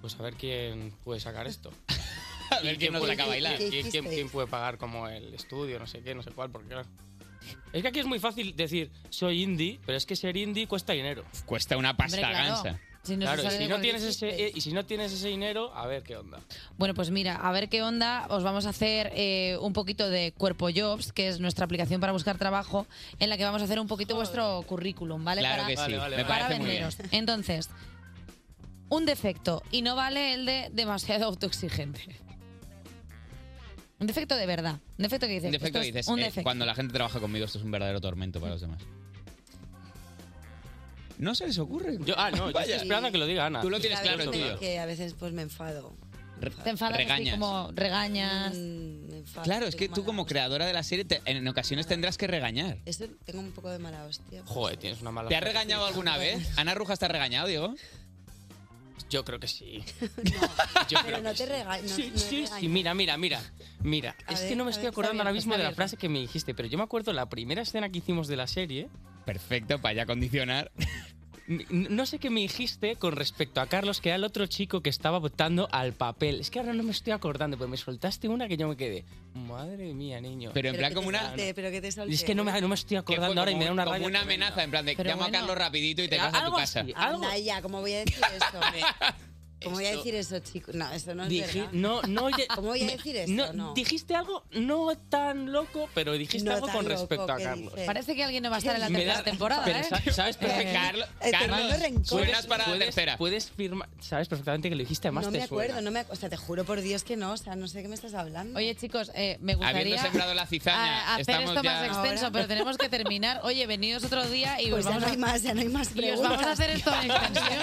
pues a ver quién puede sacar esto. *laughs* A ver Y quién nos puede- saca a bailar. ¿Quién, ¿Qué quién- hicisteis? quién puede pagar como el estudio, no sé qué, no sé cuál, porque claro. Es que aquí es muy fácil decir, soy indie, pero es que ser indie cuesta dinero. Cuesta una pasta gansa. Si no se Claro, y sale si de no cuál tienes ese, eh, y si no tienes ese dinero, a ver qué onda. Bueno, pues mira, a ver qué onda. Os vamos a hacer eh, un poquito de Cuerpo Jobs, que es nuestra aplicación para buscar trabajo, en la que vamos a hacer un poquito vuestro currículum, ¿vale? Claro para, que sí, Vale, vale, me para parece muy venderos. Entonces, un defecto, y no vale el de demasiado autoexigente. Un defecto de verdad. Un defecto que dices. Un defecto esto que es dices, Un eh, defecto. cuando la gente trabaja conmigo esto es un verdadero tormento para los demás. No se les ocurre. Yo- ah, no, yo estoy esperando a que lo diga Ana. Tú lo tienes Y a claro el veces tuyo. Que a veces pues me enfado. Te enfadas así regañas. como regañas. Mm, Me enfado, Claro, es que tengo tú como creadora de la serie te- en ocasiones tendrás que regañar. mala- Eso tengo un poco de mala hostia. Joder, tienes una mala. ¿Te has regañado alguna vez? *laughs* ¿Ana Rujas te ha regañado, Diego? Yo creo que sí. Yo Pero creo no que te sí. regañas. No, Sí, no sí, regañes. sí, mira, mira, mira. Mira, A es ver, que no me a estoy ver, está acordando ahora bien, mismo está de la bien. frase que me dijiste, pero yo me acuerdo la primera escena que hicimos de la serie. perfecto para ya condicionar. N- No sé qué me dijiste con respecto a Carlos, que era el otro chico que estaba votando al papel. Es que ahora no me estoy acordando, pero me soltaste una que yo me quedé. Madre mía, niño. Pero en plan como una... pero que te Y es que no me, no me estoy que fue acordando ahora y como- me da una como rabia. una amenaza, en plan de llamo a Carlos rapidito y te vas a tu casa. Anda ya, ¿cómo voy a decir eso? *laughs* hombre? ¿Cómo voy a decir eso, chico? No, eso no es Dije- verdad. no, *laughs* no, oye, ¿Cómo voy a me- decir eso? no, No, Dijiste algo no tan loco, pero dijiste No algo tan con loco, respecto a ¿qué Carlos. dices? Parece que alguien no va a *laughs* estar en la Me tercera da- temporada, pero ¿eh? sa- sabes perfectamente. Carlos- eh, Carlos, tomando rencores. suenas para la tercera. Puedes firmar. Sabes perfectamente que lo dijiste, además No te me acuerdo, suena. no me ac- O sea, te juro por Dios que no. O sea, no sé de qué me estás hablando. Oye, chicos, eh, me gustaría... Habiendo sembrado la cizaña, a- hacer estamos Ah, esto más ya- extenso, Ahora. pero tenemos que terminar. Oye, venidos otro día y Pues os ya vamos no a... hay más, ya no hay más Y os preguntas. vamos a hacer esto *laughs* en extensión,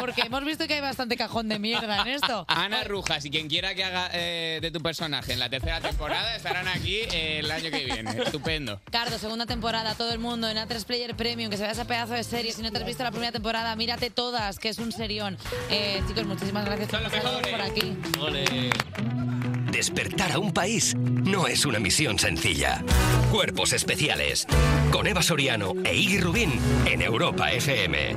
porque hemos visto que hay bastante cajón de mierda en esto. Ana Rujas y quien quiera que haga eh, de tu personaje en la tercera temporada estarán aquí eh, el año que viene. Estupendo. Cardo, segunda temporada, todo el mundo en A3 Player Premium, que se vea ese pedazo de serie. Si no te has visto la primera temporada, mírate todas, que es un serión. Eh, chicos, muchísimas gracias por estar por aquí. Despertar a un país no es una misión sencilla. Cuerpos especiales. Con Eva Soriano e Iggy Rubín en Europa FM.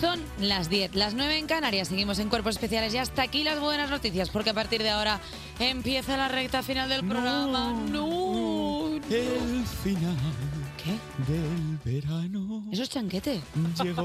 Son las 10, las 9 en Canarias, seguimos en Cuerpos Especiales y hasta aquí las buenas noticias, porque a partir de ahora empieza la recta final del programa. ¡No! El final ¿Qué? del verano. ¿Eso es chanquete? Llegó.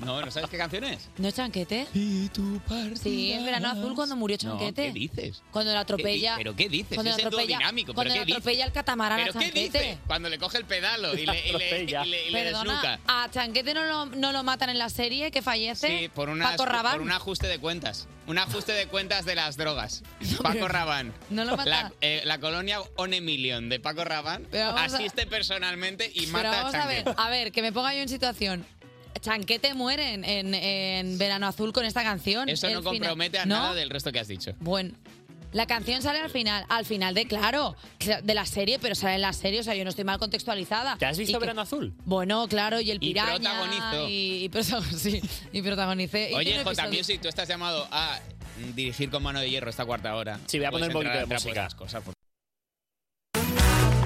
No, ¿no sabes qué canción es? ¿No es chanquete? Sí, es verano azul cuando murió chanquete. No, ¿Qué dices? Cuando la atropella. ¿Qué di- ¿Pero qué dices? Cuando es el la dúo atropella, dinámico. cuando ¿Pero la qué dices? atropella el catamarán ¿Pero a qué Chanquete. dices? Cuando le coge el pedalo y *laughs* le, y le, y le- y le Perdona, desnuca. a Chanquete no lo, no lo matan en la serie, que fallece. Sí, por, unas- Paco Rabanne. por un ajuste de cuentas. Un ajuste de cuentas de las *laughs* drogas. Paco Rabán. no lo mata. La, eh, la colonia On Emilion de Paco Rabán Pero vamos a- asiste personalmente y Pero mata vamos a a Chanquete. ver, a ver, que me ponga yo en situación. Chanquete muere en, en- en Verano Azul con esta canción. Eso no El final- compromete a ¿No? nada del resto que has dicho. Bueno, la canción sale al final, al final de claro, de la serie, pero sale en la serie, o sea, yo no estoy mal contextualizada. ¿Te has Y visto que- Verano Azul? Bueno, claro, y el Y piraña. protagonizo. Y, y prota- *laughs* sí, y protagonicé. Y tiene Oye, un J episodio- Music, tú estás llamado a dirigir con mano de hierro esta cuarta hora. Sí, voy a poner un poquito de música. Cosas, por-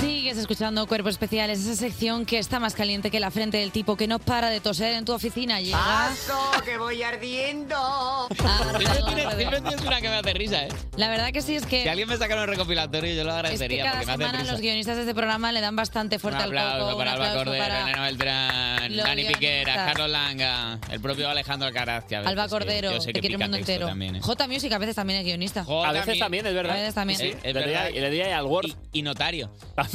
Sigues escuchando Cuerpos Especiales, esa sección que está más caliente que la frente del tipo que no para de toser en tu oficina. Llega. Paso, que voy Ah. ardiendo. Ah, Siempre tienes, siempre tienes una que me hace risa, ¿eh? La verdad que sí es que. Si alguien me sacara un recopilatorio, yo lo Eh, Es que agradecería cada porque me hace semana risa. los guionistas de este programa le dan bastante Un fuerte al coco. aplauso para un Alba aplauso Cordero, para- Elena Beltrán, los Dani Piquera, guionistas. Carlos Langa, el propio Alejandro Alcaraz. que a veces Alba que- Cordero, yo sé te que quiere el pica mundo texto entero. también, ¿eh? J Music a veces también es guionista. J A veces también, es verdad. A veces también. Sí, le doy a- le doy ahí al Word. Y, notario.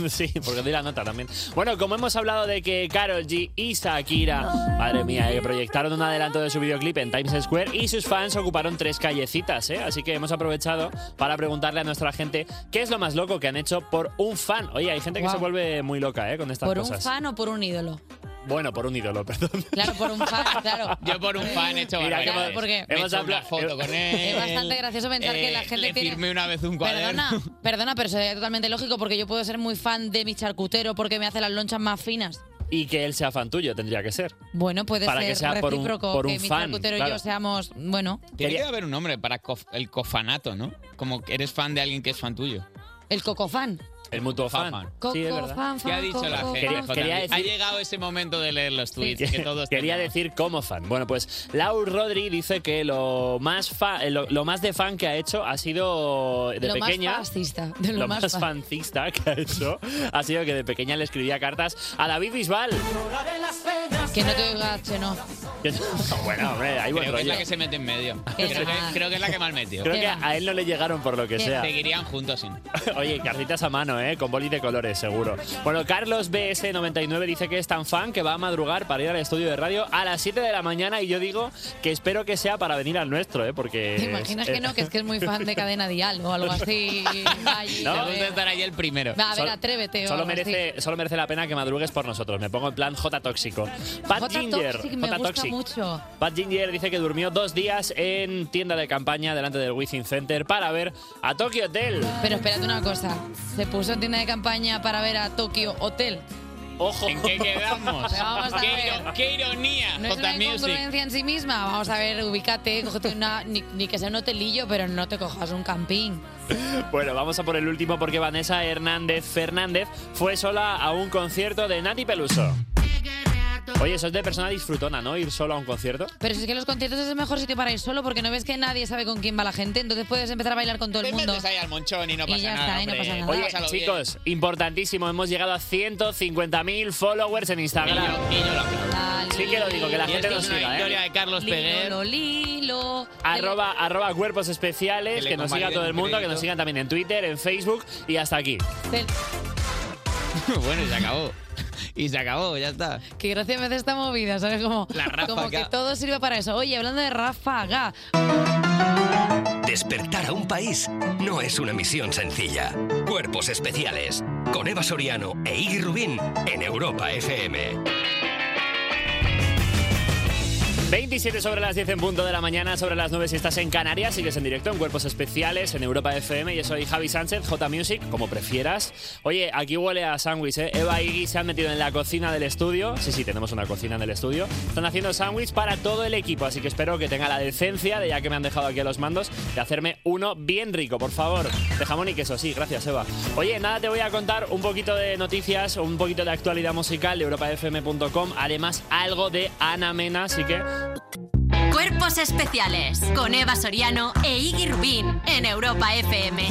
sí, porque doy la nota también. Bueno, como hemos hablado de que Carol G y Shakira, madre mía, eh, proyectaron un adelanto de su videoclip en Times Square y sus fans ocuparon tres callecitas, ¿eh? Así que hemos aprovechado para preguntarle a nuestra gente qué es lo más loco que han hecho por un fan. Oye, hay gente que se vuelve muy loca, ¿eh? Con estas ¿Por un cosas. fan o por un ídolo? Bueno, por un ídolo, *laughs* perdón. Claro, por un fan, claro. Yo por un fan he hecho Mira, barbaridades. que hemos- porque- Me he hemos hecho una hablado- foto con él. Es bastante gracioso pensar que la gente le tiene- firmé una vez un cuaderno. Perdona, perdona, pero sería totalmente lógico porque yo puedo ser muy fan de mi charcutero porque me hace las lonchas más finas. Y que él sea fan tuyo, tendría que ser. Bueno, puede Para ser que sea por un- recíproco por que un mi fan, charcutero y claro. yo seamos, bueno, Tiene que haber un nombre para cof- el cofanato, ¿no? Como que eres fan de alguien que es fan tuyo. el cocofan. El mutuo fan. Coco, Sí, es verdad. fan, ¿Qué ha fan, dicho la coco, gente? Quería- Jota? quería decir- Ha llegado ese momento de leer los tweets que todos Quería tenemos. decir como fan. Bueno, pues Lau Rodri dice que lo más fa- eh, lo, lo más de fan que ha hecho ha sido de lo pequeña. más fascista. de lo, más, fa- fancista que ha hecho ha sido que de pequeña le escribía cartas a David Bisbal. *laughs* Que no te oiga, Cheno. Que- bueno, hombre, hay buen Creo que es rollo. la que se mete en medio. Qué Creo que, va. creo que es la que mal metió. Creo que a él no le llegaron por lo que sea. Seguirían juntos, sí. *laughs* Oye, cartitas a mano, ¿eh? Con bolis de colores, seguro. Bueno, Carlos BS99 dice que es tan fan que va a madrugar para ir al estudio de radio a las 7 de la mañana y yo digo que espero que sea para venir al nuestro, ¿eh? Porque... ¿Te imaginas que no? *laughs* Que es que es muy fan de Cadena Dial o algo así. Va allí, No, a gusta ver. estar ahí el primero. Va, a ver, atrévete o Solo algo así. merece, solo merece la pena que madrugues por nosotros. Me pongo en plan J tóxico. Pat Jota Ginger. Toxic me J gusta Toxic. mucho. Pat Ginger dice que durmió dos días en tienda de campaña delante del Within Center para ver a Tokyo Hotel. Pero espérate una cosa. Se puso en tienda de campaña para ver a Tokio Hotel. Ojo. ¿En qué quedamos? Pero vamos a qué, ver. iro- qué ironía, No es J una Music. incongruencia en sí misma. Vamos a ver, ubícate, cógete una. Ni, ni que sea un hotelillo, pero no te cojas un camping. Bueno, vamos a por el último porque Vanessa Hernández Fernández fue sola a un concierto de Nati Peluso. Oye, eso es de persona disfrutona, ¿no? Ir solo a un concierto. Pero si es que los conciertos es el mejor sitio para ir solo porque no ves que nadie sabe con quién va la gente, entonces puedes empezar a bailar con todo el mundo. al monchón y no Y pasa ya nada, está, y no hombre. pasa nada. Oye, Pásalo bien. chicos, importantísimo, hemos llegado a 150.000 followers en Instagram. Sí que lo digo, que la Y gente esto nos es una siga, ¿eh? victoria de Carlos Peguer. Lilo, lilo. Arroba, arroba cuerpos especiales, Que le que nos siga convaliden todo el un mundo, que crédito. nos sigan también en Twitter, en Facebook y hasta *laughs* aquí. Del- bueno, y se acabó. *laughs* Y se acabó, ya está. Que gracia me hace esta movida, ¿sabes? Como, ráfaga. como que todo sirve para eso. Oye, hablando de ráfaga, Despertar a un país no es una misión sencilla. Cuerpos especiales con Eva Soriano e Iggy Rubín en Europa FM. 27 sobre las 10 en punto de la mañana, sobre las 9 si estás en Canarias, sigues en directo en Cuerpos Especiales, en Europa FM. Yo soy Javi Sánchez, J Music, como prefieras. Oye, aquí huele a sándwich, ¿eh? Eva y Iggy se han metido en la cocina del estudio. Sí, sí, tenemos una cocina en el estudio. Están haciendo sándwich para todo el equipo, así que espero que tenga la decencia, de ya que me han dejado aquí a los mandos, de hacerme uno bien rico, por favor. De jamón y queso, sí, gracias, Eva. Oye, nada, te voy a contar un poquito de noticias, un poquito de actualidad musical de europafm.com, además algo de Ana Mena, así que Cuerpos especiales con Eva Soriano e Iggy Rubín en Europa FM.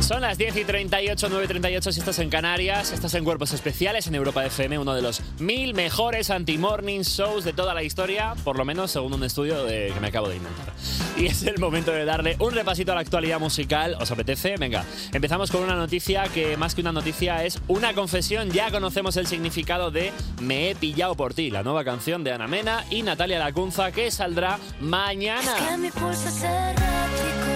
Son las 10 y 38, 9 y 38 si estás en Canarias, estás en Cuerpos Especiales en Europa FM, uno de los mil mejores anti-morning shows de toda la historia, por lo menos según un estudio de- que me acabo de inventar. Y es el momento de darle un repasito a la actualidad musical, ¿os apetece? Venga, empezamos con una noticia que más que una noticia es una confesión, ya conocemos el significado de Me he pillado por ti, la nueva canción de Ana Mena y Natalia Lacunza que saldrá mañana. Que mi pulso es errático.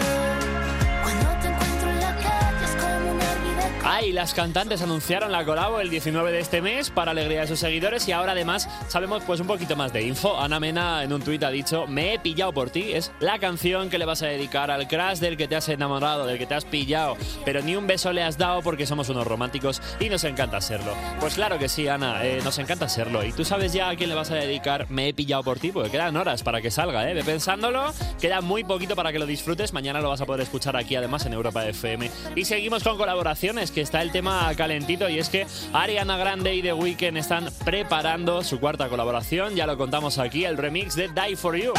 Cuando te encuentro en la calle es como una vida. Ay, las cantantes anunciaron la colabo el 19 de este mes para alegría de sus seguidores y ahora además sabemos pues un poquito más de info. Ana Mena en un tuit ha dicho, me he pillado por ti, es la canción que le vas a dedicar al crush del que te has enamorado, del que te has pillado, pero ni un beso le has dado porque somos unos románticos y nos encanta serlo. Pues claro que sí, Ana, eh, nos encanta serlo. Y tú sabes ya a quién le vas a dedicar, me he pillado por ti, porque quedan horas para que salga, ¿eh? Ve pensándolo, queda muy poquito para que lo disfrutes, mañana lo vas a poder escuchar aquí además en Europa FM. Y seguimos con colaboraciones, que está el tema calentito y es que Ariana Grande y The Weeknd están preparando su cuarta colaboración, ya lo contamos aquí, el remix de Die For You.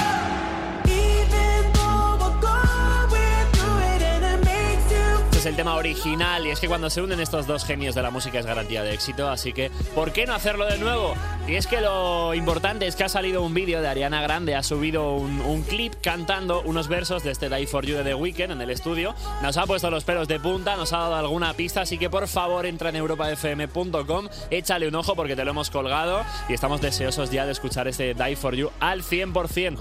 Este es el tema original y es que cuando se unen estos dos genios de la música es garantía de éxito, así que ¿por qué no hacerlo de nuevo? Y es que lo importante es que ha salido un vídeo de Ariana Grande, ha subido un, un clip cantando unos versos de este Die For You de The Weeknd en el estudio, nos ha puesto los pelos de punta, nos ha dado alguna pista, así que por favor entra en europafm.com, échale un ojo porque te lo hemos colgado y estamos deseosos ya de escuchar este Die For You al 100%.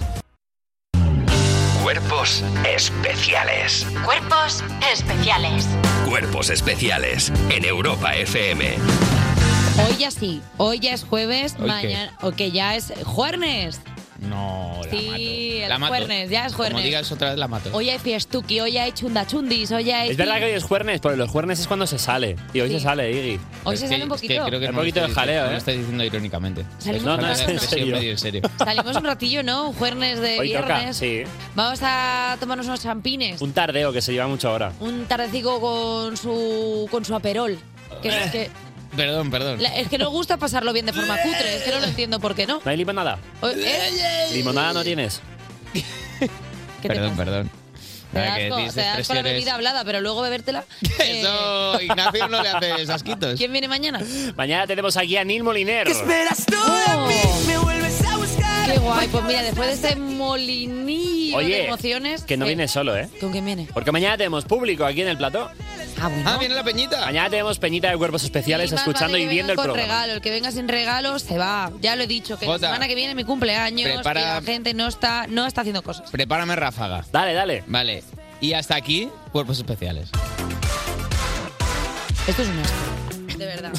Cuerpos especiales. Cuerpos especiales. Cuerpos especiales en Europa FM. hoy ya sí, hoy ya es jueves, ¿Hoy qué? mañana, o que ya es jueves. No, la mato. Sí, el La mato. jueves, ya es Como jueves. digas otra vez, la mato. Hoy hay fiestuki, hoy hay chundachundis, hoy hay... Es verdad que hoy es jueves, pero los jueves es cuando se sale. Y hoy se sale, Iggy. Hoy se Es que- sale un es que poquito. creo que un no lo poquito de estoy jaleo, ¿eh? diciendo- no lo estoy diciendo irónicamente. Salimos Es una un rato. expresión ¿En serio? medio en serio. Salimos un ratillo, ¿no? Jueves de Hoy viernes. toca, sí. Vamos a tomarnos unos champines. Un tardeo que se lleva mucho ahora. Un tardecico con su, con su aperol. Que, que- Eh. Perdón, perdón. la- es que no gusta pasarlo bien de forma cutre, es que no lo entiendo por qué no. ¿No hay limonada? O- ¿eh? ¿Limonada no tienes? ¿Qué te perdón, perdón. Te Ah, Nada, das, que con, dices te das con la expresiones- bebida hablada, pero luego bebértela. Eso, Ignacio no le hace asquitos. ¿Quién viene mañana? Mañana tenemos aquí a Neil Moliner. Oh. Qué guay, pues mira, después de este molinillo de Oye, emociones. que no eh, viene solo, ¿eh? ¿Con quién viene? Porque mañana tenemos público aquí en el plató. Ah, viene la peñita. Mañana tenemos peñita de cuerpos especiales Y más escuchando vale y que viendo venga el con programa. regalo, el que venga sin regalo se va. Ya lo he dicho, que Jota, la semana que viene es mi cumpleaños prepara- y la gente no está, no está haciendo cosas. Prepárame ráfaga. Dale, dale. Vale. Y hasta aquí, cuerpos especiales. Esto es un asco, de verdad.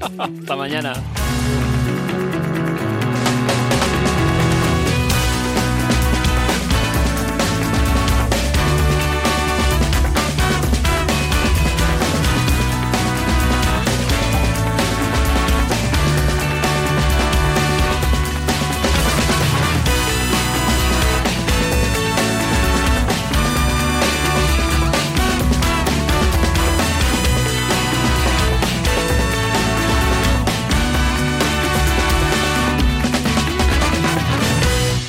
*laughs* Hasta mañana.